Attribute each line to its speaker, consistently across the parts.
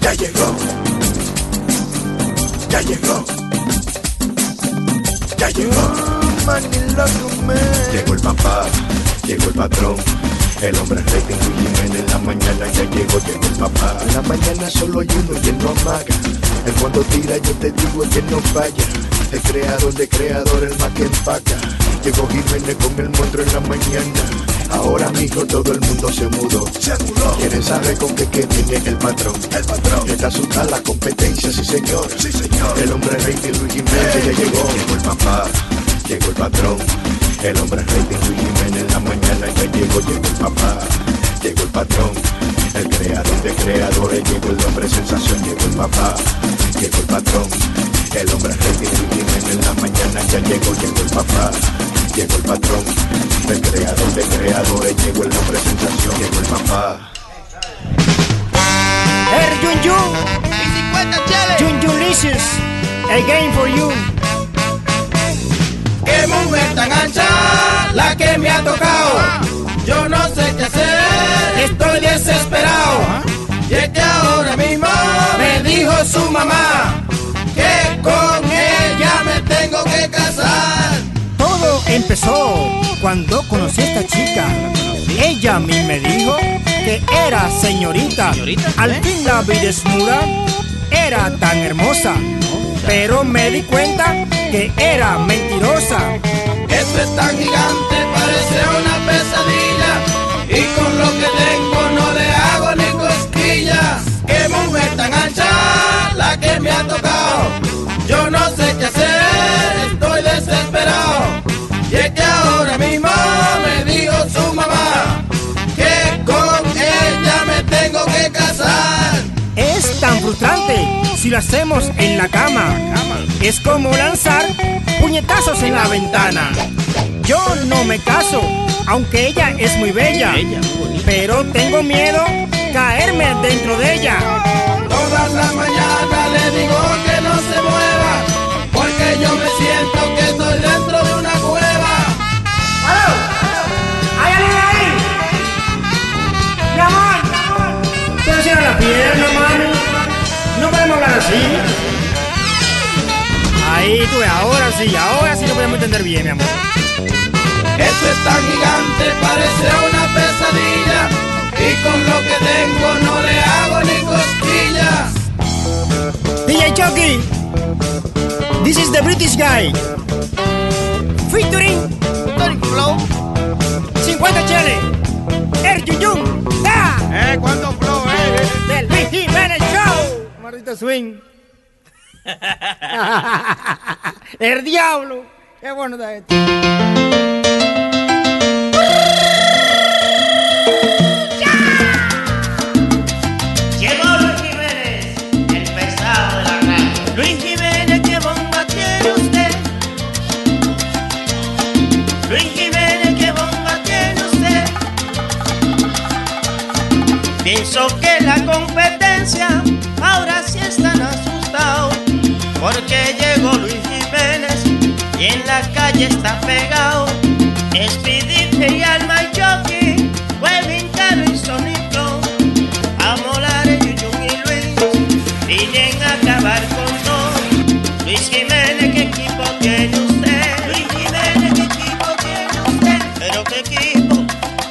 Speaker 1: Ya llegó. Ya llegó. Ya llegó. Llegó el papá, llegó el patrón. El hombre rey de Jiménez en la mañana ya llegó, llegó el papá. En la mañana solo hay uno y él no amaga. El cuando tira yo te digo que no falla. El creador de creador, el más que empaca. Llegó Jiménez con el monstruo en la mañana. Ahora amigo todo el mundo se mudó. Se mudó. Quieren saber con qué, qué viene el patrón. El patrón. Está asustada la competencia, sí señor. Sí señor. El hombre rey de Luis Jiménez ya llegó. Llegó el papá, llegó el patrón. El hombre rey de Luis Jiménez en la mañana ya llegó, llegó el papá, llegó el patrón. El creador de creadores llegó el hombre sensación, llegó el papá, llegó el patrón. El hombre rey de Luis Jiménez en la mañana ya llegó, llegó el papá, llegó el patrón. El creador de creadores llegó el hombre sensación, llegó el papá.
Speaker 2: El Jun Jun,
Speaker 3: Y 50 cheles.
Speaker 2: Jun Jun Licious, a game for you.
Speaker 3: Qué mujer tan ancha la que me ha tocado. Yo no sé qué hacer, estoy desesperado. Y es que ahora mismo me dijo su mamá que con ella me tengo que casar.
Speaker 2: Todo empezó cuando conocí a esta chica. Ella a mí me dijo que era señorita. Al fin la vi desnuda, era tan hermosa. Pero me di cuenta que era mentirosa.
Speaker 3: Esto es tan gigante, parece una pesadilla. Y con lo que tengo no le hago ni cosquillas. Qué mujer tan ancha la que me ha tocado. Yo no sé qué hacer, estoy desesperado. Y es que ahora mismo me dijo su mamá que con ella me tengo que casar.
Speaker 2: Es tan frustrante si lo hacemos en la cama. Es como lanzar puñetazos en la ventana. Yo no me caso, aunque ella es muy bella. Pero tengo miedo caerme dentro de ella.
Speaker 3: Todas las mañanas le digo que no se mueva, porque yo me siento que estoy dentro de una cueva.
Speaker 2: ¡Hay alguien ahí! ¡Mi amor! ¿Te cierra la pierna, mami? No podemos hablar así. Ahí tú ves, ahora sí, ahora sí lo podemos entender bien, mi amor.
Speaker 3: Esto es tan gigante, parece una pesadilla. Y con lo que tengo no le hago
Speaker 2: DJ
Speaker 3: ni cosquillas.
Speaker 2: Chucky, this is the British guy. Featuring
Speaker 4: Tonic Flow.
Speaker 2: 50 Chele, El Yuyun, da,
Speaker 4: Eh, ¿cuánto flow, eh?
Speaker 2: del Luis Jiménez Show. Maldito swing. el diablo. Qué bueno está esto.
Speaker 5: Llegó Luis Jiménez, el pesado de la radio. Luis Jiménez, qué bomba tiene usted. Luis Jiménez, qué bomba tiene usted. Pienso que la competencia ahora sí están asustados. Porque llegó Luis Jiménez y en la calle está pegado. Speedy y Alma y Chucky, Webin, Caro y Sonic Flow. Amolare, Yuyun y Luis vienen a acabar con todo. Luis Jiménez, ¿qué equipo tiene usted? Luis Jiménez, ¿qué equipo tiene usted? ¿Pero qué equipo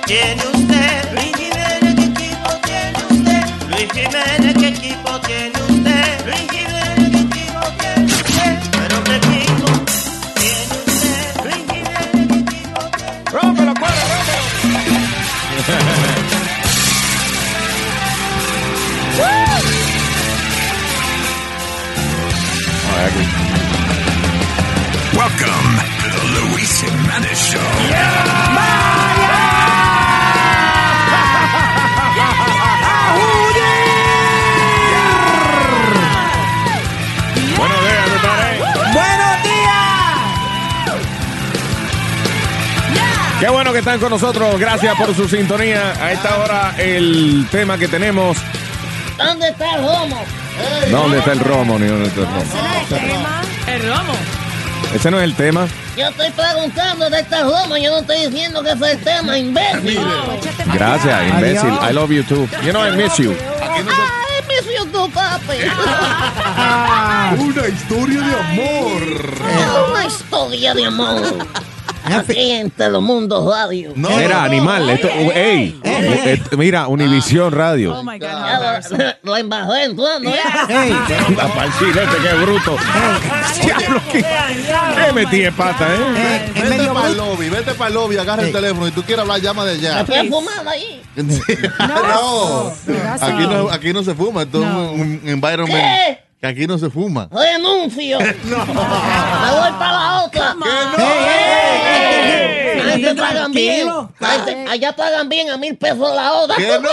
Speaker 5: tiene usted? Luis Jiménez, ¿qué equipo tiene usted? Luis Jiménez, ¿qué equipo tiene usted? Luis Jiménez, ¿qué equipo tiene usted? ¿Pero qué equipo tiene usted? Luis Jiménez, ¿qué equipo tiene usted?
Speaker 4: Rómpelo, cuadro, rómpelo.
Speaker 1: Welcome to the Luis Jiménez Show.
Speaker 4: Buenos días, ¿qué tal, eh?
Speaker 2: ¡Buenos días!
Speaker 4: Qué bueno que están con nosotros. Gracias por su sintonía. A esta hora, el tema que tenemos.
Speaker 6: ¿Dónde está el homo?
Speaker 4: ¿Dónde está el romo? ni dónde está el romo?
Speaker 7: El romo.
Speaker 4: Ese no es el tema.
Speaker 6: Yo estoy preguntando dónde está el homo. Yo no estoy diciendo que ese es el tema, imbécil.
Speaker 4: Gracias, imbécil. I love you too. You know I miss you.
Speaker 6: Ay, me you tu papi.
Speaker 8: Una historia de amor.
Speaker 6: Una historia de amor. Aquí en Telemundo Radio.
Speaker 8: No,
Speaker 4: Mira, animal, esto, ey, esto- mira, Univisión Radio.
Speaker 9: Oh my God.
Speaker 6: Ya
Speaker 9: how
Speaker 6: lo, lo embajé entrando, ¿eh?
Speaker 10: Ey,
Speaker 4: La palchilete, qué bruto. Diablo, qué, qué metí de pata, ¿eh?
Speaker 10: eh, es
Speaker 8: vete
Speaker 10: medio
Speaker 8: para el
Speaker 10: bruto.
Speaker 8: lobby, vete para el lobby, agarra el teléfono. Si tú quieres hablar, llama de
Speaker 6: Me
Speaker 8: allá.
Speaker 6: fui a fumar ahí.
Speaker 8: No,
Speaker 9: that's
Speaker 8: aquí
Speaker 9: all.
Speaker 8: no, aquí no se fuma. Esto es un, un environment
Speaker 6: ¿Qué?
Speaker 8: que aquí no se fuma.
Speaker 6: Renuncio. no. Me voy para la otra.
Speaker 8: ¿Qué no?
Speaker 6: Ahí te pagan bien.
Speaker 9: tranquilo.
Speaker 6: Ahí te- allá pagan bien a mil pesos la hora.
Speaker 8: ¿Qué no?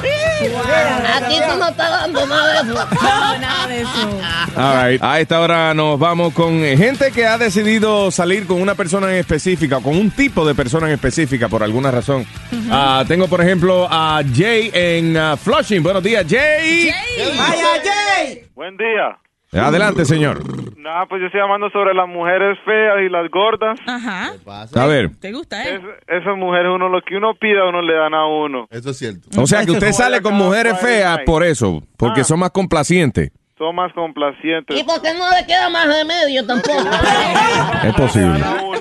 Speaker 6: Aquí tú no estás dando nada de eso.
Speaker 9: No, nada de eso.
Speaker 4: All right. A esta hora nos vamos con eh, gente que ha decidido salir con una persona en específica, o con un tipo de persona en específica por alguna razón. Ah, tengo, por ejemplo, a Jay en ah, Flushing. Buenos días, Jay.
Speaker 10: Vaya, Jay.
Speaker 11: Buen día.
Speaker 4: Adelante, señor.
Speaker 11: Nada, pues yo estoy llamando sobre las mujeres feas y las gordas.
Speaker 9: Ajá.
Speaker 4: A ver.
Speaker 9: ¿Te gusta,
Speaker 11: Es-
Speaker 9: eh?
Speaker 11: esas mujeres, uno lo que uno pida, uno le dan a uno.
Speaker 8: Eso es cierto.
Speaker 4: O sea que usted sale con mujeres feas por eso, porque
Speaker 11: Ah.
Speaker 4: son más complacientes.
Speaker 11: Son más complacientes.
Speaker 6: Y porque no le queda más remedio tampoco.
Speaker 4: Es posible.
Speaker 11: A uno.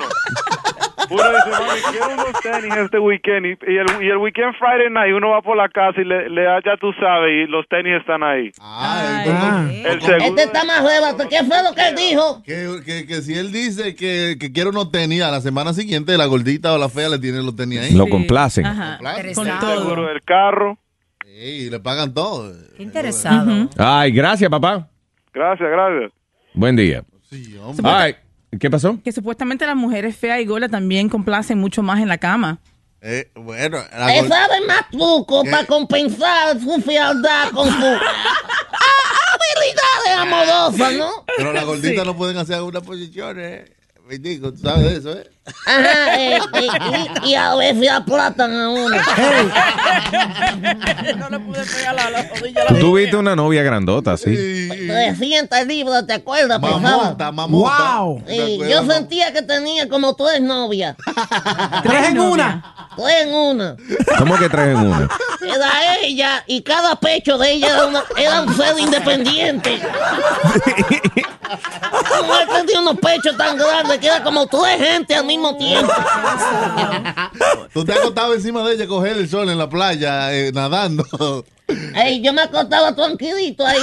Speaker 11: Uno dice, mami, quiero unos tenis este weekend. Y, y el, y el weekend Friday night, uno va por la casa y le, le da, ya tú sabes, y los tenis están ahí.
Speaker 8: Ay,
Speaker 10: Ah.
Speaker 11: El segundo,
Speaker 6: Este está más rebato. ¿Qué fue lo que él dijo?
Speaker 8: Que, que, que si él dice que, que quiere unos tenis, a la semana siguiente la gordita o la fea le tiene los tenis ahí.
Speaker 4: Lo
Speaker 9: Sí.
Speaker 4: complacen.
Speaker 9: Ajá.
Speaker 8: Claro.
Speaker 9: Con
Speaker 11: seguro
Speaker 9: todo.
Speaker 11: del carro.
Speaker 8: Sí, y le pagan todo.
Speaker 12: Interesado.
Speaker 4: Ay, gracias, papá.
Speaker 11: Gracias, gracias.
Speaker 4: Buen día.
Speaker 8: Sí, hombre.
Speaker 4: Ay, ¿qué pasó?
Speaker 9: Que supuestamente las mujeres feas y gordas también complacen mucho más en la cama.
Speaker 8: Eh, bueno, la
Speaker 6: Él
Speaker 8: gor-
Speaker 6: sabe más truco para compensar su fealdad con su habilidades amorosas, ¿no?
Speaker 8: pero las gorditas no pueden hacer una posición, ¿eh? Me digo, tú sabes de eso, ¿eh?
Speaker 6: Ajá, eh, y, y- y a veces aplatan a uno.
Speaker 9: No le pude pegar la, rodilla.
Speaker 4: Tú tuviste una novia grandota, sí.
Speaker 8: Y-
Speaker 6: 300 libras, ¿te acuerdas? Pesaba.
Speaker 8: Mamota, mamota.
Speaker 10: Wow.
Speaker 8: ¿Te
Speaker 6: Sí, yo
Speaker 8: acuerdas, mam-
Speaker 6: sentía que tenía como tres novias,
Speaker 10: Tres en una.
Speaker 6: tres en una.
Speaker 4: ¿Cómo que tres en una?
Speaker 6: Era ella y cada pecho de ella era, una- era un ser independiente. La mujer tenía unos pechos tan grandes que era como tres gente al mismo tiempo.
Speaker 8: Tú te has acostado encima de ella a coger el sol en la playa, eh, nadando.
Speaker 6: Ey, yo me acostaba tranquilito ahí.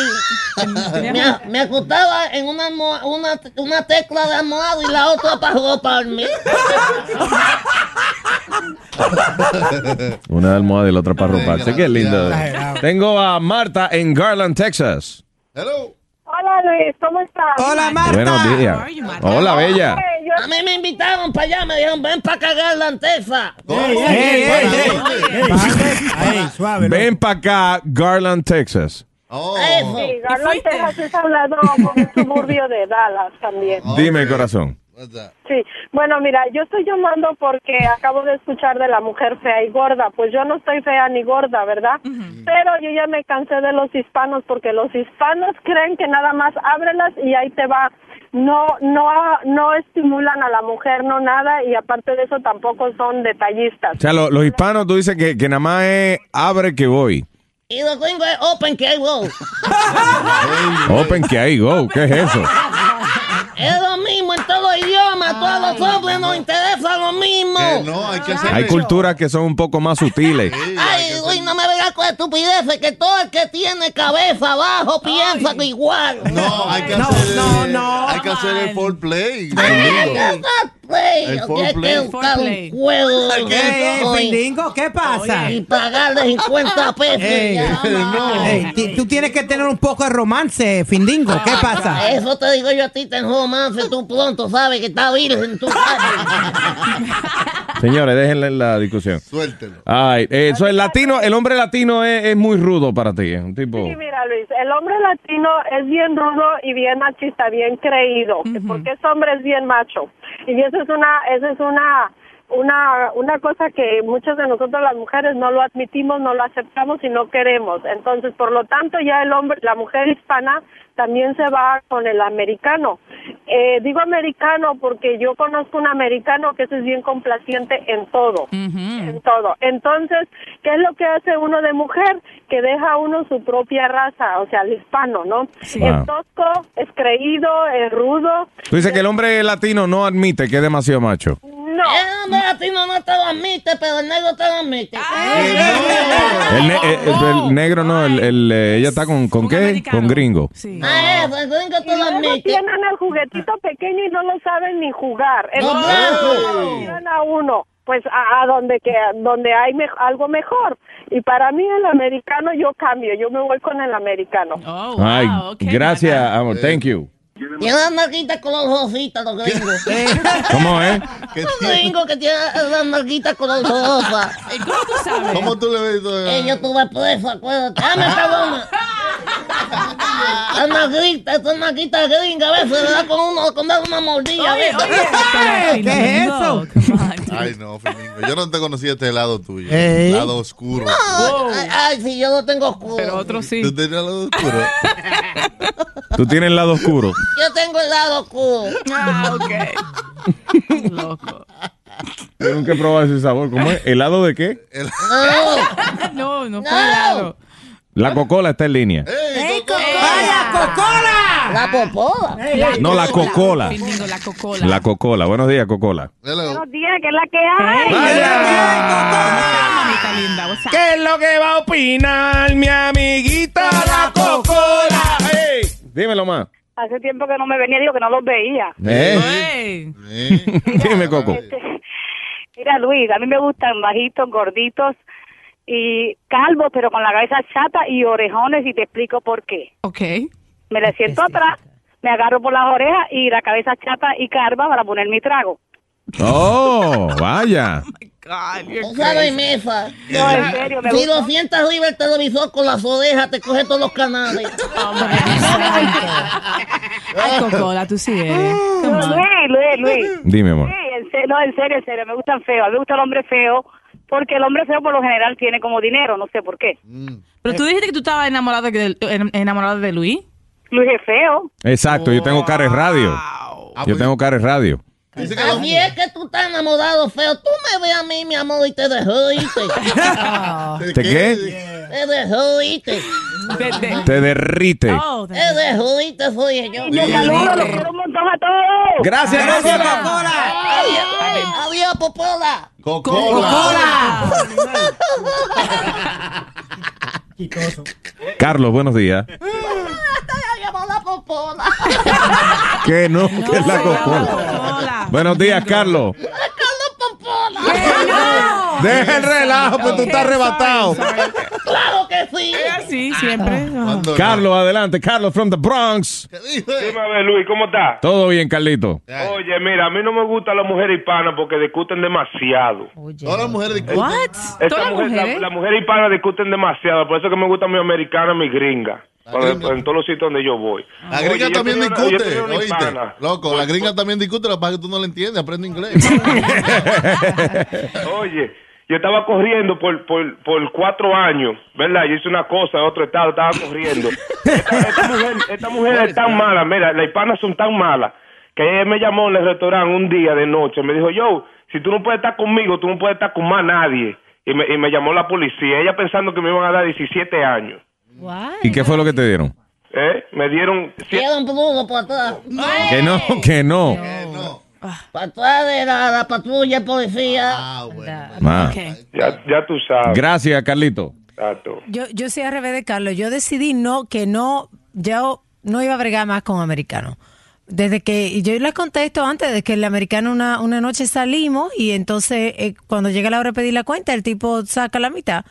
Speaker 6: Me, a- me acostaba en una, almoha- una, una tecla de almohada y la otra para roparme.
Speaker 4: Una almohada y la otra para roparse. Qué lindo.
Speaker 10: Exagerado.
Speaker 4: Tengo a Marta en Garland, Texas.
Speaker 8: Hello.
Speaker 13: Hola Luis, ¿cómo estás?
Speaker 10: Hola, Marta.
Speaker 4: Buenos días.
Speaker 9: How are you, Marta?
Speaker 4: Hola, bella.
Speaker 13: Eh, yo-
Speaker 6: A mí me invitaron para allá, me dijeron, ven para cagar la anteza.
Speaker 10: Ey, ey, ey, ey, ey. Ey, suave. loco.
Speaker 4: Ven para acá, Garland, Texas.
Speaker 8: Oh.
Speaker 6: Eso.
Speaker 13: sí, Garland,
Speaker 9: fuiste?
Speaker 13: Texas es al lado con un suburbio de Dallas también.
Speaker 8: Oh.
Speaker 4: Dime, corazón.
Speaker 8: What's that?
Speaker 13: Sí, bueno, mira, yo estoy llamando porque acabo de escuchar de la mujer fea y gorda. Pues yo no estoy fea ni gorda, ¿verdad?
Speaker 8: Mm.
Speaker 13: Pero yo ya me cansé de los hispanos porque los hispanos creen que nada más ábrelas y ahí te va. No, no, no estimulan a la mujer, no nada, y aparte de eso tampoco son detallistas.
Speaker 4: O sea, lo- los hispanos, tú dices que, que nada más es abre que voy.
Speaker 6: Y lo tengo es Open Cable.
Speaker 4: Open que ahí go. ¿Qué es eso?
Speaker 6: Es lo mismo en todos los idiomas, todos los hombres nos interesa lo mismo.
Speaker 8: Que no, hay que hacer
Speaker 4: Hay culturas que son un poco más sutiles.
Speaker 6: Ay, uy, no me vengas con estupideces, que todo el que tiene cabeza abajo piensa que igual.
Speaker 8: No, hay que
Speaker 10: No,
Speaker 8: hacer.
Speaker 10: no, no.
Speaker 8: Eh, Hay que hacer el foreplay.
Speaker 6: Ay, no, pues. play,
Speaker 8: El
Speaker 6: o sea,
Speaker 8: foreplay.
Speaker 6: que buscar
Speaker 9: Foreplay.
Speaker 6: un juego de
Speaker 10: Ey, ey,
Speaker 6: hoy
Speaker 10: Findingo, ¿qué pasa?
Speaker 6: y pagarle 50 pesos.
Speaker 10: Ey,
Speaker 6: ya.
Speaker 10: Ey, ti- tú tienes que tener un poco de romance, Findingo. ¿Qué pasa?
Speaker 6: Ah, Eso te digo yo a ti, ten romance, tú pronto sabes que está virgen, tú sabes.
Speaker 4: Señores, déjenle la discusión.
Speaker 8: Suéltelo.
Speaker 4: Ay, eh, so el latino, el hombre latino es, es muy rudo para ti. Es un tipo.
Speaker 13: Sí, mira Luis, el hombre latino es bien rudo y bien machista, bien creído, porque ese hombre es bien macho. Y eso es una, eso es una, una, una cosa que muchas de nosotros las mujeres no lo admitimos, no lo aceptamos y no queremos. Entonces, por lo tanto, ya el hombre, la mujer hispana también se va con el americano. Eh, digo americano porque yo conozco un americano que ese es bien complaciente en todo, en todo. Entonces, ¿qué es lo que hace uno de mujer? Que deja uno su propia raza, o sea, el hispano, ¿no?
Speaker 4: Wow.
Speaker 13: Es tosco, es creído, es rudo.
Speaker 4: Tú dices que el hombre latino no admite que es demasiado macho.
Speaker 13: No.
Speaker 6: El hombre latino no te lo admite, pero el negro te lo admite.
Speaker 4: El,
Speaker 9: Oh,
Speaker 4: ne- eh, el- el negro no, el, el, eh, ella está con, ¿con qué? Con gringo.
Speaker 6: Ah, eso, el gringo te lo
Speaker 13: Luego
Speaker 6: admite.
Speaker 13: tienen el juguetito pequeño y no lo saben ni jugar. En
Speaker 6: Ah. ¡No!
Speaker 13: los brazos lo tiran a uno, pues a, a donde que donde hay me- algo mejor. Y para mí el americano yo cambio, yo me voy con el americano.
Speaker 9: Oh,
Speaker 4: Ay,
Speaker 9: wow, ok,
Speaker 4: gracias,
Speaker 9: Nata.
Speaker 4: amor. Thank you.
Speaker 6: Tiene las marquitas color rosita los gringos.
Speaker 4: ¿Cómo es?
Speaker 6: Los gringos que tienen las marquitas color rosa.
Speaker 9: Eh, ¿Cómo tú sabes?
Speaker 8: ¿Cómo tú le ves? todo?
Speaker 6: Eh, yo estuve preso, acuérdate. Ah, ¡Dame esta bomba! Esas marquitas, esas marquitas gringas, a veces le da con uno, con dar una mordida.
Speaker 9: Oye,
Speaker 6: ¿ves?
Speaker 9: oye, pero,
Speaker 14: ¿Qué es
Speaker 9: Fernando,
Speaker 14: eso?
Speaker 9: come on, dude.
Speaker 8: Ay, no, Flamingo. Yo no te conocía este lado tuyo.
Speaker 14: Ey.
Speaker 8: Lado oscuro.
Speaker 6: No, ay, ay, si yo lo tengo oscuro.
Speaker 9: Pero otro sí.
Speaker 8: ¿Tú tenías lado oscuro?
Speaker 4: Tú tienes el lado oscuro.
Speaker 6: Yo tengo el lado oscuro.
Speaker 9: Ah, ok. Loco.
Speaker 4: Tengo que probar ese sabor. ¿Cómo es? ¿Helado de qué?
Speaker 6: No,
Speaker 9: No, no fue
Speaker 6: No.
Speaker 9: helado.
Speaker 4: La Coca-Cola está en línea.
Speaker 8: ¡Ey,
Speaker 14: ¡Vaya Coca-Cola!
Speaker 6: la popola.
Speaker 4: No, la Coca-Cola.
Speaker 9: Fernando, la cocola.
Speaker 4: La Coca-Cola. Buenos días, Coca-Cola.
Speaker 8: Hello.
Speaker 13: Buenos días, que es la que hay.
Speaker 9: Mamita linda, what's up?
Speaker 4: ¿Qué es lo que va a opinar mi amiguita la Coca-Cola? Ey, Dímelo más. Eh.
Speaker 13: Hace tiempo que no me venía, digo que no los veía.
Speaker 9: Hey.
Speaker 8: Sí.
Speaker 4: Dime, Coco.
Speaker 13: Mira, Luis, a mí me gustan bajitos, gorditos y calvos, pero con la cabeza chata y orejones y te explico por qué.
Speaker 9: Ok.
Speaker 13: Me le siento atrás, me agarro por las orejas y la cabeza chata y calva para poner mi trago.
Speaker 4: Oh, vaya.
Speaker 9: God, you're
Speaker 6: Esa no hay mesa.
Speaker 13: No, en serio, me
Speaker 6: Si
Speaker 13: gusta.
Speaker 6: lo sientas arriba el televisor con las orejas, te coge todos los canales.
Speaker 9: Oh my God.
Speaker 6: Ah.
Speaker 9: Ay, Cocola, tú sí eres. Come on.
Speaker 13: Luis, Luis, Luis.
Speaker 4: Dime, amor.
Speaker 13: Luis, en se- no, en serio, en serio, me gustan feos. A mí me gusta el hombre feo porque el hombre feo por lo general tiene como dinero, no sé por qué.
Speaker 9: Pero tú dijiste que tú estabas enamorada de, en- enamorada de Luis.
Speaker 13: Luis es feo.
Speaker 4: Exacto, yo tengo cara de radio.
Speaker 8: Ah,
Speaker 4: Yo
Speaker 8: pues,
Speaker 4: tengo cara de radio.
Speaker 8: Dice que los-
Speaker 6: Así es que tú estás enamorado, feo. Tú me ves a mí, mi amor, y te dejó irte.
Speaker 4: ¿Te qué?
Speaker 6: Te dejó irte.
Speaker 9: De- de-
Speaker 4: Te derrite.
Speaker 9: Oh, de-
Speaker 6: Te dejó irte, soy yo.
Speaker 13: Los saludos, los quiero un montón a todos.
Speaker 4: Gracias, Coca-Cola.
Speaker 6: Ay, ay, Adiós, popola.
Speaker 8: Coca-Cola.
Speaker 4: Carlos, buenos días.
Speaker 6: Ay, llamada popola.
Speaker 4: Que no, que es la
Speaker 9: Coca-Cola.
Speaker 4: Coca-Cola. Buenos días, Carlos.
Speaker 6: Carlos Popola.
Speaker 4: Deja el relajo, pues tú
Speaker 9: Ok,
Speaker 4: estás
Speaker 9: sorry,
Speaker 4: arrebatado.
Speaker 9: sorry.
Speaker 6: Claro que sí.
Speaker 9: Sí, siempre.
Speaker 11: Ah.
Speaker 9: Oh.
Speaker 8: ¿Cuándo?
Speaker 4: Carlos, adelante. Carlos, from the Bronx.
Speaker 8: ¿Qué dice?
Speaker 11: Dime a ver, Luis, ¿cómo estás?
Speaker 4: Todo bien, Carlito.
Speaker 8: Ay,
Speaker 11: Oye, mira, a mí no me gusta la mujer hispana porque discuten demasiado.
Speaker 8: Todas las mujeres discuten.
Speaker 9: What?
Speaker 11: Esta
Speaker 9: Todas las
Speaker 11: mujer, la,
Speaker 9: mujeres.
Speaker 11: la mujer hispana discuten demasiado, por eso que me gusta mi americana, mi gringa. Cuando- en todos los sitios donde yo voy.
Speaker 8: La gringa
Speaker 11: Oye, yo
Speaker 8: también
Speaker 11: tenía una- yo
Speaker 8: discute,
Speaker 11: tenía una
Speaker 8: oíste.
Speaker 11: hispana.
Speaker 8: Loco, la gringa también discute, lo que pasa es que tú no la entiendes, aprende inglés.
Speaker 11: Oye, yo estaba corriendo por, por, por cuatro años, ¿verdad? Yo hice una cosa, otro estado, estaba corriendo. Esta, esta mujer, esta mujer es tan mala, mira, las hispanas son tan malas, que ella me llamó en el restaurante un día de noche, me dijo, yo, si tú no puedes estar conmigo, tú no puedes estar con más nadie. Y me, y me llamó la policía, ella pensando que me iban a dar 17 años.
Speaker 4: ¿Y qué fue lo que te dieron?
Speaker 11: ¿Eh? Me dieron... siete-
Speaker 6: Quedan brudos por atrás.
Speaker 4: Que no, que no.
Speaker 6: Para atrás de la, la patrulla de policía.
Speaker 8: Ah, bueno.
Speaker 4: Ma.
Speaker 9: Ok.
Speaker 11: Ya, ya tú sabes.
Speaker 4: Gracias, Carlito.
Speaker 11: Tato.
Speaker 12: Yo, yo soy al revés de Carlos. Yo decidí no, que no, yo no iba a bregar más con americanos. Desde que y yo les conté esto antes, de que el americano una, una noche salimos y entonces eh, cuando llega la hora de pedir la cuenta, el tipo saca la mitad.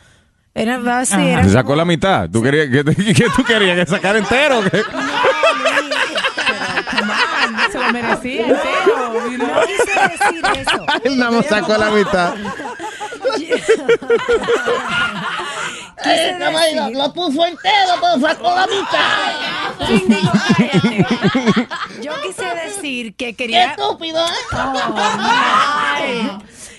Speaker 12: Era así, era
Speaker 4: Te Ah, sacó la mitad. ¿Tú querías que, que tú querías que sacara entero?
Speaker 9: Come on, Ah, se lo merecía entero. you know.
Speaker 12: No quise decir eso.
Speaker 4: Él nada más sacó la mitad.
Speaker 6: Eh, camarada, lo, lo puso entero, pero sacó la mitad.
Speaker 12: Digo, cállate. Yo quise decir que
Speaker 6: Qué
Speaker 12: quería... Oh,
Speaker 6: estúpido, ¿eh?
Speaker 12: Ay,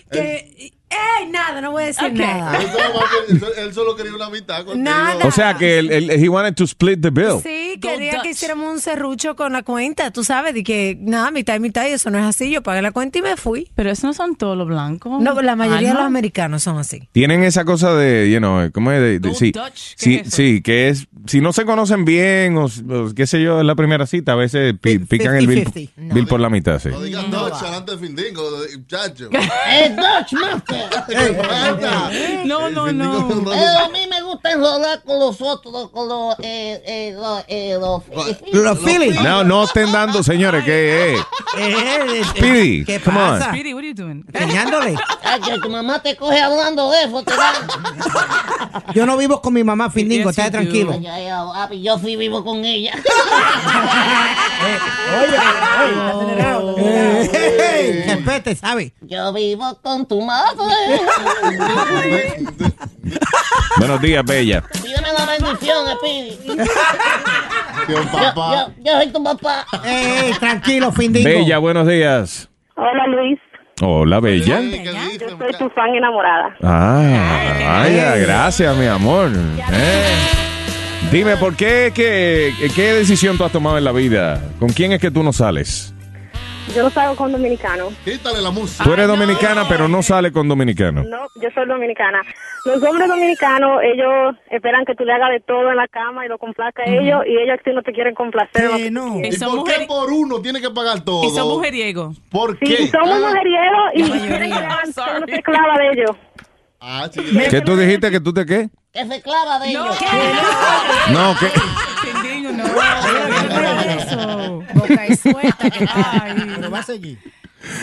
Speaker 12: que... ¡Ey, nada! No voy a decir nada.
Speaker 8: Él solo, va a- él solo- él solo quería una mitad. cuando
Speaker 12: Nada.
Speaker 8: digo-
Speaker 4: O sea que él, él- he wanted to split the bill.
Speaker 12: Sí, quería era que hiciéramos un serrucho con la cuenta, tú sabes, de que nada, mitad y mitad, y eso no es así. Yo pagué la cuenta y me fui.
Speaker 11: Pero eso no son todos los blancos.
Speaker 12: No, la mayoría
Speaker 11: Ah,
Speaker 12: de
Speaker 11: ¿no?
Speaker 12: los americanos son así.
Speaker 4: Tienen esa cosa de, you know, ¿cómo es? De- de- sí, sí, sí, que es, si no se conocen bien o, o qué sé yo, es la primera cita, a veces pi- pican el bill,
Speaker 12: 50-50.
Speaker 4: bill por la mitad, sí.
Speaker 8: Digan Dutch delante del findingo, de- chacho.
Speaker 11: Eh,
Speaker 6: El Dutch Master.
Speaker 11: No, no,
Speaker 6: Eh, a mí me gusta enrolar con los otros, con los. Eh, eh, los, eh, los-
Speaker 4: Los Phillies. No, no estén dando, señores, que eh. Speedy,
Speaker 6: ¿qué
Speaker 4: come on.
Speaker 6: pasa?
Speaker 11: Speedy, what are you doing?
Speaker 2: Enseñándole.
Speaker 6: Ay, que tu mamá te coge hablando de eso, te da-
Speaker 2: Yo no vivo con mi mamá, Findingo,
Speaker 6: Yes,
Speaker 2: está
Speaker 6: you do.
Speaker 2: tranquilo.
Speaker 6: Ay, ay, ay, papi, yo sí vivo con ella.
Speaker 2: Eh, eh, eh, Respete, ¿sabes?
Speaker 6: Yo vivo con tu madre.
Speaker 4: Buenos días, bella.
Speaker 6: Pídeme la bendición, Speedy. Yo,
Speaker 4: papá.
Speaker 6: yo- yo soy tu papá.
Speaker 2: Eh, eh, tranquilo, Findingo.
Speaker 4: Bella, buenos días.
Speaker 13: Hola Luis,
Speaker 4: Hola, bella.
Speaker 13: yo soy tu fan enamorada.
Speaker 4: Ah, vaya, gracias, mi amor. Eh. Dime, ¿por qué, qué, qué decisión tú has tomado en la vida? ¿Con quién es que tú no sales?
Speaker 13: Yo no salgo con dominicanos.
Speaker 8: Quítale la música.
Speaker 4: Tú eres dominicana, pero no sales con dominicano.
Speaker 13: No, yo soy dominicana. Los hombres dominicanos, ellos esperan que tú le hagas de todo en la cama y lo complazca a ellos y ellos sí no te quieren complacer. lo que tú
Speaker 8: ¿Y
Speaker 13: quieres.
Speaker 8: por qué por uno tiene que pagar todo?
Speaker 13: Y son
Speaker 11: mujeriegos.
Speaker 8: ¿Por
Speaker 13: Sí,
Speaker 8: qué? Ah.
Speaker 13: somos mujeriegos y
Speaker 8: La
Speaker 13: quieren que le hagan todo,
Speaker 11: sorry.
Speaker 13: no te clava de ellos.
Speaker 8: Ah,
Speaker 4: ¿Qué tú dijiste que tú te qué?
Speaker 6: Que se clava de ellos.
Speaker 4: No, que...
Speaker 11: Findingo, no.
Speaker 2: Pero va a seguir.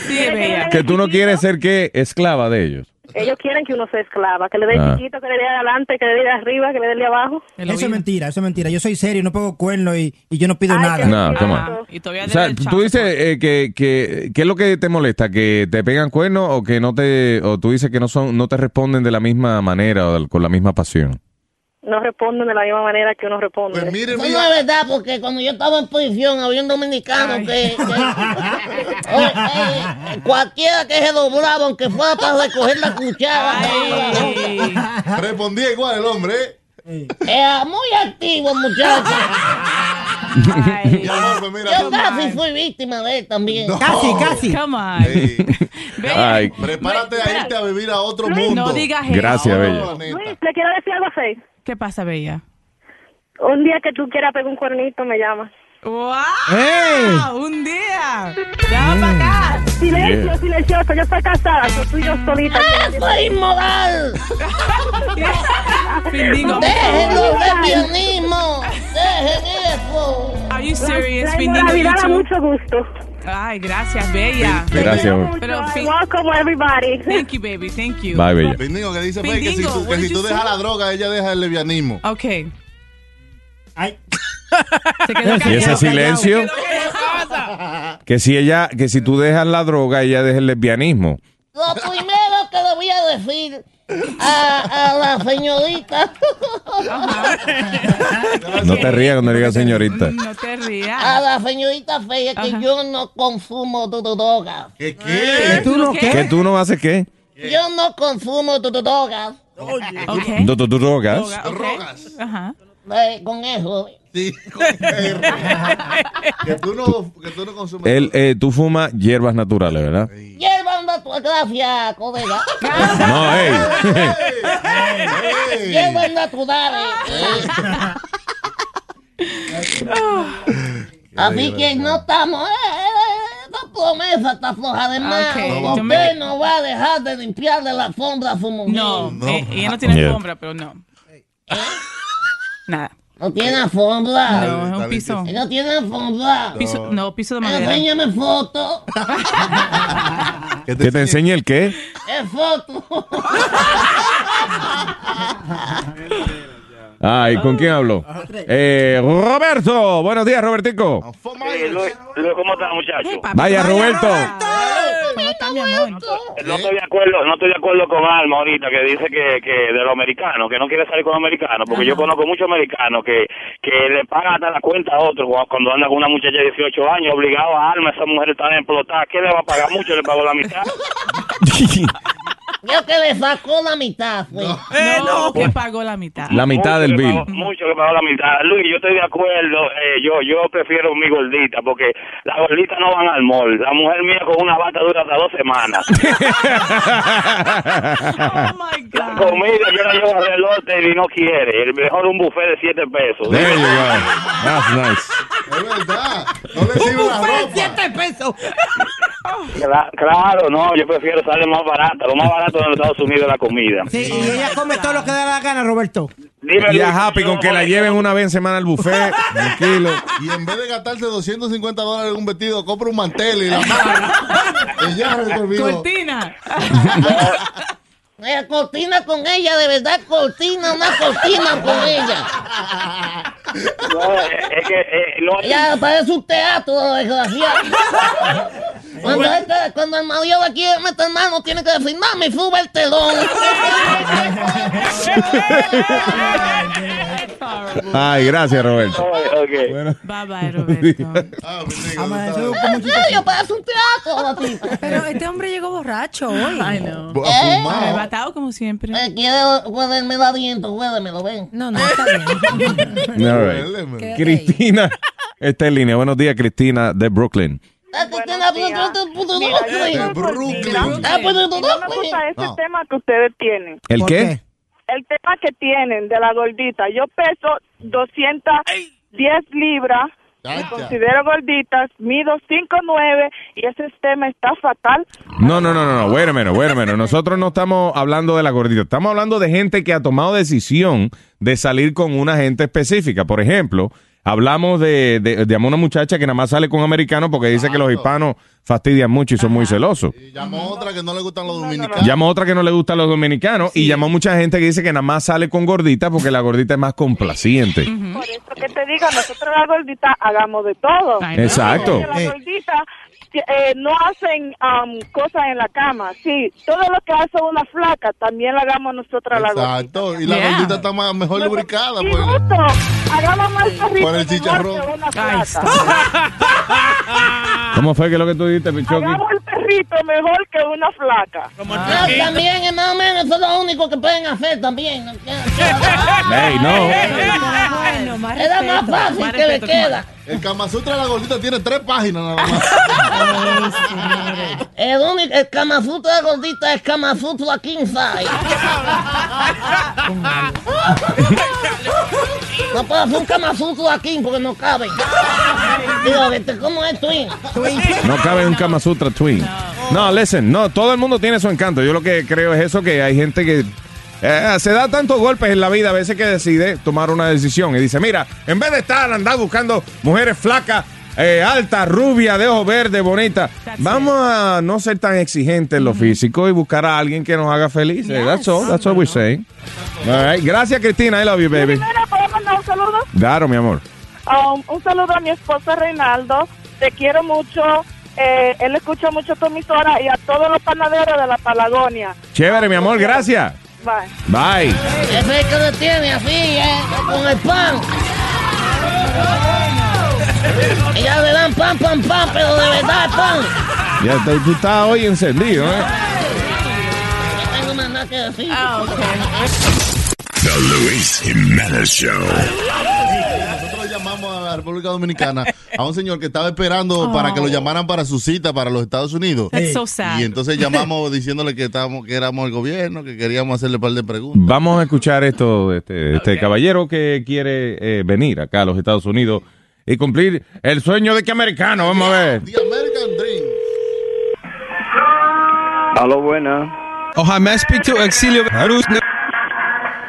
Speaker 11: Sí, es bella.
Speaker 4: Que tú no quieres ser que esclava de ellos.
Speaker 13: Ellos quieren que uno sea esclava, que le dé
Speaker 4: Ah.
Speaker 13: chiquito, que le dé de adelante, que le dé de arriba, que le dé de abajo.
Speaker 2: Eso es mentira, eso es mentira. Yo soy serio, no pongo cuernos y, y yo no pido nada.
Speaker 4: No, come on. O sea, tú dices eh, que, que qué es lo que te molesta, que te pegan cuernos o que no te o tú dices que no son no te responden de la misma manera o del- con la misma pasión.
Speaker 13: No responden de la misma manera que uno responde.
Speaker 8: Pues
Speaker 6: Eso no es verdad, porque cuando yo estaba en prisión había un dominicano que, que- Oye, eh, cualquiera que se doblaba, aunque fuera para recoger la cuchara,
Speaker 8: Respondía igual el hombre, ¿eh?
Speaker 6: era muy activo el muchacho.
Speaker 8: Mi amor, pues mira.
Speaker 6: yo casi fui víctima de él también.
Speaker 8: No. Casi, casi.
Speaker 11: Come on.
Speaker 4: Ay,
Speaker 8: Prepárate a irte a vivir a otro
Speaker 11: Luis,
Speaker 8: mundo.
Speaker 11: no digas eso.
Speaker 4: gracias, bella.
Speaker 13: Luis, le quiero decir algo así.
Speaker 11: ¿Qué pasa, Bella?
Speaker 13: Un día que tú quieras pegar un cuernito, me llamas.
Speaker 11: ¡Wow!
Speaker 13: ¡Ey!
Speaker 11: Ah, ¡Un día! ¡Ya
Speaker 4: Mm.
Speaker 11: va para acá!
Speaker 13: Silencio, silencioso. Yo estoy casada. Yo soy yo solita.
Speaker 6: ¡Ah, soy inmoral!
Speaker 11: Findingo.
Speaker 6: ¡Déjenlo de pianismo! ¡Dejen eso!
Speaker 11: Are you serious?
Speaker 13: La
Speaker 11: Findingo,
Speaker 13: inmoralidad
Speaker 11: you
Speaker 13: da
Speaker 11: too?
Speaker 13: mucho gusto.
Speaker 11: Ay, gracias, Bella.
Speaker 4: Gracias. amor.
Speaker 11: Pero fin-
Speaker 13: Welcome everybody.
Speaker 11: Thank you, baby. Thank you.
Speaker 4: Bye, bella.
Speaker 8: Pindingo que dice Fey, que si
Speaker 11: Pindingo,
Speaker 8: tú,
Speaker 11: what
Speaker 8: que si
Speaker 11: did you
Speaker 8: tú dejas
Speaker 11: say?
Speaker 8: la droga, ella deja el lesbianismo.
Speaker 11: Ok.
Speaker 2: Ay.
Speaker 11: Se quedó
Speaker 4: ¿Y ese
Speaker 11: callado.
Speaker 4: silencio?
Speaker 11: Se quedó callado.
Speaker 4: Que si ella que si tú dejas la droga, ella deja el lesbianismo.
Speaker 6: Lo primero que le voy a decir a, a la señorita.
Speaker 4: No te rías cuando digas señorita.
Speaker 11: No te rías.
Speaker 6: A la señorita Fey es que yo no consumo dro- drogas.
Speaker 8: ¿Qué
Speaker 4: ¿Que tú no
Speaker 6: qué?
Speaker 4: ¿Que tú no haces qué?
Speaker 6: Yo no consumo dro- drogas.
Speaker 11: Okay.
Speaker 4: ¿Tú- tú- tú drogas?
Speaker 8: Drogas.
Speaker 11: Ajá.
Speaker 6: Eh, con eso.
Speaker 8: Sí, Que tú no, que tú no consumes.
Speaker 4: Él, eh, tú fumas hierbas naturales, ¿verdad?
Speaker 6: Hiervan a tu Ah, gracias, colega.
Speaker 4: No, hey.
Speaker 6: Hiervan a tu eh. Así que no estamos. eh, eh, esa promesa está floja de mano.
Speaker 11: Ok, yo
Speaker 6: Usted
Speaker 11: me-
Speaker 6: no va a dejar de limpiarle la sombra a su mujer.
Speaker 11: No, eh, ella no tiene
Speaker 4: Yeah.
Speaker 11: sombra, pero no. Nada.
Speaker 6: No tiene alfombra.
Speaker 11: No, es un piso.
Speaker 6: No tiene alfombra.
Speaker 11: piso no, piso de madera.
Speaker 6: Enséñame foto.
Speaker 4: ¿Que te enseñe el qué?
Speaker 6: Es foto.
Speaker 4: Ay, ¿con quién hablo? Eh, Roberto. Buenos días, Robertico.
Speaker 15: Eh, Luis, Luis, ¿cómo estás, muchacho?
Speaker 4: Vaya, Roberto.
Speaker 11: ¿Cómo está, mi amor?
Speaker 15: No estoy de acuerdo, no estoy de acuerdo con Alma ahorita que dice que, que de los americanos, que no quiere salir con los americanos, porque yo conozco muchos americanos que, que le pagan hasta la cuenta a otro cu- cuando anda con una muchacha de 18 años, obligado a Alma, esa mujer está explotada, ¿qué le va a pagar mucho? Le pagó la mitad.
Speaker 6: Creo que le sacó la mitad, fue.
Speaker 16: Eh,
Speaker 6: pues.
Speaker 16: No, que pagó la mitad.
Speaker 4: La mitad del bill.
Speaker 17: Mucho que pagó la mitad. Luis, yo estoy de acuerdo. eh, yo yo prefiero mi gordita porque las gorditas no van al mall. La mujer mía con una bata dura hasta dos semanas. La comida yo la llevo al reloj y no quiere. El mejor un buffet de siete pesos.
Speaker 4: There you go. That's nice.
Speaker 6: Un buffet de 7 pesos.
Speaker 17: Cla- Claro, no, yo prefiero sale más barata. Lo más barato en los Estados Unidos es la comida.
Speaker 18: Sí, y ella come todo lo que da la gana, Roberto.
Speaker 4: Y a Happy con que la lleven una vez en semana al buffet. Tranquilo.
Speaker 8: Y en vez de gastarse 250 dólares en un vestido, compra un mantel y la mano. y ya resolvió.
Speaker 16: Cortina.
Speaker 6: Eh, cortina con ella, de verdad, cortina, una cortina con ella.
Speaker 17: No, es es que eh, no
Speaker 6: Ella parece un teatro, desgraciado. Cuando, este- cuando el marido le quiere meter mano, tiene que decir, mami, sube el telón.
Speaker 4: Ay, gracias, Roberto.
Speaker 16: Bye bye, Roberto.
Speaker 6: ¿En serio? Parece un teatro, la tipa.
Speaker 9: Pero este hombre llegó borracho hoy. Ay, no.
Speaker 6: ¿Eh? fumar.
Speaker 16: Arrebatado como siempre.
Speaker 6: Eh, quiere huélerme el aliento, huélemelo, ven.
Speaker 9: No, no, está bien.
Speaker 4: All right. Cristina está en línea. Buenos días, Cristina de Brooklyn.
Speaker 19: Ah, pues, No pues. me gusta ese
Speaker 4: No.
Speaker 19: tema que ustedes tienen.
Speaker 4: ¿El qué?
Speaker 19: El tema que tienen de la gordita. Yo peso 210 libras. Me considero gorditas, mido 5'9 y ese tema está fatal.
Speaker 4: No, no, no, no, no. Bueno, menos, bueno, menos. Nosotros no estamos hablando de la gordita. Estamos hablando de gente que ha tomado decisión de salir con una gente específica. Por ejemplo, hablamos de, de, de una muchacha que nada más sale con americanos porque dice que los hispanos fastidian mucho y son muy celosos.
Speaker 8: Y llamó otra que no le gustan los dominicanos.
Speaker 4: Llamó otra que no le gusta a los dominicanos y llamó mucha gente que dice que nada más sale con gordita porque la gordita es más complaciente.
Speaker 19: Por eso que te digo, nosotros la gordita hagamos de todo.
Speaker 4: Exacto.
Speaker 19: Porque
Speaker 4: Eh.
Speaker 19: Las gorditas eh, no hacen am, cosas en la cama. Sí, todo lo que hace una flaca también lo hagamos nosotras la gordita.
Speaker 8: Exacto. Y la
Speaker 19: Yeah.
Speaker 8: gordita está más, mejor lubricada.
Speaker 19: Y
Speaker 8: Pues.
Speaker 19: justo, hagamos más perrito
Speaker 8: Por el chicharrón.
Speaker 19: mejor que una
Speaker 8: Ahí
Speaker 19: flaca.
Speaker 4: ¿Cómo fue que lo que tú dijiste, Pichoki?
Speaker 19: hagamos el perrito mejor que una flaca.
Speaker 6: Ah, también, eh, más o menos, eso es lo único que pueden hacer también.
Speaker 4: Ey, no.
Speaker 6: Era más fácil que le queda.
Speaker 8: El Kama Sutra de la gordita tiene tres páginas nada más.
Speaker 6: El único, el Kama Sutra gordita es Kama Sutra King Size. No puedo hacer un Kama Sutra King porque no caben. Digo, este, ¿cómo es Twin?
Speaker 4: No cabe un Kama Sutra Twin. No. listen, no, todo el mundo tiene su encanto. Yo lo que creo es eso, que hay gente que eh, se da tantos golpes en la vida a veces que decide tomar una decisión y dice, mira, en vez de estar andando buscando mujeres flacas, eh, altas, rubias, de ojos verdes, bonitas, vamos a no ser tan exigentes en lo físico y buscar a alguien que nos haga felices. That's all, that's all we're saying. All right. Gracias, Cristina. I love you, baby.
Speaker 19: Primero, ¿puedo mandar un saludo?
Speaker 4: Claro, mi amor.
Speaker 19: Um, un saludo a mi esposo Reinaldo. Te quiero mucho. Eh, él escucha mucho tu emisora y a todos los panaderos de la Palagonia.
Speaker 4: Chévere, mi amor, gracias.
Speaker 19: Bye.
Speaker 4: Bye.
Speaker 6: Ese es que lo tiene así, ¿eh? Con el pan. Ella le dan pan, pan, pan, pero de verdad es pan.
Speaker 4: Ya tú- tú estás hoy encendido, ¿eh?
Speaker 6: No tengo más nada que decir.
Speaker 14: The Luis Jimenez Show.
Speaker 8: Nosotros llamamos a la República Dominicana a un señor que estaba esperando para que
Speaker 6: Oh.
Speaker 8: lo llamaran para su cita para los Estados Unidos.
Speaker 16: That's so sad.
Speaker 8: Y entonces llamamos diciéndole que estábamos, que éramos el gobierno, que queríamos hacerle un par de preguntas.
Speaker 4: Vamos a escuchar esto de este, de este caballero que quiere eh, venir acá a los Estados Unidos y cumplir el sueño de que americano. Vamos a ver.
Speaker 20: Aló, buena.
Speaker 21: Ojalá me speak to Exilio.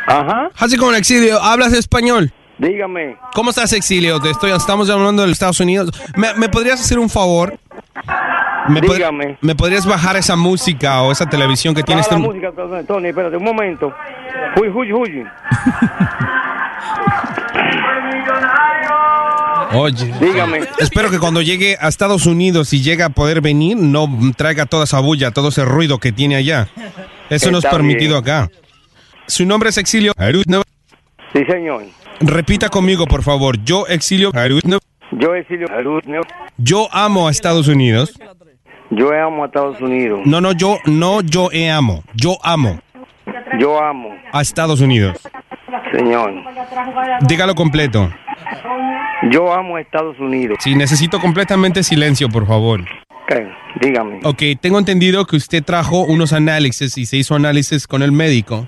Speaker 20: Ajá.
Speaker 21: Así como Exilio, ¿hablas español?
Speaker 20: Dígame.
Speaker 21: ¿Cómo estás, Exilio? Te estoy, estamos hablando de los Estados Unidos. ¿Me, me podrías hacer un favor? ¿Me pod-
Speaker 20: Dígame. Ah,
Speaker 21: ¿Me podrías bajar esa música o esa televisión que este
Speaker 20: Para
Speaker 21: tienes?
Speaker 20: la
Speaker 21: tan-
Speaker 20: música, Tony, espérate un momento. Huy, huy, huy.
Speaker 21: Oye.
Speaker 20: Dígame.
Speaker 21: Espero que cuando llegue a Estados Unidos y llegue a poder venir, no traiga toda esa bulla, todo ese ruido que tiene allá. Eso no es
Speaker 20: Está
Speaker 21: permitido
Speaker 20: bien.
Speaker 21: acá. Su nombre es Exilio. Arutno.
Speaker 20: Sí, señor.
Speaker 21: Repita conmigo, por favor. Yo, Exilio. Arutno.
Speaker 20: Yo, Exilio. Arutno.
Speaker 21: Yo amo a Estados Unidos.
Speaker 20: Yo amo a Estados Unidos.
Speaker 21: No, no, yo, no, yo he amo. Yo amo
Speaker 20: Yo amo,
Speaker 21: a Estados Unidos.
Speaker 20: señor.
Speaker 21: Dígalo completo.
Speaker 20: Yo amo a Estados Unidos.
Speaker 21: Sí, necesito completamente silencio, por favor.
Speaker 20: Ok, dígame.
Speaker 21: Ok, tengo entendido que usted trajo unos análisis y se hizo análisis con el médico.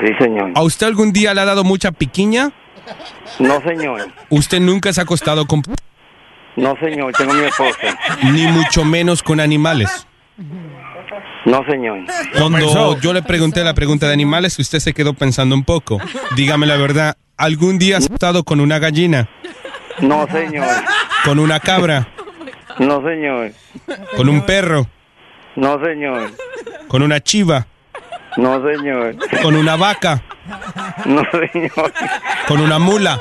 Speaker 20: Sí, señor.
Speaker 21: ¿A usted algún día le ha dado mucha piquiña?
Speaker 20: No, señor.
Speaker 21: ¿Usted nunca se ha acostado con...
Speaker 20: No, señor. Tengo mi esposa.
Speaker 21: ni mucho menos con animales?
Speaker 20: No, señor.
Speaker 21: Cuando yo le pregunté la pregunta de animales, usted se quedó pensando un poco. Dígame la verdad, ¿algún día has estado con una gallina?
Speaker 20: No, señor.
Speaker 21: ¿Con una cabra?
Speaker 20: No, señor.
Speaker 21: ¿Con un perro?
Speaker 20: No, señor.
Speaker 21: ¿Con una chiva?
Speaker 20: No, señor.
Speaker 21: ¿Con una vaca?
Speaker 20: No, señor.
Speaker 21: ¿Con una mula?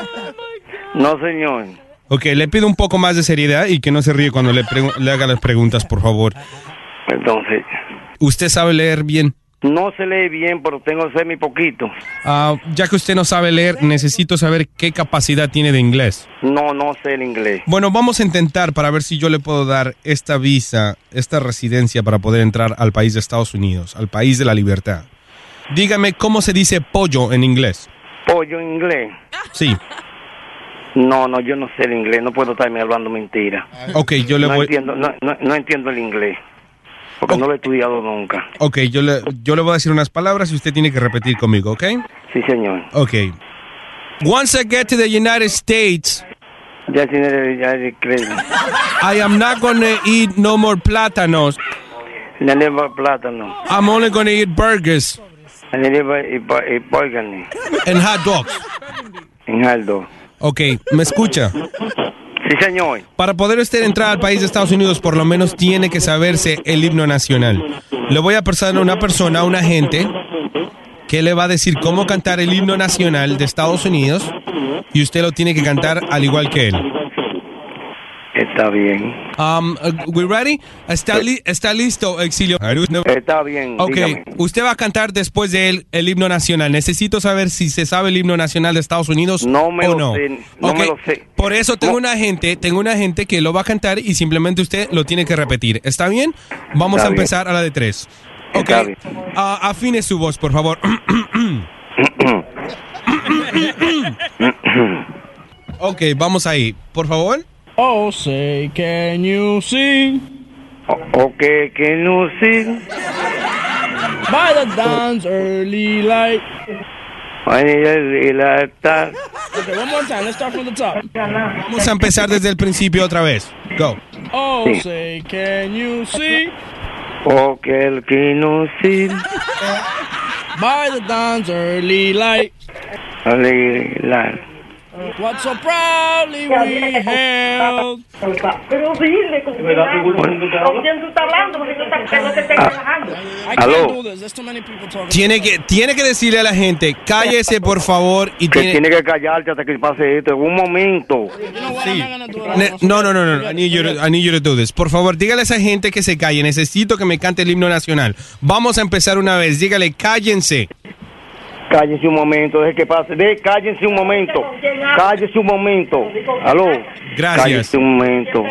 Speaker 20: No, señor.
Speaker 21: Ok, le pido un poco más de seriedad y que no se ríe cuando le, pregu- le haga las preguntas, por favor.
Speaker 20: Entonces,
Speaker 21: ¿Usted sabe leer bien?
Speaker 20: no se lee bien, pero tengo semi poquito.
Speaker 21: Ah, ya que usted no sabe leer, necesito saber qué capacidad tiene de inglés.
Speaker 20: No, no sé el inglés.
Speaker 21: Bueno, vamos a intentar para ver si yo le puedo dar esta visa, esta residencia para poder entrar al país de Estados Unidos, al país de la libertad. Dígame cómo se dice pollo en inglés.
Speaker 20: Pollo en inglés.
Speaker 21: Sí.
Speaker 20: No, no, yo no sé el inglés. No puedo estarme hablando mentira.
Speaker 21: Ok, yo le
Speaker 20: no
Speaker 21: voy.
Speaker 20: Entiendo, no, no- no entiendo el inglés. Porque no lo he estudiado nunca.
Speaker 21: Ok, yo le, yo le voy a decir unas palabras y usted tiene que repetir conmigo, ¿ok?
Speaker 20: Sí, señor.
Speaker 21: Ok. Once I get to the United States,
Speaker 20: Ya tiene ya tiene crédito.
Speaker 21: I am not gonna eat no more plátanos.
Speaker 20: Ya le va plátano.
Speaker 21: I'm only gonna eat burgers
Speaker 20: Ya le va y pa- y pólgane.
Speaker 21: and hot dogs.
Speaker 20: En Aldo.
Speaker 21: Ok, ¿me escucha?
Speaker 20: Sí, señor.
Speaker 21: Para poder usted entrar al país de Estados Unidos, por lo menos tiene que saberse el himno nacional. Le voy a pasar a una persona, a un agente, que le va a decir cómo cantar el himno nacional de Estados Unidos y usted lo tiene que cantar al igual que él.
Speaker 20: Está bien.
Speaker 21: Um, uh, we ready? Está, li- está listo, exilio.
Speaker 20: Está bien.
Speaker 21: Ok,
Speaker 20: dígame.
Speaker 21: usted va a cantar después de él el himno nacional. Necesito saber si se sabe el himno nacional de Estados Unidos
Speaker 20: No me
Speaker 21: o
Speaker 20: lo
Speaker 21: no.
Speaker 20: sé, no me
Speaker 21: Ok,
Speaker 20: lo sé.
Speaker 21: Por eso tengo una gente, tengo una gente que lo va a cantar y simplemente usted lo tiene que repetir. ¿Está bien? Vamos
Speaker 20: Está
Speaker 21: a
Speaker 20: bien.
Speaker 21: empezar a la de tres. Ok.
Speaker 20: Está bien.
Speaker 21: Ah, afine su voz, por favor. ok, vamos ahí, por favor.
Speaker 16: Oh, say, can you sing
Speaker 20: Ok, que no sí.
Speaker 16: by the dawn's early light?
Speaker 20: Ay, ya- y la- está-
Speaker 16: Okay, one more time. Let's start from the top.
Speaker 21: Vamos a empezar desde el principio otra vez. Go.
Speaker 16: Oh,
Speaker 20: Sí.
Speaker 16: say, can you sing
Speaker 20: Ok, el que no sí.
Speaker 16: by the dawn's early light?
Speaker 20: Ale- la-
Speaker 16: What so proudly we held.
Speaker 13: Pero dile, ¿con quién hablas? ¿Con quién tú estás hablando? Porque tú estás- que no te estás relajando.
Speaker 16: I
Speaker 21: Aló.
Speaker 16: can't do this. There's too many people talking.
Speaker 21: Tiene que, tiene que decirle a la gente, cállese por favor y
Speaker 20: Que
Speaker 21: tiene-
Speaker 20: tiene que callarte hasta que pase esto. En un momento.
Speaker 21: Ne- No, no, no, no. no. I need, you to, I need you to do this. Por favor, dígale a esa gente que se calle. Necesito que me cante el himno nacional. Vamos a empezar una vez. Dígale, cállense.
Speaker 20: Cállense un momento, deje que pase. De, cállense un momento. Cállense un momento. Aló.
Speaker 21: Gracias.
Speaker 20: Cállense un momento.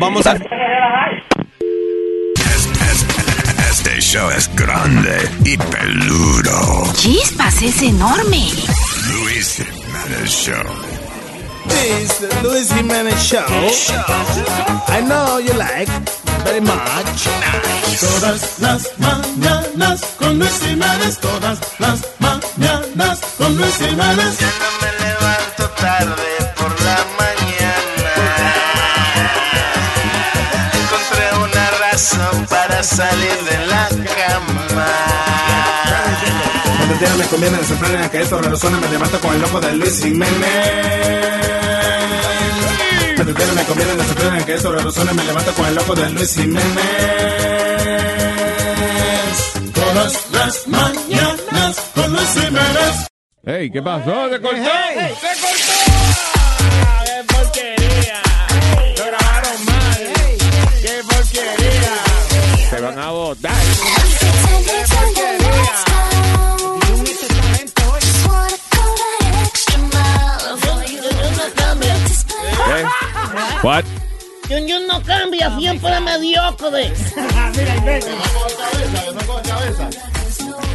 Speaker 21: vamos a.
Speaker 14: Este show es grande y peludo.
Speaker 6: Chispas, es enorme.
Speaker 14: Luis Jiménez Show.
Speaker 16: This Luis Jimenez show. I know you like very much.
Speaker 22: Todas las mañanas con Luis Jiménez, todas las mañanas con Luis Jiménez.
Speaker 16: Encontré una razón para salir de la cama.
Speaker 22: Cuando el día me conviene, me sorprenden a que esto resuene, me levanto con el loco de Luis Jiménez. Cuando el día me conviene, me sorprenden a que esto resuene, me levanto con el loco de Luis Jiménez. Todas las mañanas con Luis Jiménez.
Speaker 4: Hey, ¿qué pasó? ¿Se cortó?
Speaker 16: ¡Qué porquería! Lo grabaron mal. ¡Qué porquería!
Speaker 4: Se van a votar. What?
Speaker 6: Jun Jun no cambia, siempre es mediocre.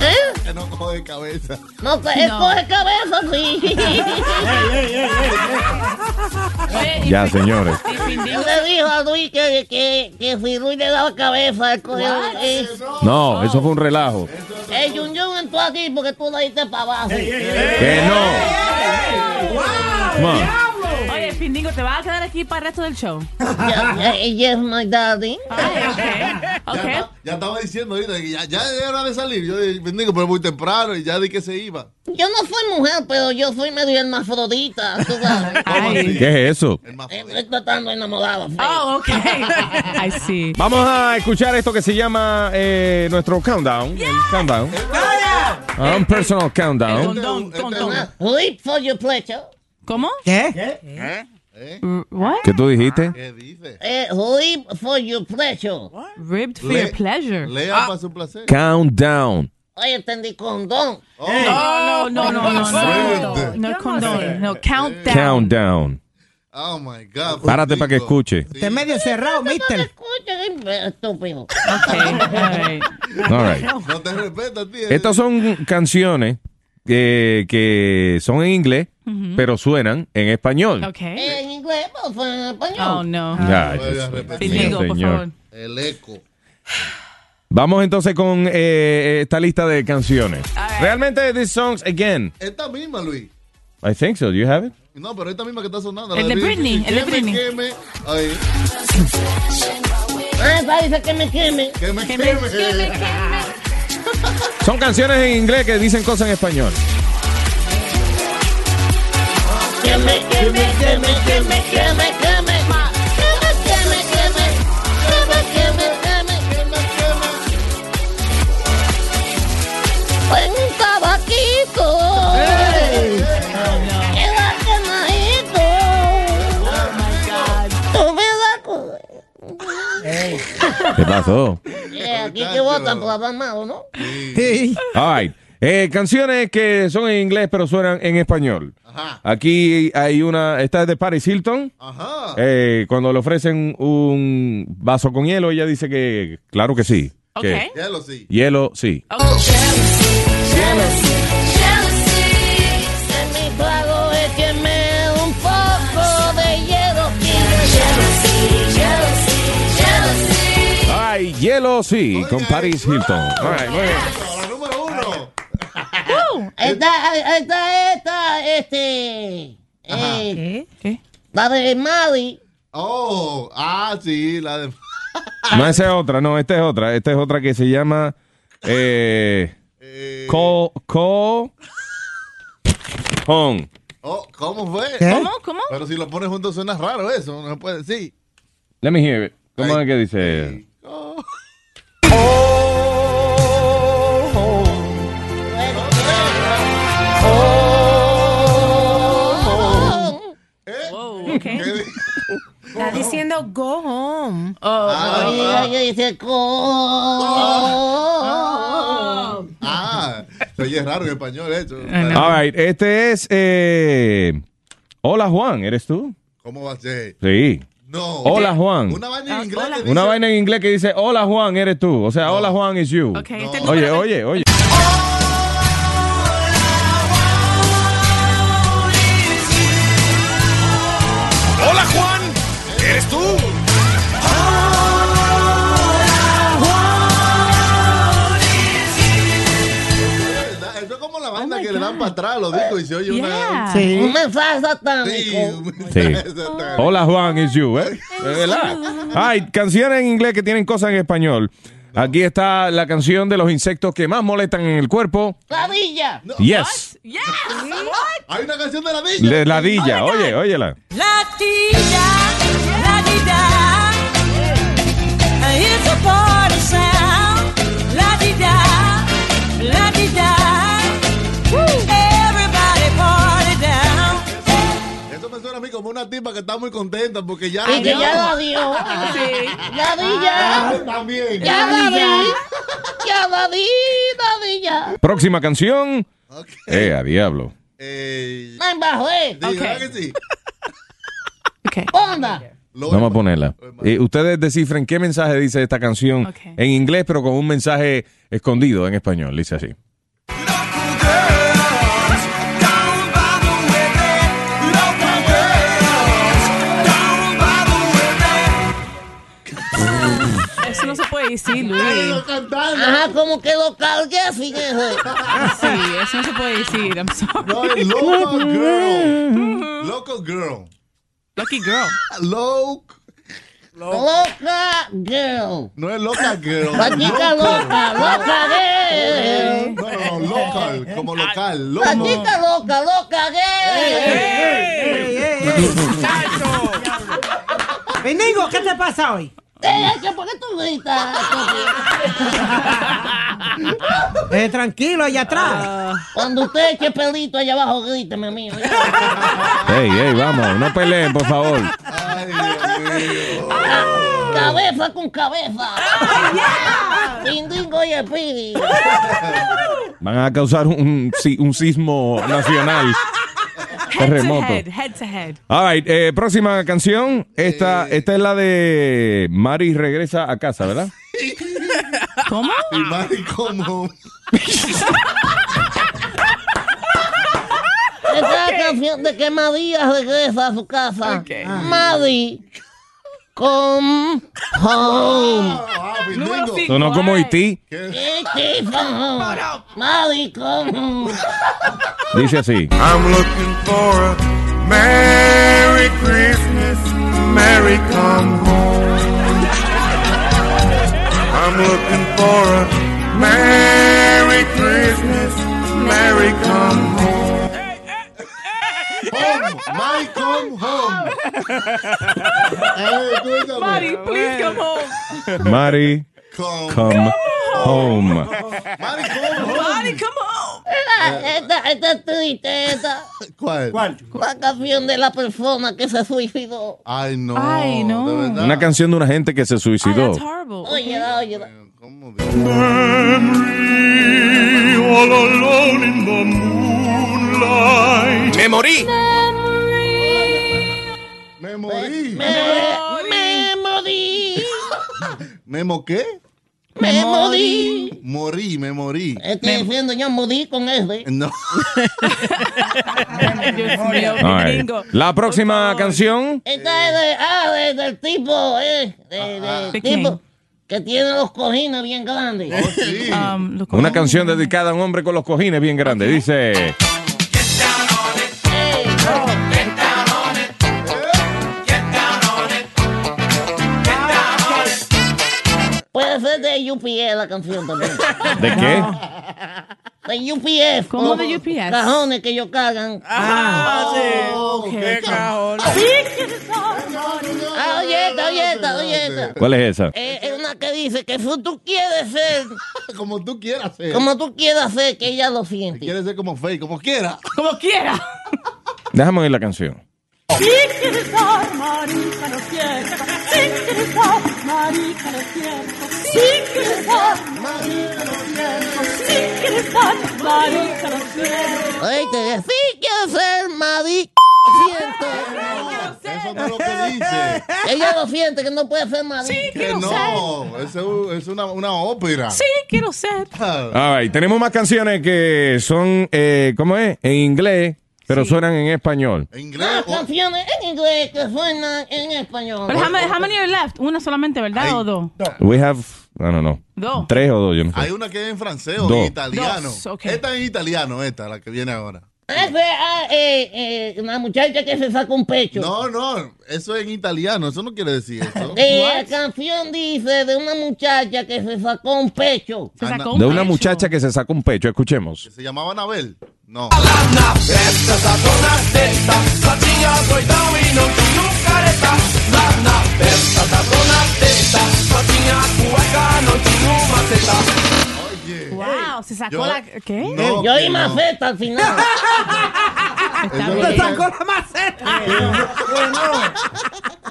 Speaker 6: ¿Eh?
Speaker 8: Que no coge cabeza.
Speaker 6: No, que él coge cabeza, sí.
Speaker 4: Ya, señores.
Speaker 6: Yo le dijo a Luis que, que, que si Luis le daba cabeza, él coge... Eh,
Speaker 4: No, eso fue un relajo.
Speaker 6: eh, Jun Jun entró aquí porque tú le diste para abajo.
Speaker 4: Que no. Come on.
Speaker 11: Oye, Findingo, ¿te vas a quedar aquí para el resto del show?
Speaker 6: Yeah, yeah, yes, my daddy.
Speaker 8: Ya, ya estaba diciendo ahorita que ya, ya era hora de salir. Yo dije, bendigo, pero muy temprano y ya di que se iba.
Speaker 6: Yo no soy mujer, pero yo soy medio hermafrodita, tú sabes.
Speaker 4: ¿Qué es eso?
Speaker 6: Eh, Estoy tratando enamorada.
Speaker 3: Ah.
Speaker 11: Oh, ok. I see.
Speaker 4: Vamos a escuchar esto que se llama eh, nuestro countdown. El countdown. Ah, Un personal countdown.
Speaker 6: Rip Ah, for your pleasure.
Speaker 11: ¿Cómo?
Speaker 6: ¿Qué?
Speaker 11: What?
Speaker 4: Ah, ¿Qué tú dijiste?
Speaker 6: Eh, rip for your pleasure.
Speaker 11: Ripped for
Speaker 4: Le-
Speaker 11: your pleasure.
Speaker 8: Lea
Speaker 6: Ah.
Speaker 8: para su placer.
Speaker 4: Countdown.
Speaker 6: Oye, entendí condón.
Speaker 11: No, no, no, no, no, no.
Speaker 4: Suerte.
Speaker 11: No, condón. No, countdown.
Speaker 4: Countdown.
Speaker 8: Oh my God.
Speaker 4: Párate para que escuche.
Speaker 10: Te medio cerrado, mister.
Speaker 6: Escucha, eh, estúpido.
Speaker 4: All right.
Speaker 8: No te respetas, tío.
Speaker 6: eh.
Speaker 4: Estas son canciones eh, que son en inglés,
Speaker 6: Ujú.
Speaker 4: pero suenan en español.
Speaker 6: Eh, En inglés, por favor, en español.
Speaker 11: Oh, no.
Speaker 4: Ay,
Speaker 8: Vuelve a
Speaker 4: Dios mío,
Speaker 8: repetir.
Speaker 4: Señor.
Speaker 8: El eco.
Speaker 4: Vamos entonces con eh, esta lista de canciones. Realmente, these songs, again,
Speaker 8: Esta misma, Luis.
Speaker 4: I think so. Do you have it?
Speaker 8: No, pero esta misma que está sonando.
Speaker 6: El
Speaker 8: la
Speaker 6: de Britney, el de
Speaker 8: Queme,
Speaker 6: Britney.
Speaker 8: queme. Ahí.
Speaker 6: Ah, esa dice que me queme.
Speaker 8: Que me
Speaker 6: queme. queme,
Speaker 4: Son canciones en inglés que dicen cosas en español.
Speaker 6: queme, queme, queme, queme, queme, queme. Queme, queme, queme. Queme, queme, queme. Pon un tabaquito. Queda quemadito. Tú me das cu-
Speaker 4: ¿Qué pasó?
Speaker 6: Eh, Aquí que votan por hablar malo, ¿no?
Speaker 4: All right. Eh, canciones que son en inglés pero suenan en español.
Speaker 6: Ajá.
Speaker 4: Aquí hay una, esta es de Paris Hilton. Eh, cuando le ofrecen un vaso con hielo, ella dice que claro que sí. que
Speaker 8: Hielo, sí.
Speaker 4: hielo sí.
Speaker 6: En mi trago es que me un poco de hielo.
Speaker 4: Ay, hielo sí, con Paris Hilton. All right, muy bien.
Speaker 6: Uh, Esta, esta, esta, este. eh, La de Mali.
Speaker 8: Oh, ah, sí, la de.
Speaker 4: No, esa es otra, no, esta es otra. Esta es otra que se llama eh, Call, call Home.
Speaker 8: Oh, ¿cómo fue?
Speaker 4: ¿Qué? ¿Cómo?
Speaker 11: ¿Cómo?
Speaker 8: Pero si lo pones juntos suena raro eso, no se puede decir.
Speaker 4: Let me hear it. ¿Cómo es que dice?
Speaker 12: Está diciendo go home.
Speaker 6: Oye, ella dice
Speaker 12: Oh.
Speaker 6: "Con".
Speaker 8: Ah, se oye raro en español eso.
Speaker 4: All right, este es. eh, Hola Juan, ¿eres tú?
Speaker 8: ¿Cómo va a ser?
Speaker 4: Sí.
Speaker 8: No.
Speaker 4: Hola Juan.
Speaker 8: Una vaina en inglés. que dice-
Speaker 4: Una vaina en inglés que dice Hola Juan, eres tú. O sea, Hola Juan is you.
Speaker 8: Ok, este No.
Speaker 4: Oye,
Speaker 8: número-
Speaker 4: oye, oye.
Speaker 14: Hola Juan, ¿eres tú?
Speaker 8: Eso es como la
Speaker 6: Oh
Speaker 8: vaina que le dan para atrás, lo digo, y se oye una.
Speaker 6: Sí. Un mensaje satánico.
Speaker 4: Sí. Hola Juan is you, ¿eh? Es verdad. Hay canciones en inglés que tienen cosas en español. Aquí está la canción de los insectos que más molestan en el cuerpo.
Speaker 6: Ladilla.
Speaker 4: Yes.
Speaker 11: Yes.
Speaker 8: Hay una canción de la villa.
Speaker 4: De ladilla. Oye, óyela.
Speaker 3: Ladilla, ladilla. It's a party sound. Ladilla, ladilla. Everybody party down.
Speaker 8: Eso me suena a mí como una tipa que está muy contenta porque ya.
Speaker 6: Y que ya la dio. La di ya.
Speaker 8: Ah, también.
Speaker 6: Ya la di. Ya la di, la di ya.
Speaker 4: Próxima canción. Eh, a diablo.
Speaker 6: Me embajé.
Speaker 8: Digo, ¿verdad que sí?
Speaker 6: Onda.
Speaker 4: Vamos a ponerla. Eh, ustedes descifren qué mensaje dice esta canción en inglés, pero con un mensaje escondido en español. Dice así.
Speaker 11: Eso no se puede decir, Luis.
Speaker 9: Ah.
Speaker 6: Ajá, como que lo cargué así, viejo.
Speaker 11: Ah, Sí, eso no se puede decir. I'm sorry.
Speaker 8: Local girl. Local girl.
Speaker 11: Lucky girl.
Speaker 8: Low.
Speaker 6: Loca girl.
Speaker 8: No es loca girl.
Speaker 6: La chica loca, loca gay.
Speaker 8: No, no, local, como local.
Speaker 6: La
Speaker 8: Loco.
Speaker 6: chica loca, loca gay.
Speaker 10: Bendigo, ¿qué te pasa hoy?
Speaker 6: Eh, que ¿Por qué tú gritas?
Speaker 10: Eh, tranquilo, allá atrás.
Speaker 6: Cuando usted eche pelito allá abajo, gríteme, mío.
Speaker 4: Hey, hey, vamos, no peleen, por favor.
Speaker 6: Cabeza con cabeza. Pindingo y espiri.
Speaker 4: Van a causar un, si- un sismo nacional. Terremoto.
Speaker 11: Head to head, head to head.
Speaker 4: All right, eh, próxima canción. Esta,
Speaker 8: Eh.
Speaker 4: esta es la de Mari regresa a casa, ¿verdad?
Speaker 11: ¿Cómo?
Speaker 8: Y Mari, ¿cómo?
Speaker 6: Esa es la canción de que María regresa a su casa. Ah. Mari. Come home.
Speaker 4: Sonó como Haití.
Speaker 6: It is home. Mari, come home.
Speaker 4: Dice así.
Speaker 3: I'm looking for a Merry Christmas, Merry come home. I'm looking for a Merry Christmas, Merry come home.
Speaker 8: Home, my come home. Eh, escúchame.
Speaker 3: Mari, please come home.
Speaker 4: Mari,
Speaker 8: come,
Speaker 4: home.
Speaker 11: Mari, come on.
Speaker 6: Esta, esta es triste, esta.
Speaker 8: ¿Cuál?
Speaker 6: La canción de la persona que se suicidó.
Speaker 8: Ay, no.
Speaker 6: Ay, no.
Speaker 8: de verdad.
Speaker 4: Una canción de una gente que se suicidó.
Speaker 6: Oye, oye.
Speaker 3: Memory, all alone in the moonlight.
Speaker 14: Me morí.
Speaker 8: Me morí.
Speaker 6: Me morí.
Speaker 8: ¿Memo qué?
Speaker 6: Me morí.
Speaker 8: Morí, me morí.
Speaker 6: Estoy diciendo, yo morí con ese.
Speaker 8: No.
Speaker 4: All right. La próxima canción.
Speaker 6: Esta es de, ah, de- del tipo, eh, de- de
Speaker 11: ¿De quién?
Speaker 6: tipo que tiene los cojines bien grandes.
Speaker 11: Um, look,
Speaker 4: Una canción dedicada a un hombre con los cojines bien grandes. Dice.
Speaker 6: Puede ser de UPS la canción también.
Speaker 4: ¿De qué?
Speaker 6: De UPS.
Speaker 11: ¿Cómo
Speaker 6: o
Speaker 11: de UPS?
Speaker 6: Cajones que ellos cargan. Oh,
Speaker 11: Ah, sí.
Speaker 3: Qué cajón.
Speaker 6: Ah, oye esta, oye esta, oye esta.
Speaker 4: ¿Cuál es esa?
Speaker 6: Eh, Es una que dice que si tú quieres ser,
Speaker 8: Como tú quieras ser.
Speaker 6: como tú quieras ser, que ella lo siente.
Speaker 8: Quieres ser como Faye, como quiera.
Speaker 11: Como quiera.
Speaker 4: Déjame oír la canción.
Speaker 3: Si quieres dar, marica, lo quiero. Si quieres dar, marica, lo quiero. Si quieres dar, marica, lo quiero. Si quieres dar, marica, lo quiero.
Speaker 6: Oye, te dice, sí quiero ser marica.
Speaker 8: Eso no es lo que dice.
Speaker 6: Ella lo siente que no puede ser marica.
Speaker 8: Que no, es, es una, una ópera.
Speaker 11: Sí, quiero ser.
Speaker 8: Ah,
Speaker 4: All right, Tenemos más canciones que son, eh, ¿cómo es? En inglés, pero suenan en español.
Speaker 6: Las canciones en inglés que suenan en español.
Speaker 11: Pero how many, how many are left? Una solamente, ¿verdad? ¿O dos?
Speaker 4: We have, I don't know.
Speaker 11: Dos.
Speaker 4: Tres o dos, yo no sé.
Speaker 8: Hay una que es en francés o
Speaker 4: Dos.
Speaker 8: en italiano.
Speaker 11: Dos, ok.
Speaker 8: Esta es en italiano, esta, la que viene ahora.
Speaker 6: Ah, fue, ah, eh, eh, una muchacha que se saca un pecho.
Speaker 8: No, no, eso es en italiano, eso no quiere decir eso.
Speaker 6: Eh, la canción dice de una muchacha que se sacó un pecho.
Speaker 8: Se sacó
Speaker 4: De una muchacha que se sacó un pecho. Escuchemos.
Speaker 8: ¿Se llamaba Anabel? No.
Speaker 11: Wow, se sacó
Speaker 6: Yo-
Speaker 11: la. ¿Qué?
Speaker 6: Eh, yo oí maceta al final.
Speaker 10: Te sacó la
Speaker 8: Eh,
Speaker 10: maceta.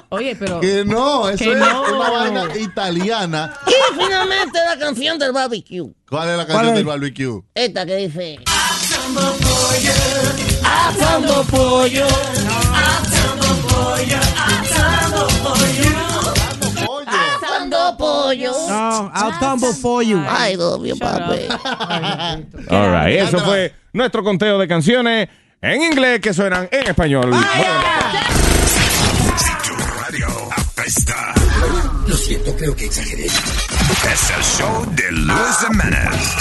Speaker 11: Oye, pero.
Speaker 8: Que no, eso
Speaker 11: Que
Speaker 8: es
Speaker 11: no.
Speaker 8: una vaina italiana.
Speaker 6: y finalmente la canción del barbecue.
Speaker 8: ¿Cuál es la canción del barbecue?
Speaker 6: Esta que dice.
Speaker 3: Asando pollo, asando pollo, pollo, asando pollo.
Speaker 6: Asando pollo.
Speaker 10: No, I'll tumble for you.
Speaker 6: I love you, papi.
Speaker 4: All right, eso fue nuestro conteo de canciones en inglés que suenan en español.
Speaker 14: Radio apesta. Lo siento, creo que exageré. Es el show de Luis Jiménez.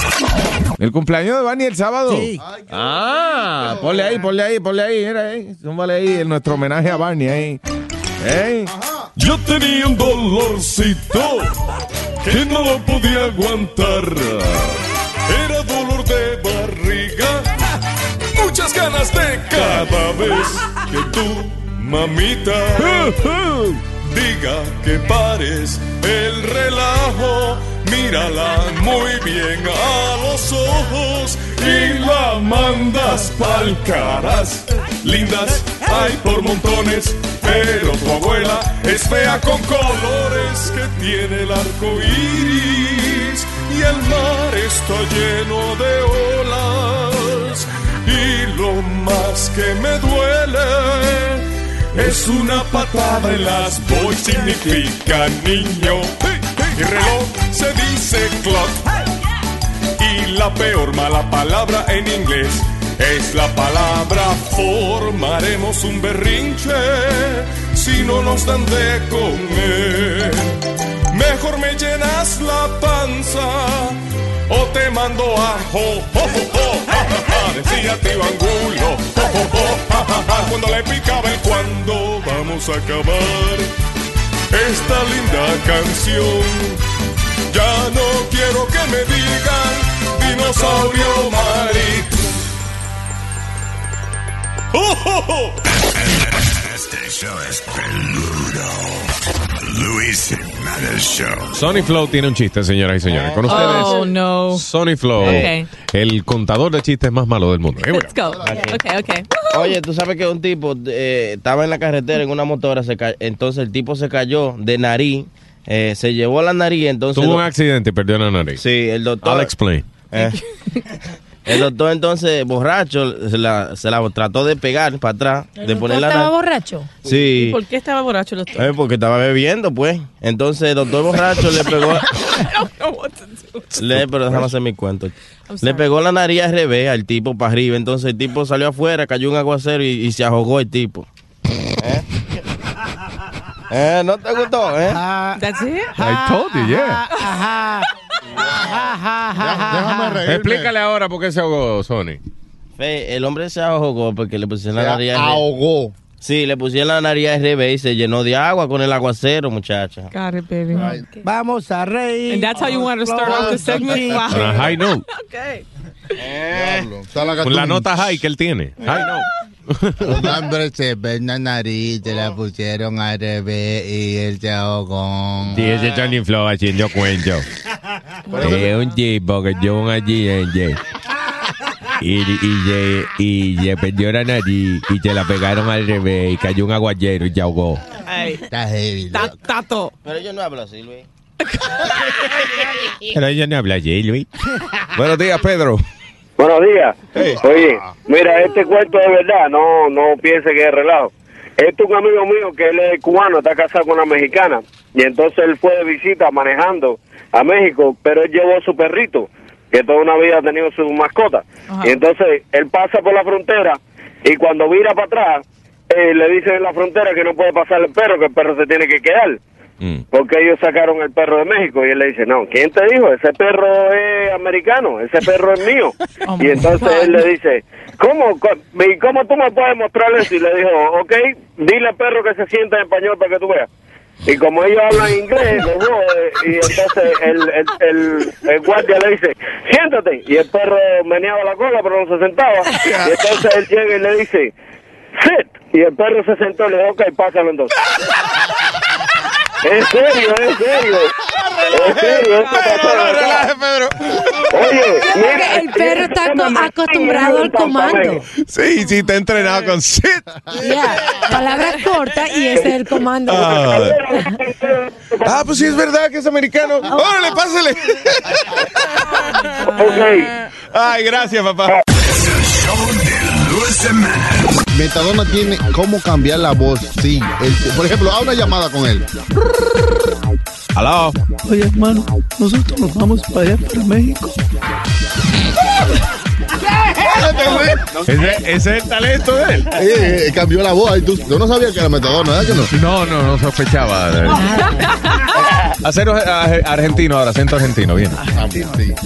Speaker 4: El cumpleaños de Bani el sábado.
Speaker 14: Sí.
Speaker 4: Ah, ponle ahí, ponle ahí, ponle ahí, mira ahí. Súmale ahí el- nuestro homenaje a eh. Barney ahí. Ey.
Speaker 23: Yo tenía un dolorcito que no lo podía aguantar. Era dolor de barriga, muchas ganas de cada vez que tu mamita diga que pares el relajo. Mírala muy bien a los ojos y la mandas pa'l caras. Lindas hay por montones, pero tu abuela es fea con colores que tiene el arco iris y el mar está lleno de olas. Y lo más que me duele es una patada en las boys, significa niño. Y reloj se dice clock. Y la peor mala palabra en inglés es la palabra formaremos un berrinche si no nos dan de comer. Mejor me llenas la panza o te mando a jo, jo, jo, jo, ja, ja, ja, decía tío Angulo. jo, jo, jo, ja, ja, ja, cuando le picaba el cuando vamos a acabar esta linda canción. Ya no quiero que me digan dinosaurio Mari. ¡Oh, oh, oh!
Speaker 14: Este show es peludo. Luis Jiménez Show.
Speaker 4: Sony Flow tiene un chiste, señoras y señores. Con ustedes,
Speaker 11: Oh, no.
Speaker 4: Sony Flow,
Speaker 11: Ok.
Speaker 4: el contador de chistes más malo del mundo. Here we go.
Speaker 11: Let's go. Okay, okay.
Speaker 16: Oye, tú sabes que un tipo eh, estaba en la carretera en una motora, se ca- entonces el tipo se cayó de nariz, eh, se llevó la nariz, entonces...
Speaker 4: Tuvo
Speaker 16: lo-
Speaker 4: un accidente y perdió la nariz.
Speaker 16: Sí, el doctor...
Speaker 4: I'll explain.
Speaker 16: Eh, el doctor entonces, borracho, se la, se la trató de pegar para atrás, de poner la
Speaker 9: estaba
Speaker 16: nariz.
Speaker 9: borracho?
Speaker 16: Sí.
Speaker 9: ¿Y por qué estaba borracho el doctor?
Speaker 16: Eh, porque estaba bebiendo, pues. Entonces el doctor borracho le pegó... Le, pero déjame hacer mi cuento.
Speaker 9: I'm sorry.
Speaker 16: Le pegó la nariz al revés al tipo para arriba. Entonces el tipo salió afuera, cayó un aguacero y, y se ahogó el tipo. ¿Eh? Eh, ¿No te gustó? ¿Eh?
Speaker 9: That's it?
Speaker 4: I told you, yeah.
Speaker 9: Ajá.
Speaker 16: Déjame
Speaker 4: Explícale ahora por qué se ahogó Sony.
Speaker 16: Fe, el hombre se ahogó porque le pusieron
Speaker 4: Se
Speaker 16: la nariz. al revés.
Speaker 8: ahogó.
Speaker 16: Sí, le pusieron la nariz al revés y se llenó de agua con el aguacero, muchacha.
Speaker 9: Got it, baby.
Speaker 10: Vamos a reír.
Speaker 9: And that's how you wanted to start off the segment? Wow.
Speaker 4: On a high note.
Speaker 9: Okay.
Speaker 4: Eh, Con la nota high que él tiene. High note.
Speaker 20: Un hombre se ve en la nariz, se la pusieron al revés y él se ahogó.
Speaker 4: Sí, ese Sony Flow haciendo cuento. Es un tipo que tuvo un accidente. Y, y, se, y se perdió la nariz y se la pegaron al revés y cayó un aguacero y se ahogó.
Speaker 20: Está heavy.
Speaker 9: Tato.
Speaker 16: Pero yo no hablo así, Luis.
Speaker 4: Pero ella no habla así, Luis. Buenos días, Pedro.
Speaker 24: Buenos días. Oye, mira, este cuento de verdad, no no piense que es relajo. Este es un amigo mío que él es cubano, está casado con una mexicana. Y entonces él fue de visita manejando a México, pero él llevó su perrito, que toda una vida ha tenido su mascota. Y entonces él pasa por la frontera y cuando vira para atrás, eh, le dicen en la frontera que no puede pasar el perro, que el perro se tiene que quedar. Porque ellos sacaron el perro de México y él le dice, no, ¿quién te dijo? Ese perro es americano, ese perro es mío. y entonces él le dice, ¿cómo, co- ¿y cómo tú me puedes mostrar eso? Y le dijo, ok, dile al perro que se sienta en español para que tú veas. Y como ellos hablan inglés, los dos, eh, y entonces el, el, el- el guardia le dice, siéntate. Y el perro meneaba la cola, pero no se sentaba. Y entonces él llega y le dice, sit. Y el perro se sentó y le dijo, ok, pásalo entonces. En serio, en serio. En serio, esto pasó de verdad. Oye, mira,
Speaker 12: El perro está co- acostumbrado al comando.
Speaker 4: Sí, sí, está entrenado con sit.
Speaker 12: Yeah. Palabras cortas y ese es el comando.
Speaker 4: Ah. Ah, pues sí es verdad que es americano. ¡Órale, pásale! Ay, gracias, papá.
Speaker 14: Show de Luis Jiménez.
Speaker 8: Metadona tiene cómo cambiar la voz. Sí. Él- por ejemplo, haz una llamada con él.
Speaker 25: Aló.
Speaker 9: Oye, hermano, nosotros nos vamos para allá, para México.
Speaker 4: Ese, ese es el talento de él.
Speaker 8: Eh, eh, cambió la voz. Ay, tú- yo no sabía que era Metadona, ¿verdad que no?
Speaker 4: No, no, no sospechaba. Acero eh, argentino ahora, acento argentino, bien.
Speaker 8: Sí,
Speaker 4: Ah, sí.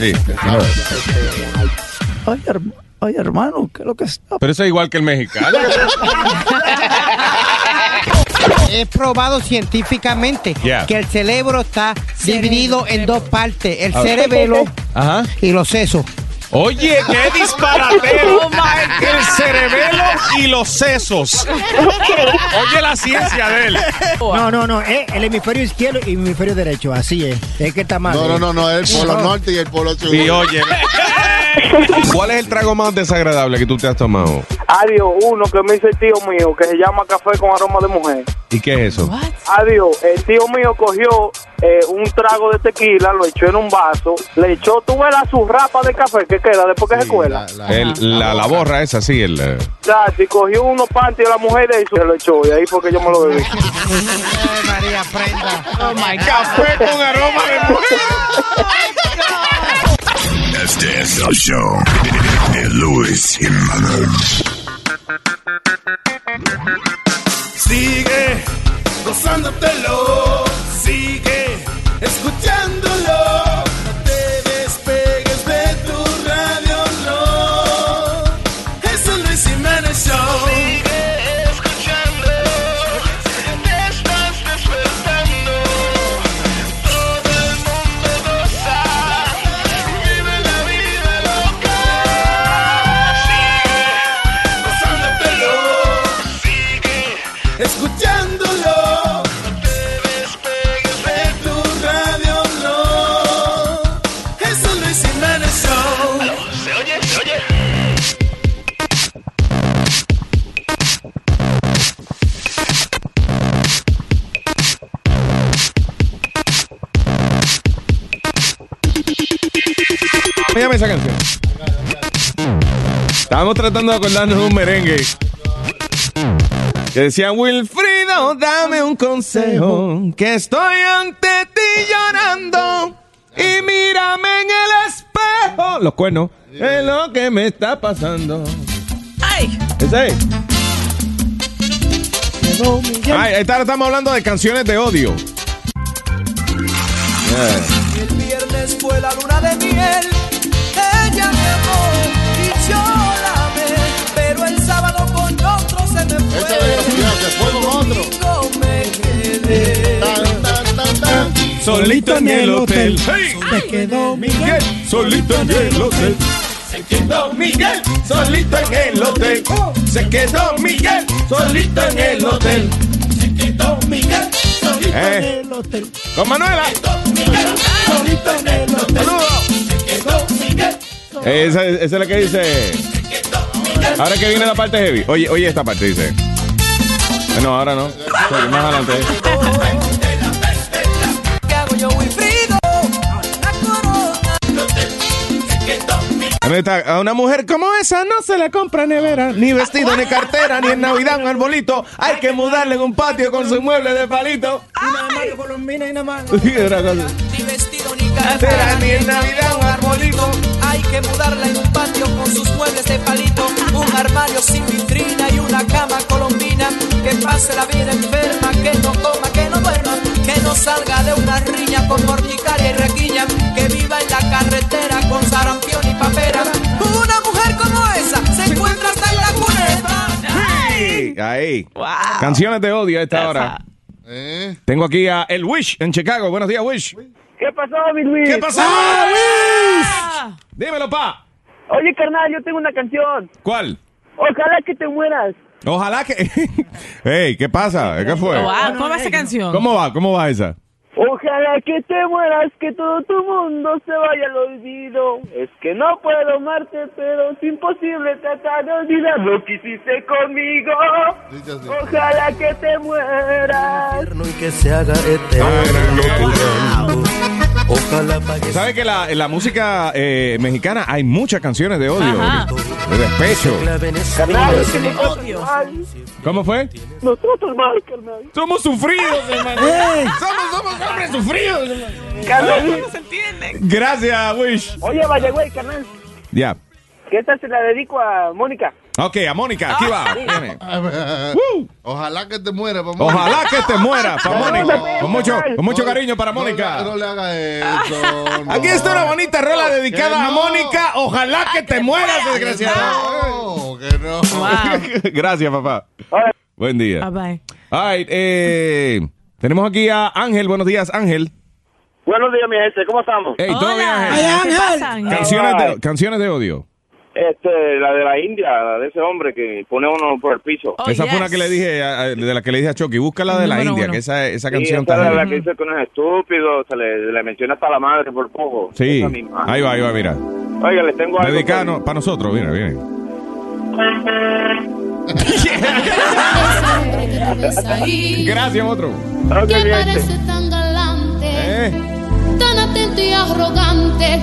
Speaker 9: Ay, herm- ay, hermano, ¿qué es lo que está?
Speaker 4: Pero eso es igual que el mexicano.
Speaker 10: Es probado científicamente
Speaker 4: Yeah.
Speaker 10: que el cerebro está dividido en dos partes, el
Speaker 4: A ver.
Speaker 10: cerebelo
Speaker 4: Ajá.
Speaker 10: y los sesos.
Speaker 4: Oye, qué disparatero.
Speaker 10: Oh
Speaker 4: El cerebelo y los sesos. Oye, la ciencia de él.
Speaker 2: No, no, no, eh, el hemisferio izquierdo y el hemisferio derecho, así es. Es que está mal. eh.
Speaker 8: No, no, no, no, el polo
Speaker 2: No.
Speaker 8: norte y el polo sur.
Speaker 4: Y oye. ¿Cuál es el trago más desagradable que tú te has tomado?
Speaker 11: Adiós, uno que me hizo el tío mío, que se llama café con aroma de mujer.
Speaker 4: ¿Y qué es eso?
Speaker 11: Adiós, el tío mío cogió eh, un trago de tequila, lo echó en un vaso, le echó, tú ves la surrapa de café que queda después que se cuela.
Speaker 4: El- la, la borra esa, sí. El, eh.
Speaker 11: Chachi, cogió unos panties de la mujer y se lo echó, y ahí fue que yo me lo bebí.
Speaker 3: María, prenda. Oh my God.
Speaker 4: Café con aroma de
Speaker 12: Oh
Speaker 14: Este es el show de Luis Jiménez.
Speaker 22: Sigue gozándotelo, sigue escuchándolo. No te despegues de tu radio, no. Es el Luis Jiménez Show. Sigue escuchando, te estás despertando. Todo el mundo goza, vive la vida loca. Sigue gozándotelo escuchándolo. No te despegues de tu radio, no. Es el Luis Jiménez Show. ¿Se oye? ¿Se oye?
Speaker 4: Mírame esa canción. Estábamos tratando de acordarnos de un merengue. Que decía Wilfrido, dame un consejo. Que estoy ante ti llorando. Y mírame en el espejo. Los cuernos. Es lo que me está pasando.
Speaker 3: ¡Ay!
Speaker 4: ¿Ese es? Ay, esta- estamos hablando de canciones de odio. Yeah.
Speaker 3: El viernes fue la luna de miel. Ella me amó y yo la amé. Pero el sábado con otro se me fue. Esa desgraciada se fue con otro. me quedé.
Speaker 4: Solito en el hotel.
Speaker 3: Me quedó Miguel.
Speaker 4: Solito en el hotel.
Speaker 22: Se quedó Miguel solito en el hotel. Se quedó Miguel solito en el hotel. Se quedó Miguel solito
Speaker 4: Eh.
Speaker 22: en el hotel.
Speaker 4: Con Manuela.
Speaker 22: Se quedó Miguel solito en el hotel. Se quedó Miguel.
Speaker 4: Eh, Esa, esa es la que dice. Ahora que viene la parte heavy. Oye, oye esta parte dice. Ah, No, ahora no. Sorry, más adelante.
Speaker 3: ¿Qué hago yo, Wilfrido? La
Speaker 4: Ahí
Speaker 3: corona.
Speaker 4: Ah, está. A una mujer como esa no se le compra nevera, ni vestido, ni cartera, ni en Navidad un arbolito. Hay que mudarle en un patio con su mueble de palito. Sí, otra cosa.
Speaker 3: Ni vestido ni cartera, ni en Navidad un arbolito. Hay que mudarla en un patio con sus muebles de palito. Un armario sin vitrina y una cama colombina. Que pase la vida enferma, que no coma, que no duerma. Que no salga de una riña con morticaria y requilla. Que viva en la carretera con sarampión y papera. Una mujer como esa se encuentra hasta en la cuneta.
Speaker 4: Ahí. Canciones de odio a esta hora.
Speaker 3: Eh,
Speaker 4: Tengo aquí a El Wish en Chicago. Buenos días, Wish.
Speaker 20: ¿Qué pasó, mi Luis?
Speaker 4: ¿Qué pasó,
Speaker 11: Ah.
Speaker 4: Dímelo, pa.
Speaker 20: Oye, carnal, yo tengo una canción.
Speaker 4: ¿Cuál?
Speaker 20: Ojalá que te mueras.
Speaker 4: Ojalá que. Ey, ¿qué pasa? ¿Qué fue?
Speaker 26: Wow, ¿Cómo va esa canción?
Speaker 4: ¿Cómo va? ¿Cómo va esa?
Speaker 20: Ojalá que te mueras, que todo tu mundo se vaya al olvido. Es que no puedo amarte, pero es imposible tratar de olvidar lo que hiciste conmigo. Ojalá que te mueras.
Speaker 3: Que se haga eterno.
Speaker 4: Ojalá ¿Sabes que la, en la música eh, mexicana hay muchas canciones de odio?
Speaker 27: Ajá.
Speaker 4: De despecho.
Speaker 27: Claro, que me odio.
Speaker 4: ¿Cómo fue?
Speaker 3: Nos tratas mal, carnal.
Speaker 4: Somos sufridos, hermano. Somos, somos hombres sufridos,
Speaker 3: Carnal.
Speaker 4: No se Gracias, Wish.
Speaker 3: Oye, vaya, güey, carnal.
Speaker 4: Ya.
Speaker 3: Que esta se la dedico a Mónica.
Speaker 4: Ok, a Mónica, aquí va. Viene.
Speaker 8: Ojalá que te muera, pa' Mónica.
Speaker 4: Ojalá que te muera, pa' Mónica. Con mucho, con mucho
Speaker 8: No,
Speaker 4: cariño para
Speaker 8: no le-
Speaker 4: Mónica.
Speaker 8: No le hagas eso. no.
Speaker 4: Aquí está una bonita rola dedicada
Speaker 8: Que
Speaker 4: a
Speaker 8: no.
Speaker 4: Mónica. Ojalá que te mueras, desgraciado. Gracias, papá. Buen día.
Speaker 28: Bye
Speaker 4: All right, eh, tenemos aquí a Ángel. Buenos días, Ángel.
Speaker 3: Buenos días, mi gente. ¿Cómo estamos?
Speaker 4: Hey, ¿todo bien, Ángel? Canciones de, canciones de odio.
Speaker 20: Este, la de la India, la de ese hombre que pone uno por el piso.
Speaker 26: Oh,
Speaker 4: esa fue una que le dije a- a- de la que le dije a Chucky. Búscala de la India, que esa, esa
Speaker 20: Sí,
Speaker 4: canción
Speaker 20: esa
Speaker 4: está
Speaker 20: es la
Speaker 4: heavy.
Speaker 20: que dice que uno es estúpido, se le, le menciona hasta la madre por poco.
Speaker 4: Sí,
Speaker 20: Esa misma. pues,
Speaker 4: ahí va, ahí va, mira.
Speaker 20: Oiga, les tengo algo.
Speaker 4: Dedicada para nosotros, mira, mira. Gracias, otro.
Speaker 27: Que parece tan galante,
Speaker 4: Eh.
Speaker 27: tan atento y arrogante.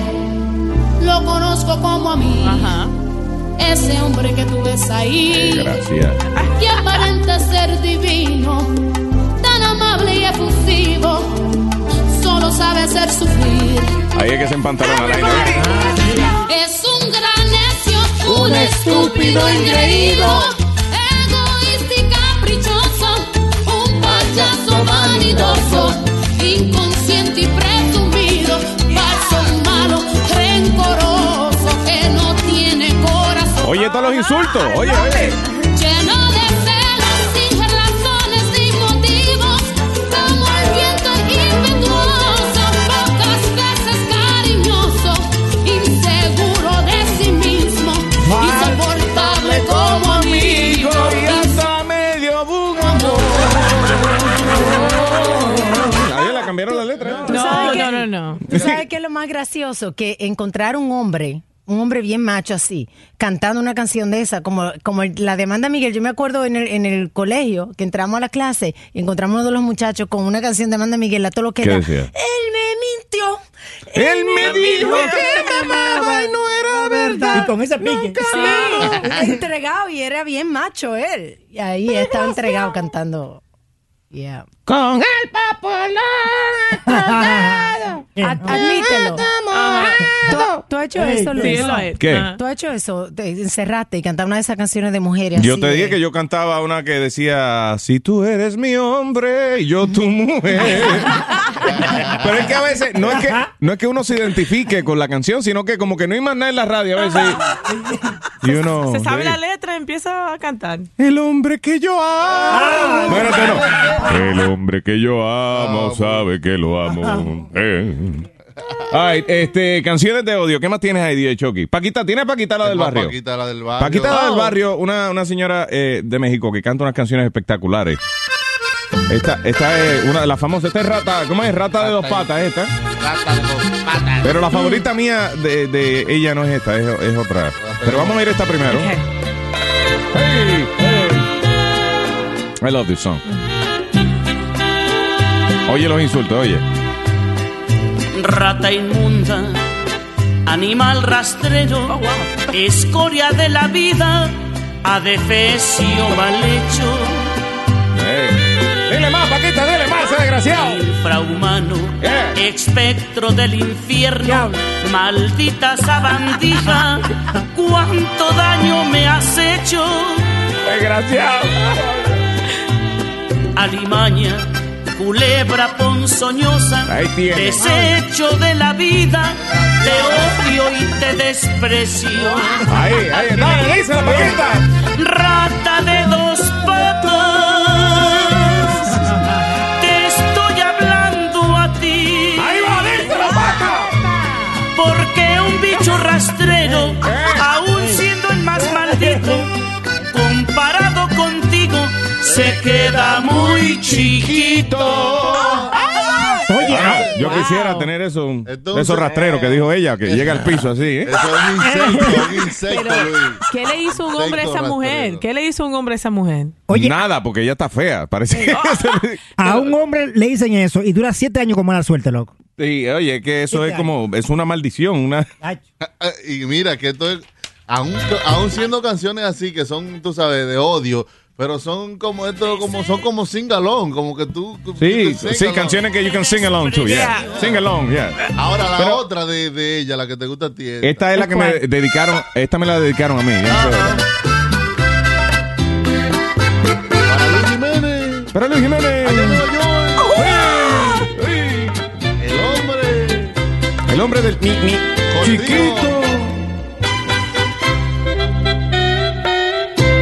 Speaker 27: Lo conozco como a mí. Ese hombre que tú ves ahí,
Speaker 4: Gracias.
Speaker 27: que aparenta ser divino, tan amable y efusivo, solo sabe ser sufrir.
Speaker 4: Ahí es que se empantalona la India.
Speaker 27: Es un gran necio,
Speaker 4: Un
Speaker 27: un
Speaker 4: estúpido
Speaker 27: estúpido
Speaker 4: engreído,
Speaker 27: engreído, egoísta y caprichoso, un payaso vanidoso, inconsciente y presumido, falso, malo, rencoroso, que no tiene corazón,
Speaker 4: Oye, todos los insultos. Oye, oye.
Speaker 27: lleno de celos, sin razones, sin motivos, como el viento impetuoso, pocas veces cariñoso, inseguro de sí mismo, insoportable como amigo.
Speaker 4: Y hasta medio bugando. Ahí la cambiaron la letra.
Speaker 12: ¿Tú sabes qué?
Speaker 4: no.
Speaker 12: ¿Tú sabes qué es lo más gracioso? Que encontrar un hombre, un hombre bien macho así, cantando una canción de esa, como, como el- la demanda Miguel. Yo me acuerdo en el, en el colegio que entramos a la clase y encontramos uno de los muchachos con una canción de Amanda Miguel, a todo lo que
Speaker 27: ¿Qué
Speaker 12: da.
Speaker 27: decía?
Speaker 12: Él
Speaker 3: Eh,
Speaker 12: me mintió.
Speaker 4: Él me
Speaker 27: dijo
Speaker 12: que me amaba y no era verdad.
Speaker 2: Y con ese pique.
Speaker 12: Era entregado y era bien macho él. Y ahí estaba entregado cantando. Yeah.
Speaker 27: Con
Speaker 12: el papolón. Admítelo. ¿Tú, tú has hecho
Speaker 28: Ey,
Speaker 12: eso,
Speaker 28: sí,
Speaker 12: Luis?
Speaker 28: él lo ha hecho.
Speaker 4: ¿Qué? Ah.
Speaker 12: ¿Tú has hecho eso? Te encerraste y cantaste una de esas canciones de mujeres.
Speaker 4: Yo
Speaker 12: así
Speaker 4: te
Speaker 12: de-
Speaker 4: dije que yo cantaba una que decía, si tú eres mi hombre, y yo tu mujer. Pero es que a veces, no es que, no es que uno se identifique con la canción, sino que como que no hay más nada en la radio a veces. Y uno...
Speaker 9: Se sabe
Speaker 4: sí.
Speaker 9: la letra, empieza a cantar.
Speaker 4: El hombre que yo amo. Bueno, Ah, este no. El hombre que yo amo sabe que lo amo. Eh. Ay, este, canciones de odio. ¿Qué más tienes ahí, DJ Chucky? Paquita, ¿tienes Paquita la del
Speaker 8: Más
Speaker 4: barrio?
Speaker 8: Paquita, la del barrio.
Speaker 4: Paquita la del barrio, una, una señora eh, de México que canta unas canciones espectaculares. Esta, esta es una de las famosas. Esta es rata, ¿cómo es? Rata de dos patas, esta.
Speaker 8: Rata de dos patas.
Speaker 4: Pero la favorita mía de, de ella no es esta, es, es otra. Pero vamos a ir a esta primero. Hey, hey. I love this song. Oye los insultos, oye.
Speaker 29: Rata inmunda, animal rastrero,
Speaker 4: Oh,
Speaker 29: escoria de la vida, adefesio mal hecho.
Speaker 4: Dile más, Paquita, dile más, ese desgraciado. Eh.
Speaker 29: Infrahumano, espectro del infierno, maldita sabandija, cuánto daño me has hecho.
Speaker 4: Desgraciado.
Speaker 29: Alimaña, culebra ponzoñosa, desecho de la vida, te odio y te desprecio.
Speaker 4: Ahí, ahí, dale, dice la paqueta.
Speaker 29: Rata de dos patas, te estoy hablando a ti. Ahí va, dice la vaca. Porque un bicho rastrero, aún siendo el más maldito, comparado contigo, se queda muy chiquito.
Speaker 4: Oye, Ah, yo quisiera tener eso, esos rastreros que dijo ella, que llega al piso así, ¿eh?
Speaker 9: ¿Qué le hizo un hombre a esa mujer? ¿Qué le hizo un hombre a esa mujer?
Speaker 4: Nada, porque ella está fea, parece.
Speaker 2: A un hombre le dicen eso y dura siete años con mala suerte, loco.
Speaker 4: Sí, oye, que eso es como, es una maldición. Una...
Speaker 8: Ah, y mira, que esto es, aún, aún siendo canciones así que son, tú sabes, de odio, pero son como esto, como son como sing along, como que tú.
Speaker 4: Sí, sí, canciones que you can sing along to, yeah. Sing along, yeah.
Speaker 8: Ahora la
Speaker 4: Pero-
Speaker 8: otra de, de ella, la que te gusta a ti.
Speaker 4: Esta es la que me dedicaron, esta me la dedicaron a mí. yo no sé.
Speaker 8: Ah,
Speaker 4: Para Luis Jiménez.
Speaker 8: eh. El hombre.
Speaker 4: El hombre del mi, mi chiquito.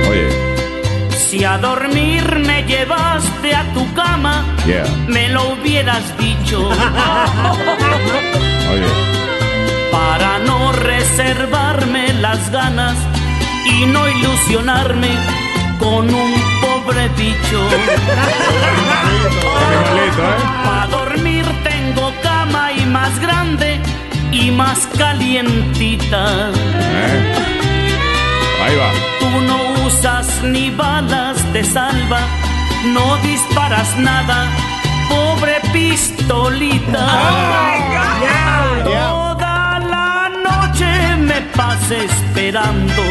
Speaker 4: Oye,
Speaker 29: Si a dormir me llevaste a tu cama,
Speaker 4: yeah,
Speaker 29: me lo hubieras dicho.
Speaker 4: oye.
Speaker 29: para no reservarme las ganas y no ilusionarme con un pobre bicho. Para dormir tengo cama y más grande y más calientita.
Speaker 4: eh. Ahí va.
Speaker 29: Tú no usas ni balas de salva, no disparas nada, pobre pistolita. Toda la noche me pasa esperando,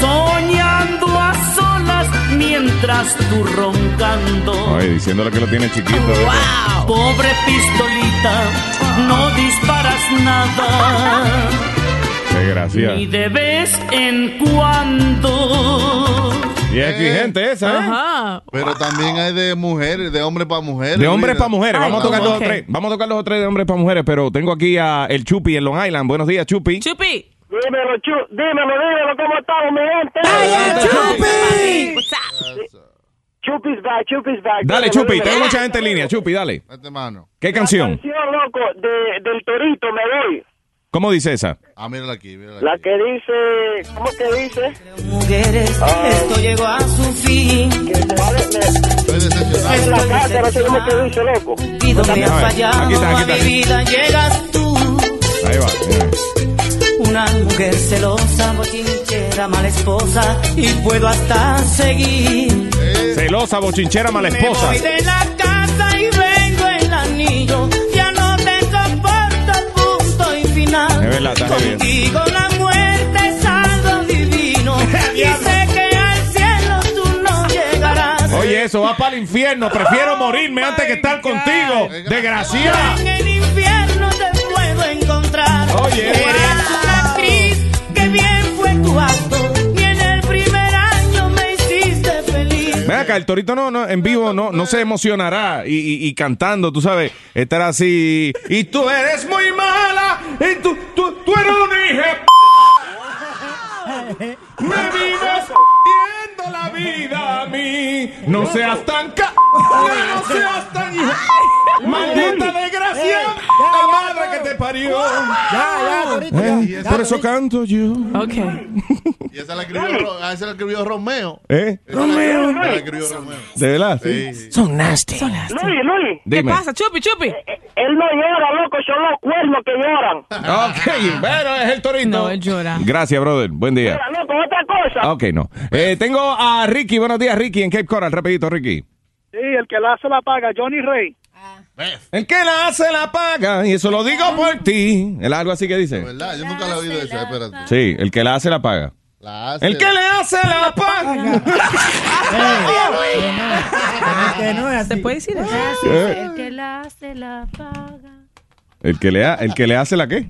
Speaker 29: soñando a solas mientras tú roncando.
Speaker 4: Oye, diciéndole que lo tiene chiquito.
Speaker 29: Pobre pistolita, no disparas nada
Speaker 4: Desgraciado.
Speaker 29: y de vez en cuando.
Speaker 4: Y es exigente esa, ¿eh?
Speaker 8: Pero también hay de mujeres, de hombres para mujeres.
Speaker 4: De hombres
Speaker 8: mira.
Speaker 4: para mujeres, vamos a tocar los tres. Vamos a tocar los tres de hombres para mujeres, pero tengo aquí a el Chupi en Long Island. Buenos días, Chupi.
Speaker 9: Chupi.
Speaker 17: Dímelo, Chu, dímelo, dímelo, ¿cómo estamos, mi gente?
Speaker 4: Chupi!
Speaker 17: Chupi's back, Chupi's back.
Speaker 4: Dale,
Speaker 17: Dímelo,
Speaker 4: Chupi,
Speaker 17: dímelo.
Speaker 4: tengo mucha gente en línea. Chupi, dale.
Speaker 8: Este
Speaker 4: ¿Qué canción?
Speaker 17: Canción, loco, de, del torito, me voy.
Speaker 4: ¿Cómo dice esa?
Speaker 8: Ah, mírala aquí, mírala
Speaker 17: La que dice, ¿cómo que dice?
Speaker 3: Mujeres, esto llegó a su fin.
Speaker 17: Es la casa, no sé cómo que dice, loco.
Speaker 3: Pido me ha fallado,
Speaker 4: Aquí está, eh. aquí
Speaker 3: a mi vida llegas tú.
Speaker 4: Ahí va.
Speaker 3: Una mujer celosa, bochinchera, mala esposa, y puedo hasta seguir.
Speaker 4: Eh. Celosa, bochinchera, mala esposa.
Speaker 3: Me voy de la casa y vengo el anillo, ya no te soporto, punto y final.
Speaker 4: Es verdad, está bien.
Speaker 3: Contigo la muerte es algo divino, y sé que al cielo tú no llegarás.
Speaker 4: Oye, eso va para el infierno. Prefiero morirme antes que estar contigo. Desgraciada.
Speaker 3: En el infierno te puedo encontrar.
Speaker 4: Oye.
Speaker 3: Eres una actriz, que bien fue tu acto. Y en el primer año me hiciste feliz.
Speaker 4: Ven acá, el torito no, no, en vivo no, no se emocionará y, y- y cantando, tú sabes, estar así. Y tú eres muy mala, y tú, tú, tú eres un hijo. de p- Me vives viendo la vida a mí. No seas tan ca. No seas tan hija. Maldita desgracia, la madre que te parió. Eh, por eso canto yo.
Speaker 8: Y esa la escribió, Ro- ah, esa la escribió Romeo.
Speaker 4: ¿Eh?
Speaker 8: Esa la-
Speaker 4: Romeo.
Speaker 8: esa la escribió Romeo.
Speaker 4: ¿De verdad? Son nasty.
Speaker 17: Luis, Luis.
Speaker 4: ¿Qué Dime.
Speaker 9: pasa, Chupi, Chupi?
Speaker 17: Eh, Él no llora, loco, son los cuernos que lloran.
Speaker 4: Ok, pero es el torito. No, él
Speaker 9: llora.
Speaker 4: Gracias, brother. Buen día.
Speaker 17: Mira, loco, otra cosa.
Speaker 4: Ah, Ok, no. Eh, tengo a Ricky. Buenos días, Ricky, en Cape Coral. Rapidito, Ricky.
Speaker 17: Sí, el que la hace la paga, Johnny Rey.
Speaker 4: El que la hace la paga, y eso lo digo por ti. El algo así que dice.
Speaker 8: ¿Verdad? Yo nunca la he oído esa, espérate.
Speaker 4: Sí, el que la hace la paga.
Speaker 8: La hace.
Speaker 4: El que le hace la paga.
Speaker 9: ¿Se puede decir eso?
Speaker 4: Eh.
Speaker 13: El que la hace la paga.
Speaker 4: El que le, ha- el que le hace la qué.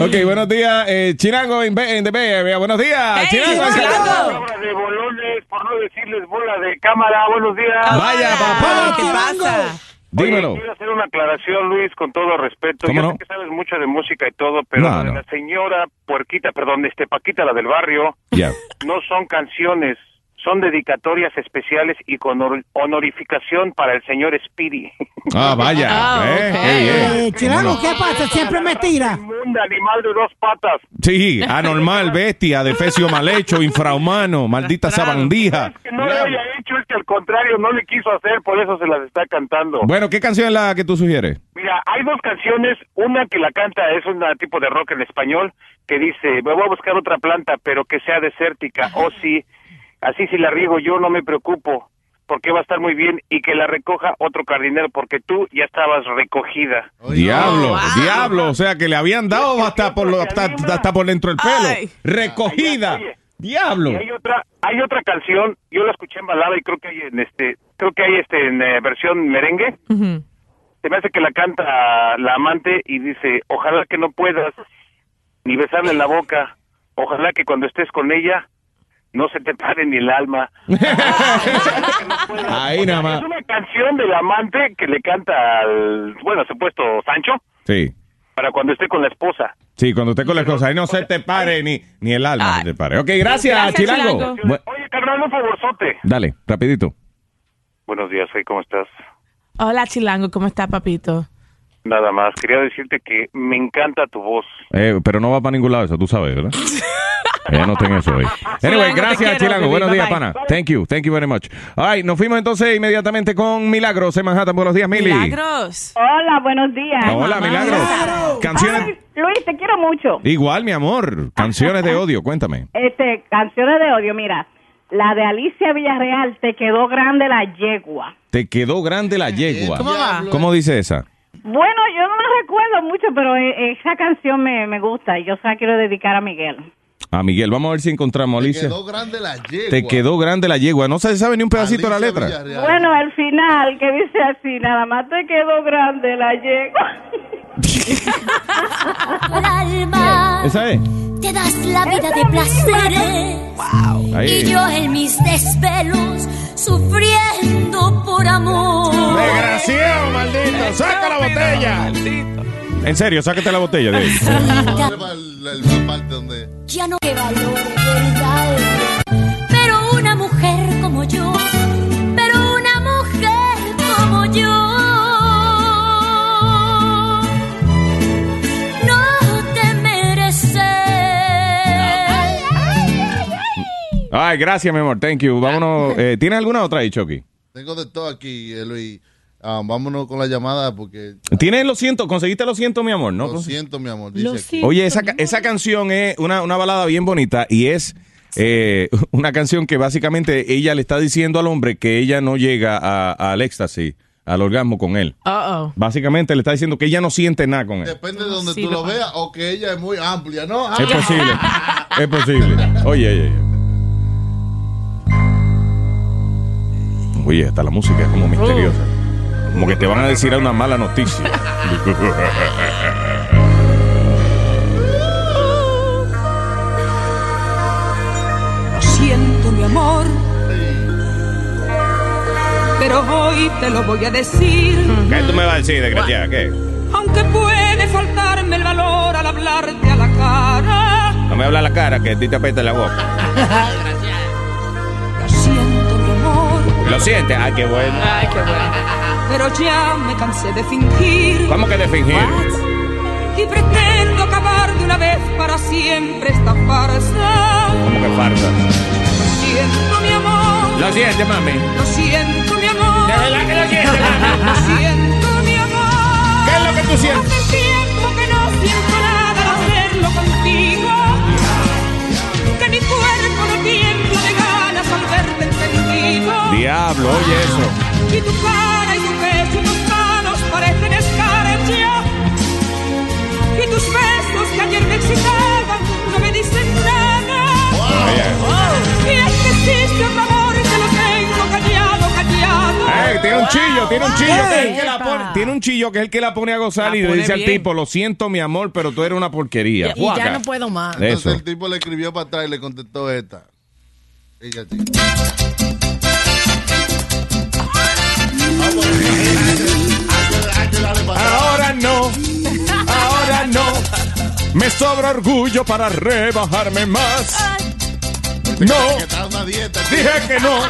Speaker 4: Ok, buenos días, eh, Chirango en Be- en The Bay Area. Buenos días, Chirango. en Chirango.
Speaker 17: Bola de bolones, por no decirles bola de cámara, buenos días.
Speaker 4: Vaya, papá. ¿Qué
Speaker 17: pasa?
Speaker 4: Dímelo.
Speaker 17: Quiero hacer una aclaración, Luis, con todo respeto.
Speaker 4: ¿Cómo
Speaker 17: Yo
Speaker 4: no?
Speaker 17: sé que sabes mucho de música y todo, pero
Speaker 4: No,
Speaker 17: lo de
Speaker 4: no.
Speaker 17: la señora Puerquita, perdón, este Paquita, la del barrio,
Speaker 4: Ya.
Speaker 17: no son canciones, son dedicatorias especiales y con honor- honorificación para el señor Speedy.
Speaker 4: Ah, vaya. eh, qué bien.
Speaker 10: Eh, Chirango, ¿qué pasa? Siempre me tira.
Speaker 17: Un animal de dos patas.
Speaker 4: Sí, anormal, bestia, defecio mal hecho, infrahumano, maldita sabandija.
Speaker 17: Que no le haya hecho, es que al contrario no le quiso hacer, por eso se las está cantando.
Speaker 4: Bueno, ¿qué canción es la que tú sugieres?
Speaker 17: Mira, hay dos canciones, una que la canta es un tipo de rock en español que dice, "Me voy a buscar Oh, otra planta, pero que sea desértica, o si, así si la riego yo no me preocupo, porque va a estar muy bien y que la recoja otro jardinero porque tú ya estabas recogida.
Speaker 4: Diablo, diablo. O sea, que le habían dado hasta por, lo- hasta, hasta por dentro del pelo. Recogida. Diablo.
Speaker 17: Y hay otra, hay otra canción, yo la escuché en balada y creo que hay en este, creo que hay este en eh, versión merengue. Se me hace que la canta la amante y dice, ojalá que no puedas ni besarle en la boca, ojalá que cuando estés con ella no se te pare ni el alma.
Speaker 4: Ahí nada más.
Speaker 17: Es una canción del amante que le canta al, bueno, supuesto Sancho,
Speaker 4: Sí.
Speaker 17: para cuando esté con la esposa.
Speaker 4: Sí, cuando usted con las cosas ahí no se te pare ni, ni el alma se te pare. Ok, gracias,
Speaker 17: Gracias,
Speaker 4: Chilango.
Speaker 17: Chilango.
Speaker 4: Bu-
Speaker 17: Oye, carnal, un favorzote.
Speaker 4: Dale, rapidito.
Speaker 17: Buenos días, Fey, ¿cómo estás?
Speaker 9: Hola, Chilango, ¿cómo está, papito?
Speaker 17: Nada más, quería decirte que me encanta tu voz.
Speaker 4: Eh, pero no va para ningún lado eso, tú sabes, ¿verdad? Ya no tengo eso hoy. Anyway,
Speaker 17: Chilango, te
Speaker 4: gracias,
Speaker 17: quiero,
Speaker 4: Chilango.
Speaker 17: baby.
Speaker 4: Buenos
Speaker 17: Bye,
Speaker 4: días,
Speaker 17: bye.
Speaker 4: pana. Thank you, thank you very much. All right, nos fuimos entonces inmediatamente con Milagros en Manhattan. Buenos días, Mili.
Speaker 30: Milagros. Hola, buenos días.
Speaker 4: Hola, Milagros. Canciones.
Speaker 30: Luis, te quiero mucho.
Speaker 4: Igual, mi amor. Canciones de odio, cuéntame.
Speaker 30: Este, canciones de odio, mira. La de Alicia Villarreal, te quedó grande la yegua.
Speaker 4: Te quedó grande la yegua.
Speaker 30: ¿Cómo va?
Speaker 4: ¿Cómo dice esa?
Speaker 30: Bueno, yo no la recuerdo mucho, pero e- esa canción me, me gusta y yo se la quiero dedicar a Miguel.
Speaker 4: A Ah, Miguel, vamos a ver si encontramos, Alicia.
Speaker 30: quedó
Speaker 8: grande la
Speaker 4: Te quedó grande la yegua. No se sabe ni un pedacito de la letra.
Speaker 30: Bueno, el final que dice así, nada más te quedó grande la yegua.
Speaker 4: ¿Esa es?
Speaker 31: Te das la vida de placeres
Speaker 4: Ahí.
Speaker 31: y yo en mis desvelos sufriendo por amor.
Speaker 4: Desgraciado, maldito. Saca la botella. En serio, sácate la botella de ahí.
Speaker 31: Ya no te valoro, ¿verdad? Pero una mujer como yo, pero una mujer como yo, no te mereces.
Speaker 4: Ay, gracias, mi amor. Thank you. Vámonos. Eh, ¿Tienes alguna otra ahí, Chucky?
Speaker 8: Tengo de todo aquí, eh, Luis. Ah, vámonos con la llamada porque
Speaker 4: ¿Tienes los cientos? ¿Conseguiste los cientos, mi amor? ¿No? pues
Speaker 8: lo siento, mi amor. Dice aquí.
Speaker 4: Oye, esa, ca- esa canción es una, una balada bien bonita y es eh, una canción que básicamente ella le está diciendo al hombre que ella no llega a- al éxtasis, al orgasmo con él.
Speaker 9: Uh-oh.
Speaker 4: Básicamente le está diciendo que ella no siente nada con él.
Speaker 8: Depende de donde tú lo veas o que ella es muy amplia, ¿no?
Speaker 4: Es
Speaker 8: Amplia.
Speaker 4: posible. Es posible. Oye, oye, oye. Oye, hasta la música es como misteriosa. Como que te van a decir una mala noticia.
Speaker 3: Lo siento, mi amor. Pero hoy te lo voy a decir.
Speaker 4: ¿Qué tú me vas a decir, desgraciada? ¿Qué?
Speaker 3: Aunque puede faltarme el valor al hablarte a la cara.
Speaker 4: No me habla la cara, que a ti te apesta la boca.
Speaker 3: Lo siento, mi amor.
Speaker 4: ¿Lo sientes? Ay, qué bueno.
Speaker 3: Ay, qué bueno. Pero ya me cansé de fingir.
Speaker 4: ¿Cómo que de fingir?
Speaker 3: Y pretendo acabar de una vez para siempre esta farsa.
Speaker 4: Como que farsa.
Speaker 3: Lo siento, mi amor.
Speaker 4: ¿Lo sientes, mami?
Speaker 3: Lo siento, mi amor.
Speaker 4: De verdad que lo siento, mami.
Speaker 3: Lo siento, mi amor.
Speaker 4: ¿Qué es lo que tú sientes?
Speaker 3: Hace tiempo que no siento nada al hacerlo contigo. Que mi cuerpo no tiembla de ganas al verte encendido.
Speaker 4: Diablo, oye eso.
Speaker 3: Y tu cara y tu pecho y tus manos parecen escarcha. Y tus besos que ayer me excitaban no me dicen nada. Oh, Y es que existe otro amor que lo tengo callado, callado.
Speaker 4: Ey, Eh, tiene un chillo, tiene un chillo. que es el que la
Speaker 3: Epa.
Speaker 4: pone- tiene un chillo que es el que la pone a gozar
Speaker 11: La
Speaker 4: y le
Speaker 11: pone
Speaker 4: dice al
Speaker 11: bien.
Speaker 4: tipo, lo siento, mi amor, pero tú eres una porquería.
Speaker 11: Y ya
Speaker 4: Guaca.
Speaker 11: no puedo más.
Speaker 4: Eso.
Speaker 8: Entonces el tipo le escribió para atrás y le contestó esta. Ella sí.
Speaker 4: Ahora no, ahora no. Me sobra orgullo para rebajarme más.
Speaker 8: Que está una dieta.
Speaker 4: Dije que no.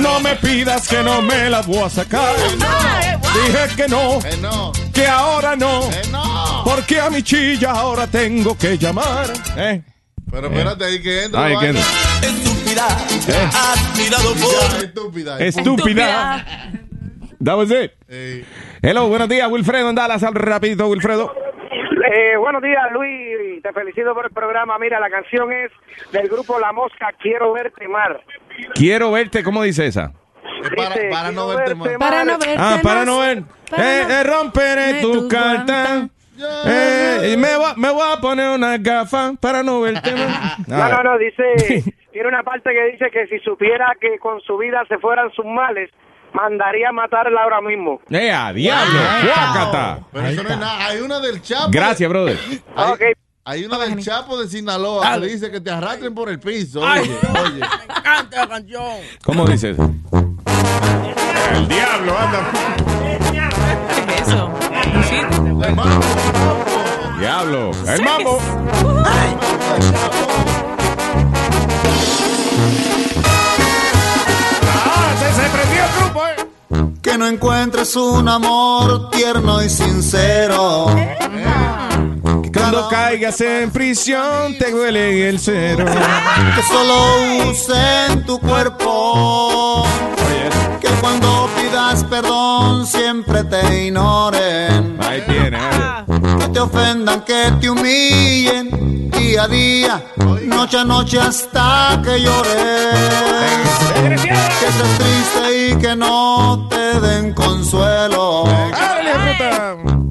Speaker 4: No me pidas que no me la voy a sacar. Dije que no.
Speaker 8: Que no.
Speaker 4: Que ahora no.
Speaker 8: Que no.
Speaker 4: Porque a mi chilla ahora tengo que llamar. ¿Eh?
Speaker 8: Pero espérate ahí que entra.
Speaker 4: Ay, que
Speaker 8: vaina.
Speaker 4: Eh.
Speaker 8: Admirado por. Estúpida.
Speaker 4: Estúpida. That was it. Hello, buenos días, Wilfredo. En Dallas, al rapidito, Wilfredo.
Speaker 20: Eh, buenos días, Luis. Te felicito por el programa. Mira, la canción es del grupo La Mosca, Quiero verte mar.
Speaker 4: Quiero verte, ¿cómo dice esa?
Speaker 8: Para, para no verte más.
Speaker 32: Para no verte
Speaker 4: Ah, para
Speaker 32: más.
Speaker 4: no ver.
Speaker 32: Para
Speaker 4: eh,
Speaker 32: no-
Speaker 4: eh, romperé
Speaker 32: me
Speaker 4: tu
Speaker 32: tu
Speaker 4: carta. Eh, y me voy, me voy a poner una gafa para no verte más.
Speaker 20: No, no, no, dice, tiene una parte que dice que si supiera que con su vida se fueran sus males, mandaría a matarla ahora mismo.
Speaker 4: Eh, a diablo. Guácata.
Speaker 8: Pero eso no es nada. Hay una del Chapo.
Speaker 4: Gracias, brother.
Speaker 8: Hay, hay una del Chapo de Sinaloa que dice que te arrastren por el piso. Oye, oye.
Speaker 33: Canta la canción.
Speaker 4: ¿Cómo dices?
Speaker 8: El diablo, anda.
Speaker 34: Eso.
Speaker 4: Diablo. El mambo. Ah,
Speaker 3: se prendió el
Speaker 4: eh.
Speaker 3: grupo,
Speaker 22: Que no encuentres un amor tierno y sincero.
Speaker 4: Que Cuando caigas en prisión te huele el cero.
Speaker 22: Que solo usen tu cuerpo. Que cuando pidas perdón siempre te ignoren.
Speaker 4: Ahí tiene.
Speaker 22: Que te ofendan, que te humillen día a día, noche a noche hasta que llores. Que estés triste y que no te den consuelo.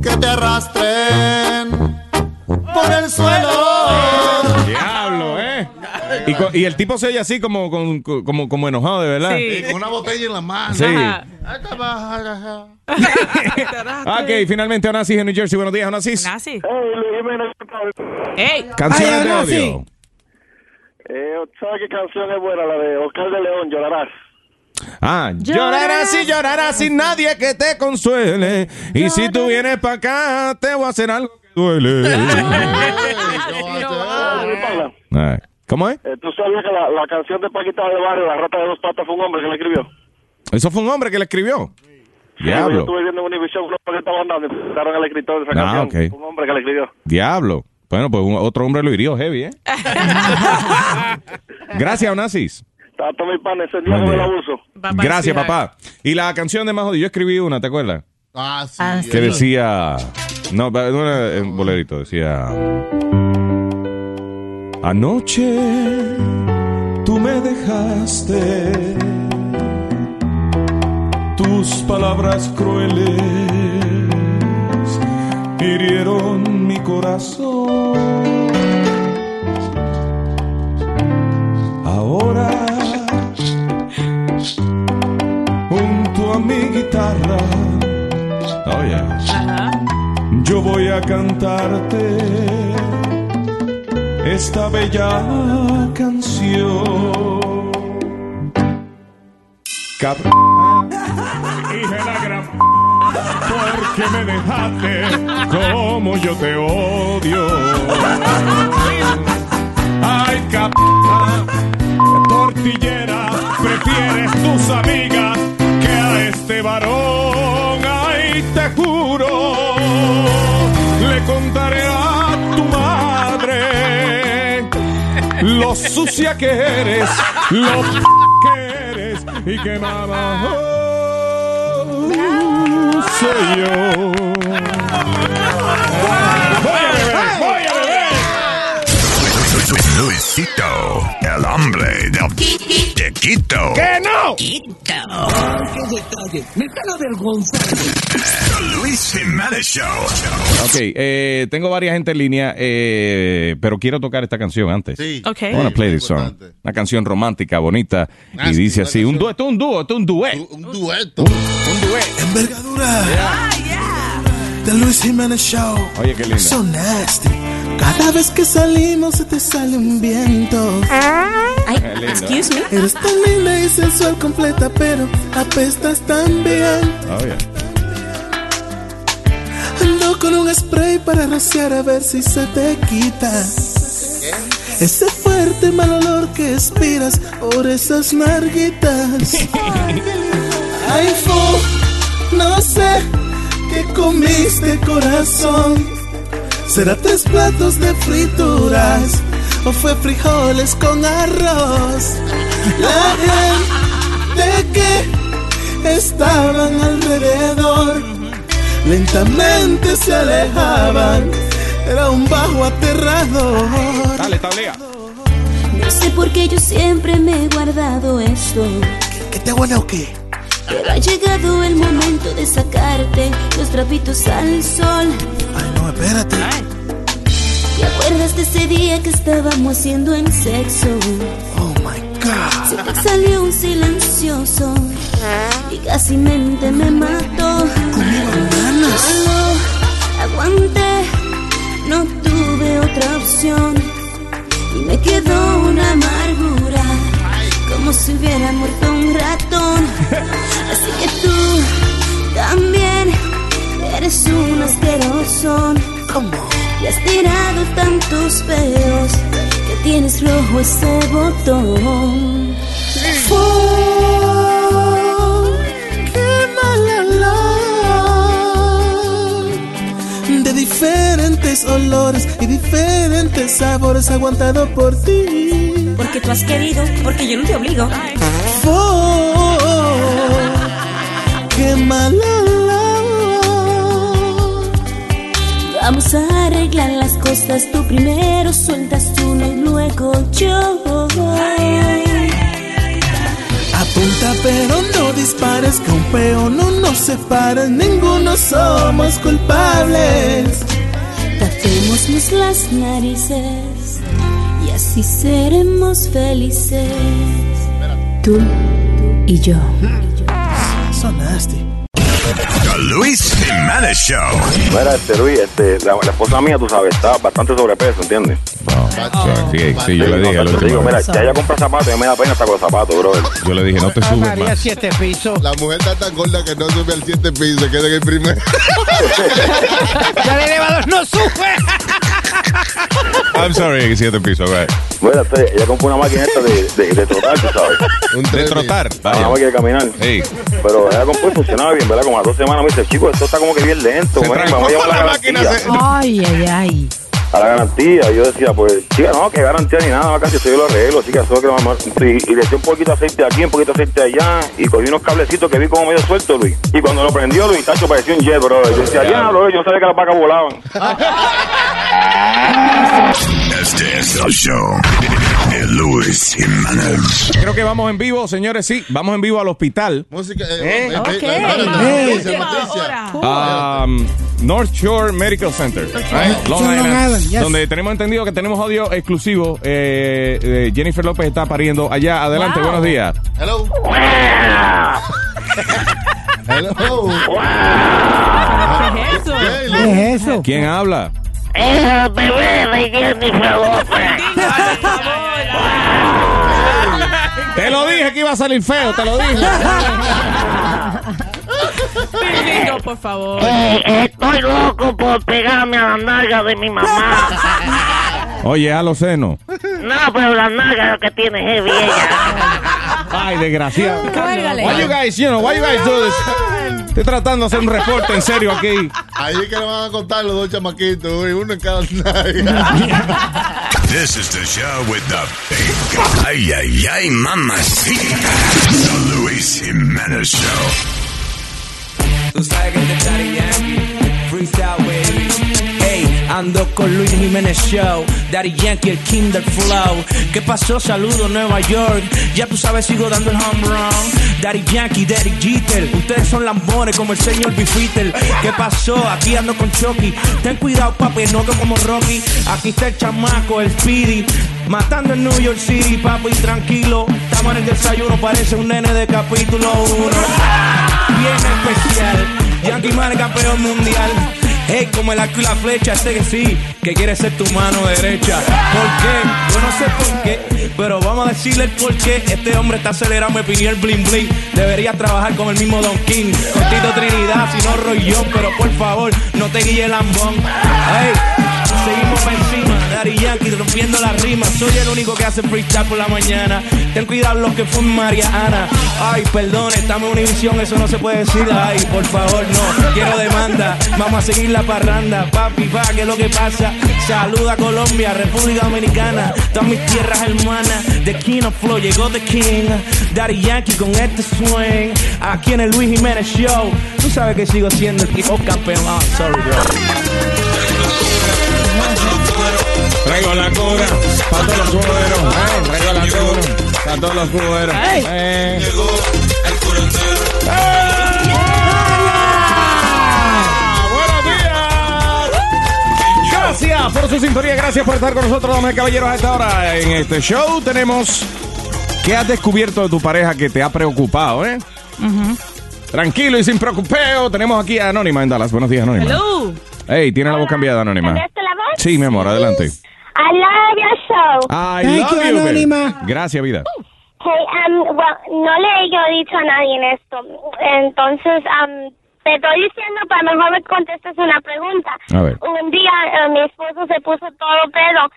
Speaker 22: Que te arrastren por el suelo.
Speaker 4: Diablo, eh. Y, co- y el tipo se oye así como, con- co- como, como enojado, de verdad.
Speaker 8: Y con una botella en la mano.
Speaker 4: Sí. Ajá. Ah, Ok, finalmente Onassis en New Jersey. Buenos días, Onassis.
Speaker 34: ¡Ey!
Speaker 4: Canciones de odio.
Speaker 17: Eh, ¿Sabes qué canción es buena? La de Oscar de León, Llorarás.
Speaker 4: Ah, llorarás y llorarás sin nadie que te consuele. Y si tú vienes para acá, te voy a hacer algo que duele. Ah, ¿Cómo es?
Speaker 17: Eh, ¿Tú sabías que la, la canción de Paquita de Barrio, La Rata de Dos Patas, fue un hombre que la escribió?
Speaker 4: Eso fue un hombre que le escribió.
Speaker 17: Yo
Speaker 4: Diablo,
Speaker 17: estuve viendo en Univision una que estaba andando y presentaron al escritor de esa
Speaker 4: Ah,
Speaker 17: canción.
Speaker 4: ok.
Speaker 17: Fue Un hombre que la escribió.
Speaker 4: diablo. Bueno, pues un- otro hombre lo hirió heavy, ¿eh? Gracias, Onassis.
Speaker 17: Tanto mi pan, ese día
Speaker 4: Buen
Speaker 17: con el
Speaker 4: día.
Speaker 17: abuso.
Speaker 4: Gracias, papá. Y la canción de más odio, yo escribí una, ¿te acuerdas?
Speaker 8: Ah, sí.
Speaker 4: Que decía. No, pa- no era en bolerito, decía. Anoche
Speaker 23: Tú me dejaste tus palabras crueles hirieron mi corazón. Ahora junto a mi guitarra yo voy a cantarte esta bella canción.
Speaker 4: Cap-
Speaker 23: Porque me dejaste como yo te odio. Ay, cap tortillera, prefieres tus amigas que a este varón. Ay, te juro, le contaré a tu madre lo sucia que eres, lo p- que eres y que mamá oh, soy yo.
Speaker 14: Luisito, el hombre de, de Quito.
Speaker 3: ¡Que no!
Speaker 14: ¡Quito!
Speaker 3: detalle! ¡Me están avergonzando!
Speaker 14: The Luis Jiménez Show.
Speaker 4: Ok, eh, tengo varias gente en línea, eh, pero quiero tocar esta canción antes.
Speaker 14: Sí.
Speaker 34: Ok.
Speaker 4: I wanna play this song. Una canción romántica, bonita. y dice así: un dueto, un dúo, esto es un duet.
Speaker 8: Un dueto.
Speaker 4: Un duet.
Speaker 22: Envergadura. The Luis Jiménez Show.
Speaker 4: Oye, qué lindo.
Speaker 22: So nasty. Cada vez que salimos se te sale un viento.
Speaker 4: Qué lindo. excuse me.
Speaker 22: Eres tan linda y sensual completa, pero apestas tan bien.
Speaker 4: Oh, yeah.
Speaker 22: Ando con un spray para rociar a ver si se te quita. Ese fuerte mal olor que expiras por esas marguitas. Ay, fu, no sé qué comiste, corazón. Será tres platos de frituras o fue frijoles con arroz. La gente que estaban alrededor lentamente se alejaban. Era un bajo aterrador.
Speaker 4: Dale, tablea.
Speaker 31: No sé por qué yo siempre me he guardado esto.
Speaker 22: ¿Qué te guarda o qué?
Speaker 31: Pero ha llegado el momento de sacarte los trapitos al sol.
Speaker 22: Ay, no, espérate.
Speaker 31: ¿Te acuerdas de ese día que estábamos haciendo en sexo?
Speaker 22: Oh my god.
Speaker 31: Se te salió un silencioso y casi mente me mató. Yo lo aguanté, no tuve otra opción y me quedó una amargura como si hubiera muerto un ratón. Así que tú también eres un asqueroso. Y has tirado tantos peos que tienes rojo ese botón.
Speaker 22: Oh, qué mal olor. De diferentes olores y diferentes sabores aguantado por ti.
Speaker 35: Porque tú has querido, porque yo no te obligo.
Speaker 22: Oh, qué mal olor.
Speaker 31: Vamos a arreglar las cosas. Tú primero sueltas uno y luego yo.
Speaker 22: Apunta pero no dispares, que un peón no nos separa, ninguno somos culpables.
Speaker 31: Tapémonos las narices y así seremos felices. Tú y yo.
Speaker 22: Son nasty.
Speaker 14: The Luis Jiménez Show.
Speaker 36: Mira, este Luis, este, la, la esposa mía, tú sabes, está bastante sobrepeso, ¿entiendes?
Speaker 4: Sí, sí, yo le dije.
Speaker 36: Te
Speaker 4: la última
Speaker 36: digo, mira,
Speaker 4: vez.
Speaker 36: ya ella compra zapatos, ya me da pena hasta con los zapatos, brother.
Speaker 4: Yo le dije, no te subes más.
Speaker 3: siete pisos.
Speaker 8: La mujer está tan gorda que no sube al siete piso, se queda en el primer.
Speaker 3: Ya el elevador no sube.
Speaker 4: I'm sorry, que siete piso, right.
Speaker 36: Mira, este, ella compró una máquina esta de, de, de trotar, tú sabes.
Speaker 4: Un Ah, de trotar,
Speaker 36: Una
Speaker 4: vaya.
Speaker 36: máquina de caminar.
Speaker 4: Sí.
Speaker 36: Pero ella compró y funcionaba bien, ¿verdad? Como a dos semanas me dice, chico, esto está como que bien lento,
Speaker 4: Se
Speaker 36: man,
Speaker 4: trancó
Speaker 36: vamos a llamar a la
Speaker 4: la máquina,
Speaker 36: garantía.
Speaker 12: Ay, ay, ay.
Speaker 36: a la garantía. Yo decía, pues, chica, no, que garantía ni nada, casi yo lo arreglo, así que eso es lo que vamos a- sí, Y le eché un poquito de aceite aquí, un poquito de aceite allá, y cogí unos cablecitos que vi como medio suelto, Luis. Y cuando lo prendió, Luis, tacho, parecía un jet, bro. Yo decía, ya, bro, yo no sabía que las vacas volaban.
Speaker 14: Este es el show de Luis Jiménez.
Speaker 4: Creo que vamos en vivo, señores, sí. Vamos en vivo al hospital.
Speaker 8: Música. eh, eh,
Speaker 35: ok.
Speaker 8: eh, Ah. espérate,
Speaker 4: Eh.
Speaker 8: Patricia, Patricia.
Speaker 37: Uh.
Speaker 4: Um, North Shore Medical Center, right? Long
Speaker 22: Long
Speaker 4: Island,
Speaker 22: Island, yes.
Speaker 4: donde tenemos entendido que tenemos audio exclusivo. Eh, eh, Jennifer López está pariendo allá. Adelante,
Speaker 8: Wow.
Speaker 4: buenos días.
Speaker 8: Hello. Hello.
Speaker 38: ¿Qué es eso?
Speaker 3: ¿Qué es eso?
Speaker 4: ¿Quién habla?
Speaker 6: El bebé de Jennifer López.
Speaker 4: Te lo dije que iba a salir feo, te lo dije.
Speaker 38: Dilo, por favor.
Speaker 6: Eh, estoy loco por pegarme a la nalga de mi mamá.
Speaker 4: Oye, a los senos.
Speaker 6: No, pero la nalga lo que tiene es heavy ella.
Speaker 4: Ay, desgraciado.
Speaker 39: Cuélgale.
Speaker 4: Why you guys, you know, why you guys do this? Estoy tratando de hacer un reporte en serio aquí.
Speaker 8: Ahí es que le van a contar los dos chamaquitos, güey, uno en cada nalga.
Speaker 14: This is the show with the big. Ay, ay, ay, mamacita. The Luis Jiménez Show.
Speaker 40: Freestyle wey. Hey, ando con Luis Jiménez Show, Daddy Yankee, el King del Flow. ¿Qué pasó? Saludo Nueva York. Ya tú sabes, sigo dando el home run. Daddy Yankee, Daddy Jeter. Ustedes son lambones como el señor Bifitel. ¿Qué pasó? Aquí ando con Chucky. Ten cuidado, papi, no que como Rocky. Aquí está el chamaco, el Speedy. Matando en New York City, papi, tranquilo. Estamos en el desayuno, parece un nene de capítulo 1 bien especial. Yankee Man es campeón mundial. Hey, como el arco y la flecha, este que sí, que quiere ser tu mano derecha. ¿Por qué? Yo no sé por qué, pero vamos a decirle el por qué. Este hombre está acelerando, me pidió el bling bling. Debería trabajar con el mismo Don King, con Tito Trinidad, si no Roy John, pero por favor, no te guíe el lambón. Hey, seguimos para encima, Daddy Yankee rompiendo la rima. Soy el único que hace freestyle por la mañana. Ten cuidado los que fuman Mariana. Ay, perdón, estamos en Univisión, eso no se puede decir. Ay, por favor, no, quiero demanda. Vamos a seguir la parranda, papi, pa, que es lo que pasa. Saluda a Colombia, República Dominicana, todas mis tierras hermanas. The King of Flow, llegó The King. Daddy Yankee con este swing. Aquí en el Luis Jiménez Show. Tú sabes que sigo siendo el hip hop campeón. Ah, sorry, bro.
Speaker 4: Traigo la cura para todos los cuberos. eh, traigo la cura para todos los cuberos. eh. ¡Ah! Gracias por su sintonía, gracias por estar con nosotros, damas y caballeros, a esta hora en este show. Tenemos qué has descubierto de tu pareja que te ha preocupado, ¿eh? Tranquilo y sin preocupeo. Tenemos aquí a Anónima en Dallas. Buenos días, Anónima.
Speaker 37: Hello.
Speaker 4: Hey, tiene la voz cambiada, Anónima.
Speaker 37: ¿Cambiaste la voz?
Speaker 4: Sí, mi amor, adelante.
Speaker 37: I love your show.
Speaker 4: Ay, love
Speaker 37: Thank you,
Speaker 4: you, baby.
Speaker 37: Anónima.
Speaker 4: Gracias, vida.
Speaker 37: Hey, um, well, no le he yo dicho a nadie en esto.
Speaker 41: Eh,
Speaker 37: Entonces, um, te estoy diciendo para mejor me contestes una pregunta.
Speaker 4: A ver.
Speaker 37: Un día eh, mi esposo se puso todo pedo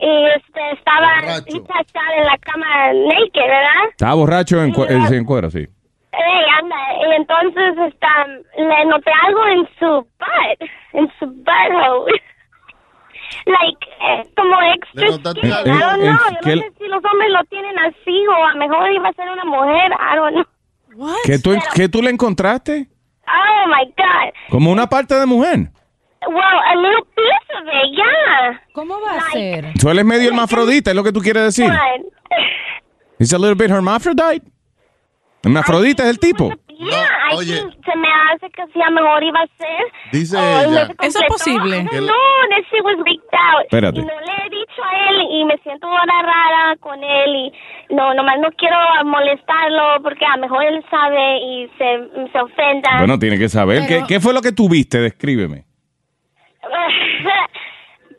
Speaker 37: y este, estaba chachar en la cama naked, ¿verdad?
Speaker 4: Estaba borracho en, cu- eh, en cuero, sí.
Speaker 37: Hey, anda. Y entonces esta, le noté algo en su butt, en su butthole. like, eh, como extra skin.
Speaker 4: Eh,
Speaker 37: I
Speaker 4: eh,
Speaker 37: don't
Speaker 4: eh,
Speaker 37: know.
Speaker 4: que
Speaker 37: Yo
Speaker 4: él-
Speaker 37: no sé si los hombres lo tienen así o a lo mejor iba a ser una mujer. I don't know.
Speaker 4: ¿Qué tú,
Speaker 37: Pero-
Speaker 4: ¿Qué tú le encontraste?
Speaker 37: oh, my God.
Speaker 4: Como una parte de mujer.
Speaker 37: Well, a little piece of it, yeah.
Speaker 12: ¿Cómo va a ser?
Speaker 4: Tú eres medio hermafrodita, es lo que tú quieres decir. It's a little bit hermaphrodite. Hermafrodita es el tipo.
Speaker 37: Yeah, I think se me hace que sí, a lo mejor iba a ser.
Speaker 4: Dice
Speaker 37: o no
Speaker 4: ella.
Speaker 37: se
Speaker 4: Eso
Speaker 37: completó.
Speaker 4: es posible.
Speaker 37: I
Speaker 4: Que
Speaker 37: don't
Speaker 4: la-
Speaker 37: know that she was leaked out.
Speaker 4: Espérate.
Speaker 37: pues, Y no le he dicho a él y me siento ahora rara con él y no, nomás no quiero molestarlo porque a lo mejor él sabe y se, se ofenda.
Speaker 4: Bueno, tiene que saber.
Speaker 37: Pero-
Speaker 4: ¿Qué, ¿Qué fue lo que tuviste? Descríbeme.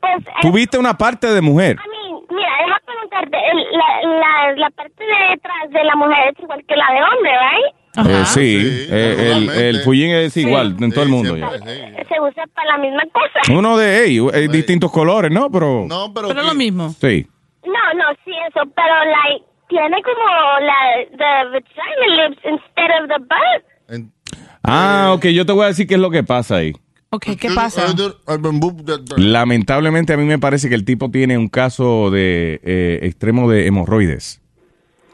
Speaker 37: pues, eh,
Speaker 4: Tuviste una parte de mujer.
Speaker 37: I mean, mira, déjame preguntarte, el- la, la, la parte de detrás de la mujer es igual que la de hombre, ¿right?
Speaker 4: Eh, sí, eh, el, el fullín es igual en todo el mundo. ya.
Speaker 37: Se usa para la misma cosa.
Speaker 4: Uno de ellos, eh, distintos colores, ¿no? Pero.
Speaker 37: pero, lo mismo.
Speaker 4: Sí.
Speaker 37: No, no, sí, eso, pero like, tiene como la the vagina lips instead of the butt.
Speaker 4: Ah, ok, yo te voy a decir qué es lo que pasa ahí.
Speaker 37: Ok, ¿qué pasa?
Speaker 4: Lamentablemente a mí me parece que el tipo tiene un caso de eh, extremo de hemorroides.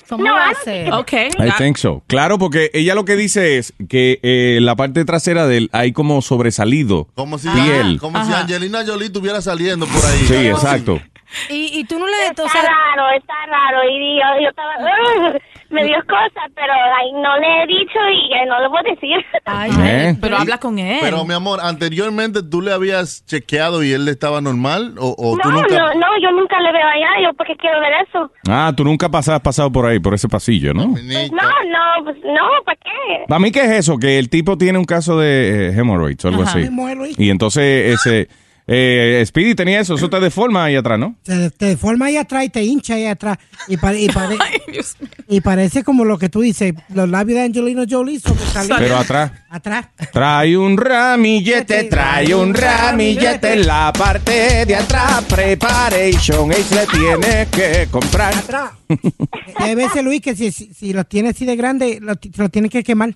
Speaker 12: ¿Cómo va a ser?
Speaker 37: Ok.
Speaker 4: I think so. Claro, porque ella lo que dice es que eh, la parte trasera de él hay como sobresalido
Speaker 8: Como si,
Speaker 4: piel.
Speaker 8: como si Angelina Jolie estuviera saliendo por ahí.
Speaker 4: Sí, exacto.
Speaker 12: Y, y tú no le...
Speaker 37: Está raro, está raro, y yo, yo estaba, "Ugh", me dio cosas, pero like, no le he dicho y eh, no lo puedo decir.
Speaker 4: ¿Eh?
Speaker 37: pero habla con él.
Speaker 8: Pero mi amor, anteriormente tú le habías chequeado y él estaba normal o, o
Speaker 37: no,
Speaker 8: tú nunca.
Speaker 37: no, no, yo nunca le veo allá, yo porque quiero ver eso.
Speaker 4: Ah, tú nunca pas- has pasado por ahí, por ese pasillo, ¿no?
Speaker 37: Pues, no, no, pues no, ¿para qué?
Speaker 4: Para mí, ¿qué es eso? Que el tipo tiene un caso de eh, hemorrhoids o algo
Speaker 37: Ajá.
Speaker 4: así.
Speaker 37: Hemorrhoids.
Speaker 4: Y entonces ese eh, Speedy tenía eso, eso te deforma ahí atrás, ¿no?
Speaker 10: Te, te deforma ahí atrás y te hincha ahí atrás. Y, pare- y, pare- y parece como lo que tú dices, los labios de Angelina Jolie sobresaliendo.
Speaker 4: Pero atrás.
Speaker 10: Atrás.
Speaker 4: Trae un ramillete, trae un ramillete en la parte de atrás. Preparation Ace le tiene que comprar.
Speaker 10: Atrás. Y hay veces, Luis, que si, si, si los tienes así de grande, los ti- los tienes que quemar.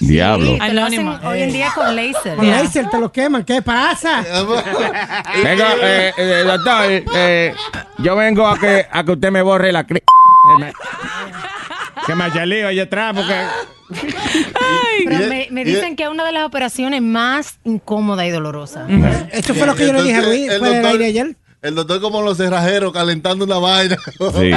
Speaker 4: Diablo.
Speaker 12: te lo hacen hoy en día con laser.
Speaker 10: Con láser te lo queman. ¿Qué pasa?
Speaker 4: Vengo, eh, eh, doctor, eh, yo vengo a que, a que usted me borre la cri- Eh, me- Que me haya lío allá atrás porque...
Speaker 12: Pero me, me dicen que es una de las operaciones más incómodas y dolorosas. Esto fue lo que yo le dije a Luis,
Speaker 8: el
Speaker 12: fuera del
Speaker 8: doctor-
Speaker 12: aire
Speaker 8: El doctor como los cerrajeros calentando una vaina.
Speaker 4: Sí.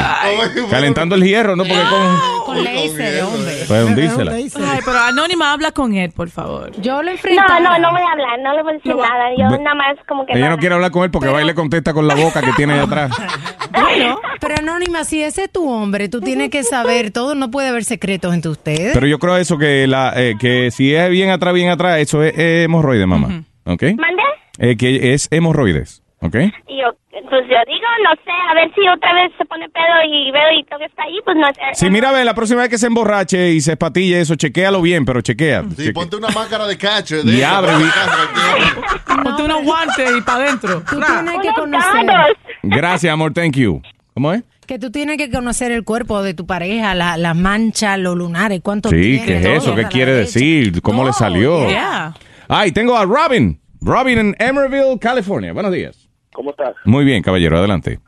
Speaker 4: Calentando el hierro, ¿no?
Speaker 12: Ah.
Speaker 4: Porque con...
Speaker 12: con laser, hombre.
Speaker 4: Pues hundírsela.
Speaker 9: Ay, pero Anónima habla con él, por favor.
Speaker 12: Yo lo
Speaker 37: No, no, no voy a hablar, no le voy a decir nada, yo
Speaker 4: Ve-
Speaker 37: nada más como que
Speaker 4: Ella
Speaker 37: no.
Speaker 4: no quiere hablar con él porque va y le contesta con la boca que tiene allá atrás.
Speaker 12: Bueno, pero Anónima, si ese es tu hombre, tú tienes que saber todo, no puede haber secretos entre ustedes.
Speaker 4: Pero yo creo eso que la eh, que si es bien atrás, bien atrás, eso es, eh, hemorroides, mamá. ¿Ok?
Speaker 37: ¿Mande?
Speaker 4: Eh, que es hemorroides. ¿Ok?
Speaker 12: Eh,
Speaker 37: Y yo, pues yo digo, no sé, a ver si otra vez se pone pedo y veo y todo está ahí, pues no sé.
Speaker 12: eh,
Speaker 4: Sí, mira, ve, la próxima vez que se emborrache y se espatille eso, chequéalo bien, pero chequea.
Speaker 8: Sí, ponte una máscara de cacho.
Speaker 4: Y abre, vi-
Speaker 9: Ponte unos guantes y para adentro.
Speaker 12: Tú tienes que
Speaker 37: Unos
Speaker 12: conocer,
Speaker 4: Gracias, amor, thank you. ¿Cómo es?
Speaker 12: que tú tienes que conocer el cuerpo de tu pareja, la- las manchas, los lunares, cuánto
Speaker 4: Sí,
Speaker 12: tiene,
Speaker 4: ¿qué es
Speaker 12: todo.
Speaker 4: eso? ¿Qué quiere decir? ¿Cómo le salió?
Speaker 12: yeah.
Speaker 4: Ay, tengo a Robin. Robin en Emerville, California. Buenos días.
Speaker 16: ¿Cómo estás?
Speaker 4: Muy bien, caballero, adelante.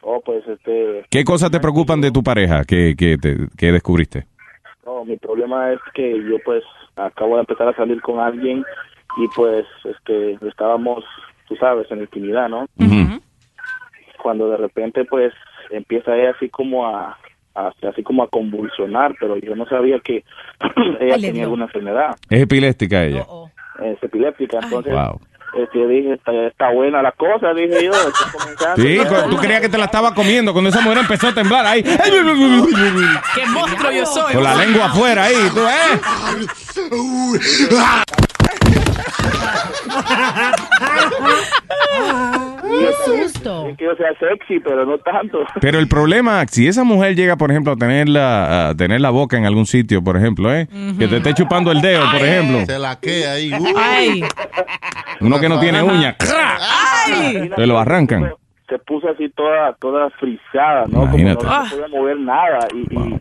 Speaker 16: Oh, pues este,
Speaker 4: ¿Qué cosas te preocupan de tu pareja que, que, te- que descubriste?
Speaker 16: no, mi problema es que yo pues acabo de empezar a salir con alguien
Speaker 17: y pues este estábamos, tú sabes, en intimidad, ¿no? Cuando de repente pues empieza ella así como a, a- así como a convulsionar, pero yo no sabía que ella
Speaker 4: le
Speaker 17: tenía
Speaker 4: dio.
Speaker 17: alguna enfermedad
Speaker 4: Es epiléptica ella.
Speaker 17: eh, es epiléptica, entonces
Speaker 4: Wow.
Speaker 17: este, yo dije, está, está buena la cosa, dije yo, está comenzando.
Speaker 4: Sí, cu- tú creías que te la estaba comiendo cuando esa mujer empezó a temblar ahí.
Speaker 3: ¡Qué monstruo yo soy!
Speaker 4: Con la lengua afuera ahí. tú, ¿eh?
Speaker 12: ¡Qué susto!
Speaker 17: Es que yo sea sexy, pero no tanto.
Speaker 4: Pero el problema, si esa mujer llega, por ejemplo, a tener la, a tener la boca en algún sitio, por ejemplo, ¿eh? Que te esté chupando el dedo, por ejemplo.
Speaker 8: Se laquea ahí.
Speaker 3: ¡Ay!
Speaker 4: Uno que no tiene
Speaker 17: Ajá.
Speaker 4: uña, ¡cra!
Speaker 17: ¡Ay!
Speaker 4: te lo arrancan.
Speaker 17: Se puso así toda, toda frisada, ¿no?
Speaker 4: Imagínate.
Speaker 17: Como no se podía mover nada. Y, y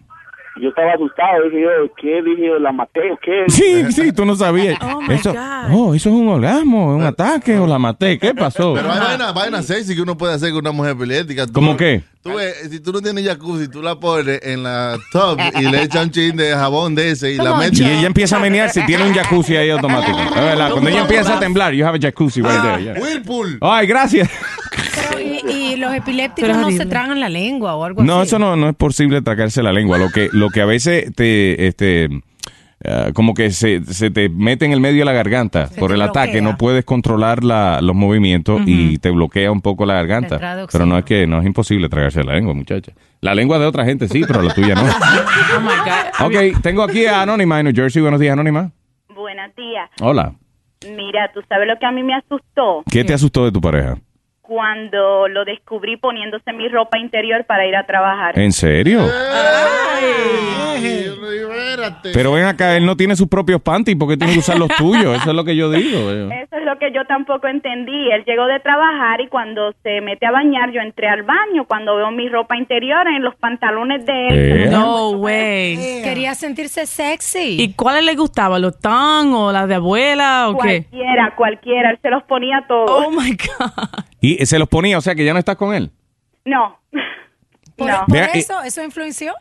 Speaker 17: yo estaba asustado, dije yo, ¿qué? Dije yo, ¿la maté o qué?
Speaker 4: Sí,
Speaker 20: Eh,
Speaker 4: sí, tú no sabías. eso, oh, eso es un orgasmo, un ataque, o la maté. ¿Qué pasó?
Speaker 8: Pero hay vainas vaina sexy que uno puede hacer con una mujer epiléptica. Tú-
Speaker 4: ¿Cómo qué?
Speaker 8: Tú ves, si tú no tienes jacuzzi, tú la pones en la tub y le echas un chin de jabón de ese y la Ah. metes.
Speaker 4: Y ella empieza a menear si tiene un jacuzzi ahí automático. Es verdad, cuando ella empieza a temblar, you have a jacuzzi right there.
Speaker 8: Ah,
Speaker 4: yeah.
Speaker 8: Whirlpool.
Speaker 4: Ay, gracias.
Speaker 12: Y, y los epilépticos
Speaker 4: Pero es
Speaker 12: no se
Speaker 4: horrible.
Speaker 12: tragan la lengua o
Speaker 8: Pues
Speaker 12: algo
Speaker 4: No,
Speaker 12: así.
Speaker 4: eso no, no es posible tragarse la lengua. Lo que, lo que a veces te, este, ah, como que se, se te mete en el medio de la garganta por el ataque, no puedes controlar la- los movimientos y te bloquea un poco la garganta.
Speaker 12: entrada de oxígeno.
Speaker 4: pero no es que no es imposible tragarse la lengua, muchacha. La lengua de otra gente sí, pero la tuya no.
Speaker 9: Oh
Speaker 4: ok, tengo aquí a Anónima en New Jersey. Buenos días, Anónima.
Speaker 42: Buenos días.
Speaker 4: Hola.
Speaker 42: Mira, tú sabes lo que a mí me asustó
Speaker 4: ¿Qué te asustó de tu pareja?
Speaker 42: cuando lo descubrí poniéndose mi ropa interior para ir a trabajar.
Speaker 4: ¿En serio?
Speaker 8: ¡Ay! ¡Libérate!
Speaker 4: Pero ven acá, él no tiene sus propios panties porque tiene que usar los tuyos. Eso es lo que yo digo.
Speaker 42: Eso es lo que yo tampoco entendí. Él llegó de trabajar y cuando se mete a bañar, yo entré al baño. Cuando veo mi ropa interior en los pantalones de él.
Speaker 9: Eh. No way.
Speaker 42: Quería sentirse sexy.
Speaker 9: ¿Y cuáles le gustaban? ¿Los tan o las de abuela o qué?
Speaker 42: Cualquiera, cualquiera. Él se los ponía todos. Oh
Speaker 9: my God.
Speaker 4: Y se los ponía, o sea que ya no estás con él.
Speaker 42: No.
Speaker 12: ¿Por,
Speaker 42: No.
Speaker 12: por
Speaker 4: Vea,
Speaker 12: eso? ¿Eso influenció?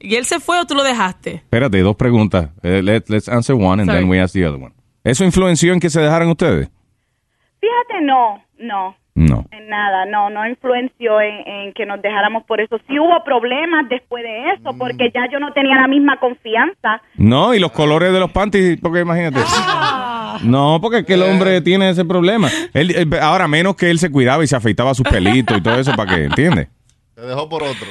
Speaker 9: ¿Y él se fue o tú lo dejaste?
Speaker 4: Espérate, dos preguntas. Eh, let- let's answer one and
Speaker 9: Sorry.
Speaker 4: then we ask the other one. ¿Eso influenció en que se dejaran ustedes?
Speaker 42: Fíjate, no, no.
Speaker 4: No.
Speaker 42: En nada, no, no influenció en, en que nos dejáramos por eso. Sí hubo problemas después de
Speaker 4: Mm.
Speaker 42: eso, porque ya yo no tenía la misma confianza.
Speaker 4: No, y los colores de los panties, porque imagínate. No, porque es que el hombre tiene ese problema. Él, eh, ahora menos que él se cuidaba y se afeitaba sus pelitos y todo eso para que, ¿entiendes?
Speaker 8: Te dejó por otro.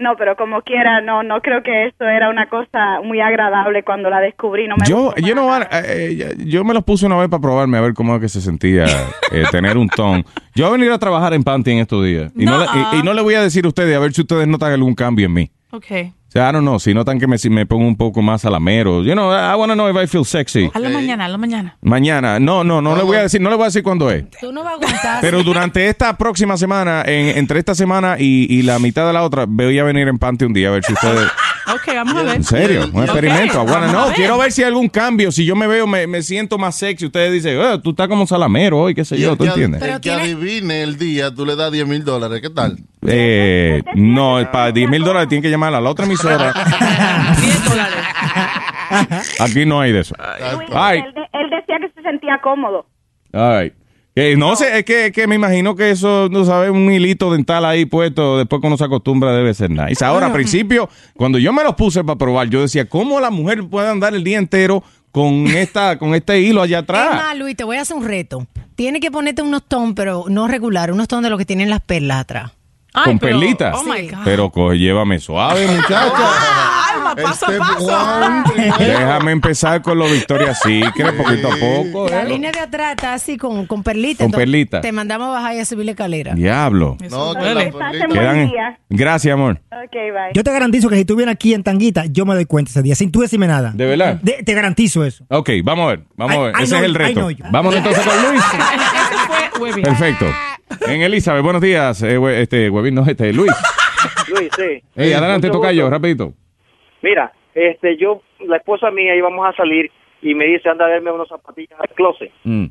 Speaker 42: No, pero como quiera, no, no creo que eso era una cosa muy agradable cuando la descubrí. No me
Speaker 4: Yo, yo no, van- eh, eh, yo me los puse una vez para probarme a ver cómo es que se sentía eh, tener un ton. Yo voy a venir a trabajar en panty en estos días. Y no, le, y- y no le voy a decir a ustedes a ver si ustedes notan algún cambio en mí.
Speaker 9: Ok.
Speaker 4: O sea, I don't know, si notan que me, si me pongo un poco más alamero. You know, I want to know if I feel sexy.
Speaker 9: Hazlo mañana, hazlo mañana.
Speaker 4: Mañana. No, no, no le voy a decir, no le voy a decir cuándo es.
Speaker 12: Tú no vas a aguantar.
Speaker 4: Pero durante esta próxima semana, en- entre esta semana y, y la mitad de la otra, voy a venir en panty un día a ver si ustedes...
Speaker 9: Ok, vamos a ver.
Speaker 4: En serio, un
Speaker 9: Ok,
Speaker 4: experimento. I wanna
Speaker 9: vamos a
Speaker 4: know.
Speaker 9: ver.
Speaker 4: Quiero ver si hay algún cambio. Si yo me veo, me, me siento más sexy. Ustedes dicen, "Eh, tú estás como salamero hoy, qué sé yo, ¿tú
Speaker 8: Que-
Speaker 4: entiendes?
Speaker 8: el que adivine el día, tú le das 10 mil dólares. ¿Qué tal?
Speaker 4: Eh, no, para 10 mil dólares tienen que llamar a la otra emisora. Aquí no hay de eso. Ay,
Speaker 42: él, de- él decía que se sentía cómodo.
Speaker 4: All right. Eh, no sé, es que, es que me imagino que eso, no sabes, un hilito dental ahí puesto, después cuando se acostumbra debe ser nice. Ahora, al principio, cuando yo me los puse para probar, yo decía, ¿cómo la mujer puede andar el día entero con esta con este hilo allá
Speaker 12: Es
Speaker 4: atrás?
Speaker 12: más, Luis, te voy a hacer un reto. Tienes que ponerte unos ton, pero no regular, unos ton de los que tienen las perlas atrás.
Speaker 4: con perlitas.
Speaker 2: oh
Speaker 4: Pero coge, llévame suave, muchacha.
Speaker 9: Ah,
Speaker 4: Este
Speaker 9: Alma, paso a paso.
Speaker 4: Déjame empezar con los Victoria Secret, poquito a poco.
Speaker 12: La
Speaker 4: eh.
Speaker 12: línea de atrás está así con, con perlitas.
Speaker 4: Con
Speaker 12: entonces
Speaker 4: perlitas.
Speaker 12: Te mandamos a bajar y a subir la escalera.
Speaker 4: Diablo.
Speaker 12: No,
Speaker 42: que duele. la perlita-
Speaker 4: Quedan-
Speaker 42: día.
Speaker 4: Gracias, amor.
Speaker 42: Ok, bye.
Speaker 2: Yo te garantizo que si estuviera aquí en Tanguita, yo me doy cuenta ese día, sin tú decirme nada.
Speaker 4: ¿De verdad?
Speaker 2: De- te garantizo eh. eso.
Speaker 4: Ok, vamos a ver, vamos a ver.
Speaker 2: I
Speaker 4: Ese
Speaker 2: know
Speaker 4: es
Speaker 2: you,
Speaker 4: el
Speaker 2: I
Speaker 4: reto.
Speaker 2: know you.
Speaker 4: Vamos entonces con Luis.
Speaker 9: Ese fue Webby.
Speaker 4: Perfecto. En Elizabeth, buenos días. Eh, hue- este, Huevín, no, este, Luis.
Speaker 20: Luis, sí.
Speaker 4: Ey, adelante,
Speaker 20: Mucho
Speaker 4: tocayo,
Speaker 20: gusto.
Speaker 4: rapidito.
Speaker 20: Mira, este, yo, la esposa mía íbamos a salir y me dice, anda a verme unos zapatillas al closet,
Speaker 4: Mm,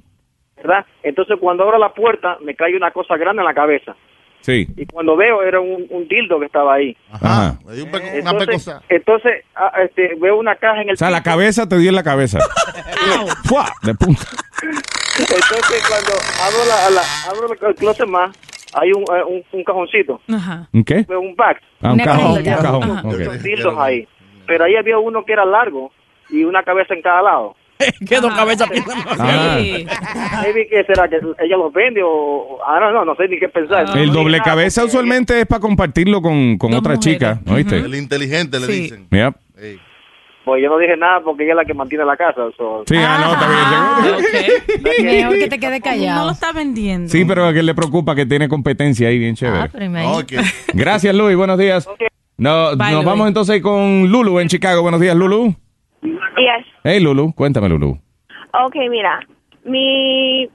Speaker 20: ¿verdad? Entonces, cuando abro la puerta, me cae una cosa grande en la cabeza.
Speaker 4: Sí.
Speaker 20: Y cuando veo, era un, un dildo que estaba ahí.
Speaker 4: Ajá.
Speaker 20: Entonces, entonces ah, este, veo una caja en el...
Speaker 4: O sea, la
Speaker 20: piso.
Speaker 4: cabeza te dio en la cabeza. ¡Fua! De punta.
Speaker 20: Entonces, cuando abro, la, la- abro el- el closet más, hay un, eh, un, un cajoncito.
Speaker 9: Ajá.
Speaker 4: ¿Un qué?
Speaker 20: Un back.
Speaker 4: Ah, un
Speaker 20: Una
Speaker 4: cajón. Un
Speaker 20: cajita.
Speaker 4: cajón.
Speaker 20: Ajá.
Speaker 4: ok.
Speaker 20: Con dildos ahí. Pero ahí había uno que era largo y una cabeza en cada lado.
Speaker 13: ¿Qué dos cabezas piensan?
Speaker 4: Ah.
Speaker 20: Maybe, ¿Qué será? ¿Que ella los vende o...? Ah, no, no, no sé ni qué pensar.
Speaker 4: El
Speaker 20: No,
Speaker 4: doble
Speaker 20: nada,
Speaker 4: cabeza usualmente es para compartirlo con, con otra chica, ¿oíste?
Speaker 20: El inteligente le Sí. dicen.
Speaker 4: Yep.
Speaker 20: Pues yo no dije nada porque ella es la que mantiene la casa. so-
Speaker 4: Sí, ah, no, está bien.
Speaker 12: Mejor que te quede callado.
Speaker 9: No lo está vendiendo.
Speaker 4: Sí, pero a que le preocupa que tiene competencia ahí bien chévere.
Speaker 9: pero imagínate.
Speaker 4: Gracias, Luis. Buenos días. No,
Speaker 9: Ah. Bye,
Speaker 4: nos
Speaker 9: Luis.
Speaker 4: vamos entonces con Lulu en Chicago. Buenos días, Lulu.
Speaker 15: Yes.
Speaker 4: Hey, Lulu. Cuéntame, Lulu.
Speaker 15: Okay, mira, mi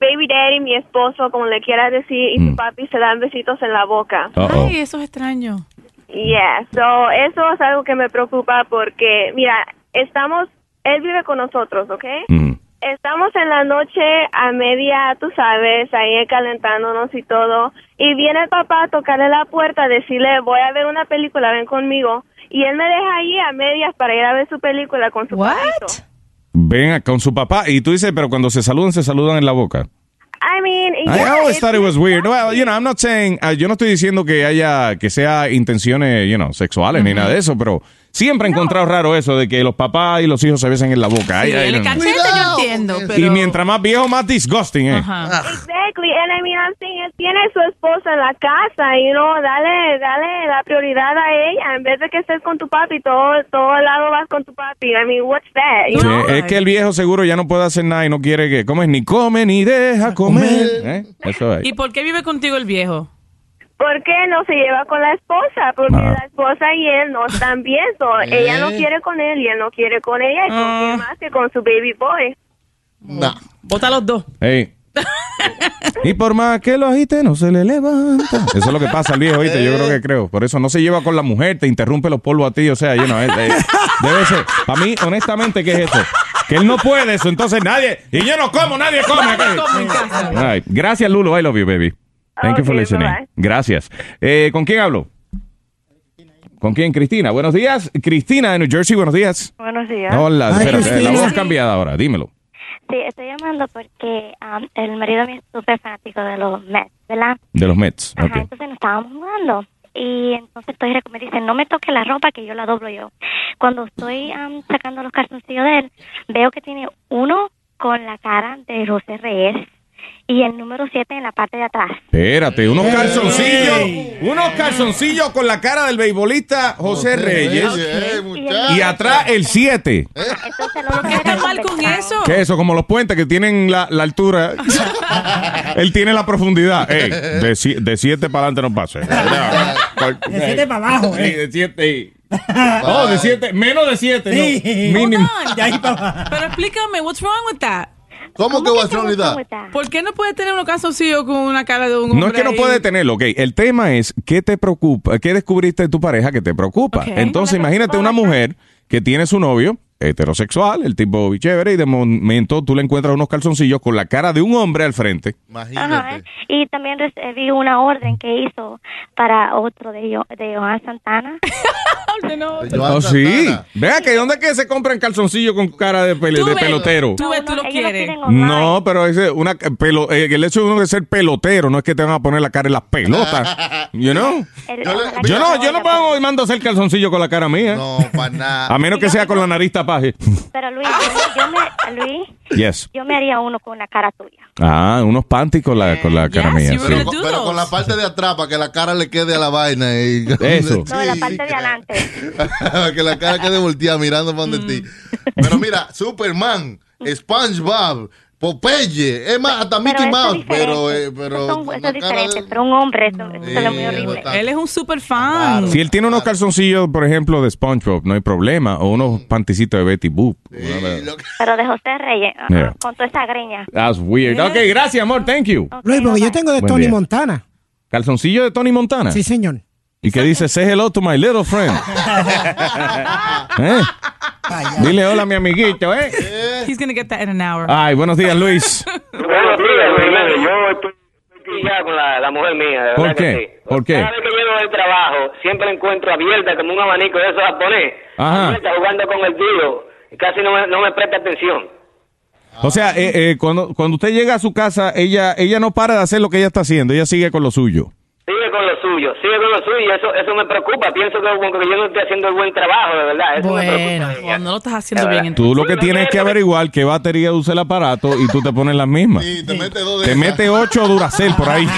Speaker 15: baby daddy, mi esposo, como le quieras decir, y su papi se dan besitos en la boca.
Speaker 9: Uh-oh. Ay, eso es extraño.
Speaker 15: Yeah, so eso es algo que me preocupa porque, mira, estamos, él vive con nosotros, ¿ok? Estamos en la noche a media, tú sabes, ahí calentándonos y todo, y viene el papá a tocarle la puerta, a decirle, voy a ver una película, ven conmigo, y él me deja ahí a medias para ir a ver su película con su perrito.
Speaker 4: Ven a- con su papá. Y tú dices, pero cuando se saludan, se saludan en la boca.
Speaker 15: I mean,
Speaker 4: I
Speaker 15: yeah,
Speaker 4: always
Speaker 15: it's-
Speaker 4: thought it was weird. Well, you know, I'm not saying, ah, yo no estoy diciendo que haya, que sea intenciones, you know, sexuales ni nada de eso, pero siempre he encontrado raro eso de que los papás y los hijos se besen en la boca. Ay, ay,
Speaker 9: el
Speaker 4: no, no.
Speaker 9: cachete yo entiendo,
Speaker 4: Y
Speaker 9: pero...
Speaker 4: mientras más viejo, más disgusting, eh.
Speaker 15: Ah. Exactly, and I mean, I'm saying, él tiene a su esposa en la casa, y no, dale, dale la prioridad a ella, en vez de que estés con tu papi, todo, todo lado vas con tu papi, I mean, what's that, you
Speaker 4: Sí,
Speaker 15: know?
Speaker 4: es que el viejo seguro ya no puede hacer nada y no quiere que comes ni come ni deja comer. ¿eh? Eso es.
Speaker 9: ¿Y por qué vive contigo el viejo?
Speaker 15: ¿Por qué no se lleva con la esposa? Porque
Speaker 4: Ah.
Speaker 15: la esposa y él no están bien, so, ella
Speaker 4: Eh.
Speaker 15: no quiere con él, y él no quiere con ella, y con
Speaker 4: Ah.
Speaker 15: quién más que con su baby boy.
Speaker 9: Bota los dos.
Speaker 4: Ey. Y por más que lo agite, no se le levanta. Eso es lo que pasa al viejo, ¿viste? Yo creo que creo. Por eso no se lleva con la mujer, te interrumpe los polvos a ti. O sea, yo no. eh, debe ser. Para mí, honestamente, ¿qué es esto? Que él no puede eso, entonces nadie. Y yo no como, nadie come. aquí. All right. Gracias, Lulo. I love you, baby. Thank you for
Speaker 15: Ok,
Speaker 4: listening.
Speaker 15: bye-bye.
Speaker 4: Gracias. Eh, ¿Con quién hablo? ¿Con quién? Cristina. Buenos días. Cristina de New Jersey, buenos días.
Speaker 41: Buenos días.
Speaker 4: Hola, espérate, la voz
Speaker 41: Sí,
Speaker 4: cambiada ahora, dímelo.
Speaker 41: estoy llamando porque um, el marido mío es súper fanático de los Mets, ¿verdad?
Speaker 4: De los Mets.
Speaker 41: Ajá,
Speaker 4: Ok.
Speaker 41: entonces nos estábamos jugando. Y entonces estoy recom- me dice, no me toque la ropa que yo la doblo yo. Cuando estoy um, sacando los calzoncillos de él, veo que tiene uno con la cara de José Reyes y el número 7 en la parte de atrás.
Speaker 4: Espérate, unos calzoncillos, unos calzoncillos con la cara del beisbolista José Reyes y atrás el
Speaker 8: ¿Eh?
Speaker 4: 7.
Speaker 41: Ah, ¿Qué
Speaker 9: está mal con eso?
Speaker 4: ¿Qué es eso? Como los puentes que tienen la, la altura. Él tiene la profundidad. Ey, de 7 para adelante no pase.
Speaker 3: De siete para abajo,
Speaker 4: Sí,
Speaker 3: eh.
Speaker 4: de 7. Oh, de 7, menos de 7.
Speaker 3: Sí.
Speaker 4: No, mínimo.
Speaker 9: Hold on. Pero explícame, what's wrong with that?
Speaker 8: ¿Cómo que what's wrong with that?
Speaker 9: ¿Por qué no puede tener unos calzoncillos con una cara de un hombre
Speaker 4: No es que no
Speaker 9: ahí?
Speaker 4: puede tenerlo, ok. El tema es qué te preocupa, qué descubriste de tu pareja que te preocupa.
Speaker 9: Ok.
Speaker 4: Entonces, imagínate una mujer que tiene su novio heterosexual, el tipo chévere, y de momento tú le encuentras unos calzoncillos con la cara de un hombre al frente.
Speaker 41: Ajá. Y también recibí una orden que hizo para otro de, yo, de Joan Santana.
Speaker 4: Oh, sí. Vea que ¿dónde es que se compran calzoncillos con cara de, pele- de pelotero?
Speaker 9: Tú ves, tú lo quieres.
Speaker 4: No, pero ese, una pelo, eh, el hecho de uno de ser pelotero no es que te van a poner la cara en las pelotas. You know? Yo no, yo no puedo mando a hacer calzoncillo con la cara mía. No, para nada. A menos que sea con la nariz tapaje.
Speaker 41: Pero Luis, yo, yo me, Luis,
Speaker 4: Yes.
Speaker 41: yo me haría uno con la cara tuya.
Speaker 4: Ah, unos panties con la, con la cara mía. sí.
Speaker 8: Pero, con- pero con la parte de atrás, para que la cara le quede a la vaina. Y...
Speaker 4: Eso.
Speaker 41: No, la parte de adelante.
Speaker 8: que la cara quede volteada mirando para donde ti. Pero mira, Superman, SpongeBob, Popeye, es más, hasta Mickey Mouse. Pero, eh, pero
Speaker 41: Son- eso es diferente, pero un hombre, eso, eso es muy horrible.
Speaker 9: Él es un super fan.
Speaker 4: Si él tiene unos calzoncillos, por ejemplo, de SpongeBob, no hay problema. O unos panticitos de Betty Boop.
Speaker 41: Pero de José Reyes, ah,
Speaker 4: Yeah.
Speaker 41: con toda esa greña.
Speaker 4: That's weird. Ok, gracias, amor. Thank you.
Speaker 10: Luis, porque yo tengo de
Speaker 4: Buen
Speaker 10: Tony
Speaker 4: día.
Speaker 10: Montana.
Speaker 4: Calzoncillo de Tony Montana.
Speaker 10: Sí, señor.
Speaker 4: Y que dice, say hello to my little friend. ¿Eh? Dile hola a mi amiguito, ¿eh?
Speaker 9: He's gonna get that in an hour.
Speaker 4: Ay, buenos días, Luis.
Speaker 15: Buenos
Speaker 24: días, primero. Yo estoy estoy pillado con la, la mujer mía. de
Speaker 4: ¿Por
Speaker 24: verdad que sí.
Speaker 4: qué? ¿Por qué?
Speaker 24: Cada vez que llego del trabajo, siempre la encuentro abierta como un abanico de esos japonés.
Speaker 4: Ajá.
Speaker 24: Abierta, jugando con el dedo. Casi no me, no me presta atención.
Speaker 4: O sea, eh, eh, cuando, cuando usted llega a su casa, ella ella no para de hacer lo que ella está haciendo, ella sigue con lo suyo.
Speaker 3: Sigue con lo suyo, sigue con lo suyo, y eso, eso me preocupa. Pienso que, como que yo no estoy haciendo el buen trabajo, de verdad. Eso me preocupa.
Speaker 43: Bueno, cuando lo estás haciendo bien.
Speaker 4: Tú lo que tienes es que averiguar qué batería usa el aparato y tú te pones las mismas.
Speaker 8: te mete dos
Speaker 4: Te mete ocho Duracell por ahí.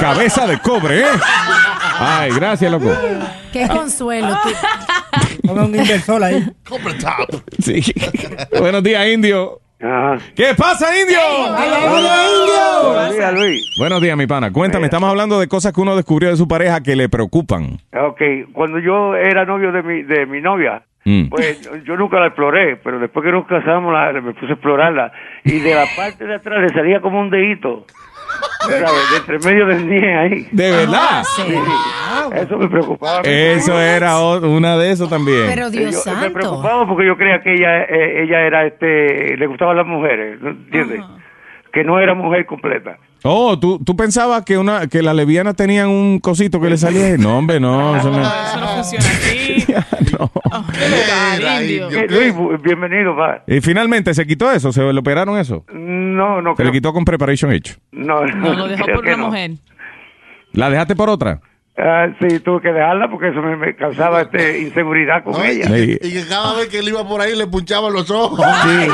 Speaker 4: Cabeza de cobre, ¿eh? Ay, gracias, loco.
Speaker 9: Qué consuelo.
Speaker 4: Ponga un inversor ahí.
Speaker 8: Compra top.
Speaker 4: Sí. Buenos días, Indio. ¿Qué pasa, Indio?
Speaker 17: Buenos días, Luis.
Speaker 4: Buenos días, mi pana. Cuéntame, estamos hablando de cosas que uno descubrió de su pareja que le preocupan.
Speaker 17: Ok, cuando yo era novio de mi, de mi novia,
Speaker 4: Mm.
Speaker 17: pues yo nunca la exploré, pero después que nos casamos la- me puse a explorarla y de la parte de atrás le salía como un dedito. ¿Sabes? De entre medio del nie ahí.
Speaker 4: ¿De verdad?
Speaker 17: Ah, Sí. Eso me preocupaba.
Speaker 4: Eso era o- una de eso también.
Speaker 17: Dios santo. eh, Me preocupaba porque yo creía que ella, eh, ella era, este, le gustaban las mujeres, ¿no? ¿entiendes? Que no era mujer completa.
Speaker 4: Oh, ¿tú, tú pensabas que una que las lesbianas tenían un cosito que le salía? No, hombre, no. Eso no.
Speaker 43: Ah, Eso no funciona así.
Speaker 17: Eh, Luis, bu- bienvenido, va.
Speaker 4: Y finalmente se quitó eso, se le operaron eso.
Speaker 17: No, no
Speaker 4: Se le
Speaker 17: creo.
Speaker 4: quitó con preparation hecho.
Speaker 17: No,
Speaker 43: No lo dejó
Speaker 17: creo
Speaker 43: por
Speaker 17: que
Speaker 43: una
Speaker 17: no.
Speaker 43: mujer.
Speaker 4: ¿La dejaste por otra?
Speaker 17: Ah, sí, tuve que dejarla porque eso me, me causaba este, inseguridad con ella.
Speaker 4: Sí.
Speaker 8: Y que cada vez que él iba por ahí le punchaba los ojos.
Speaker 17: Sí.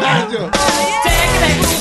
Speaker 8: Chacho.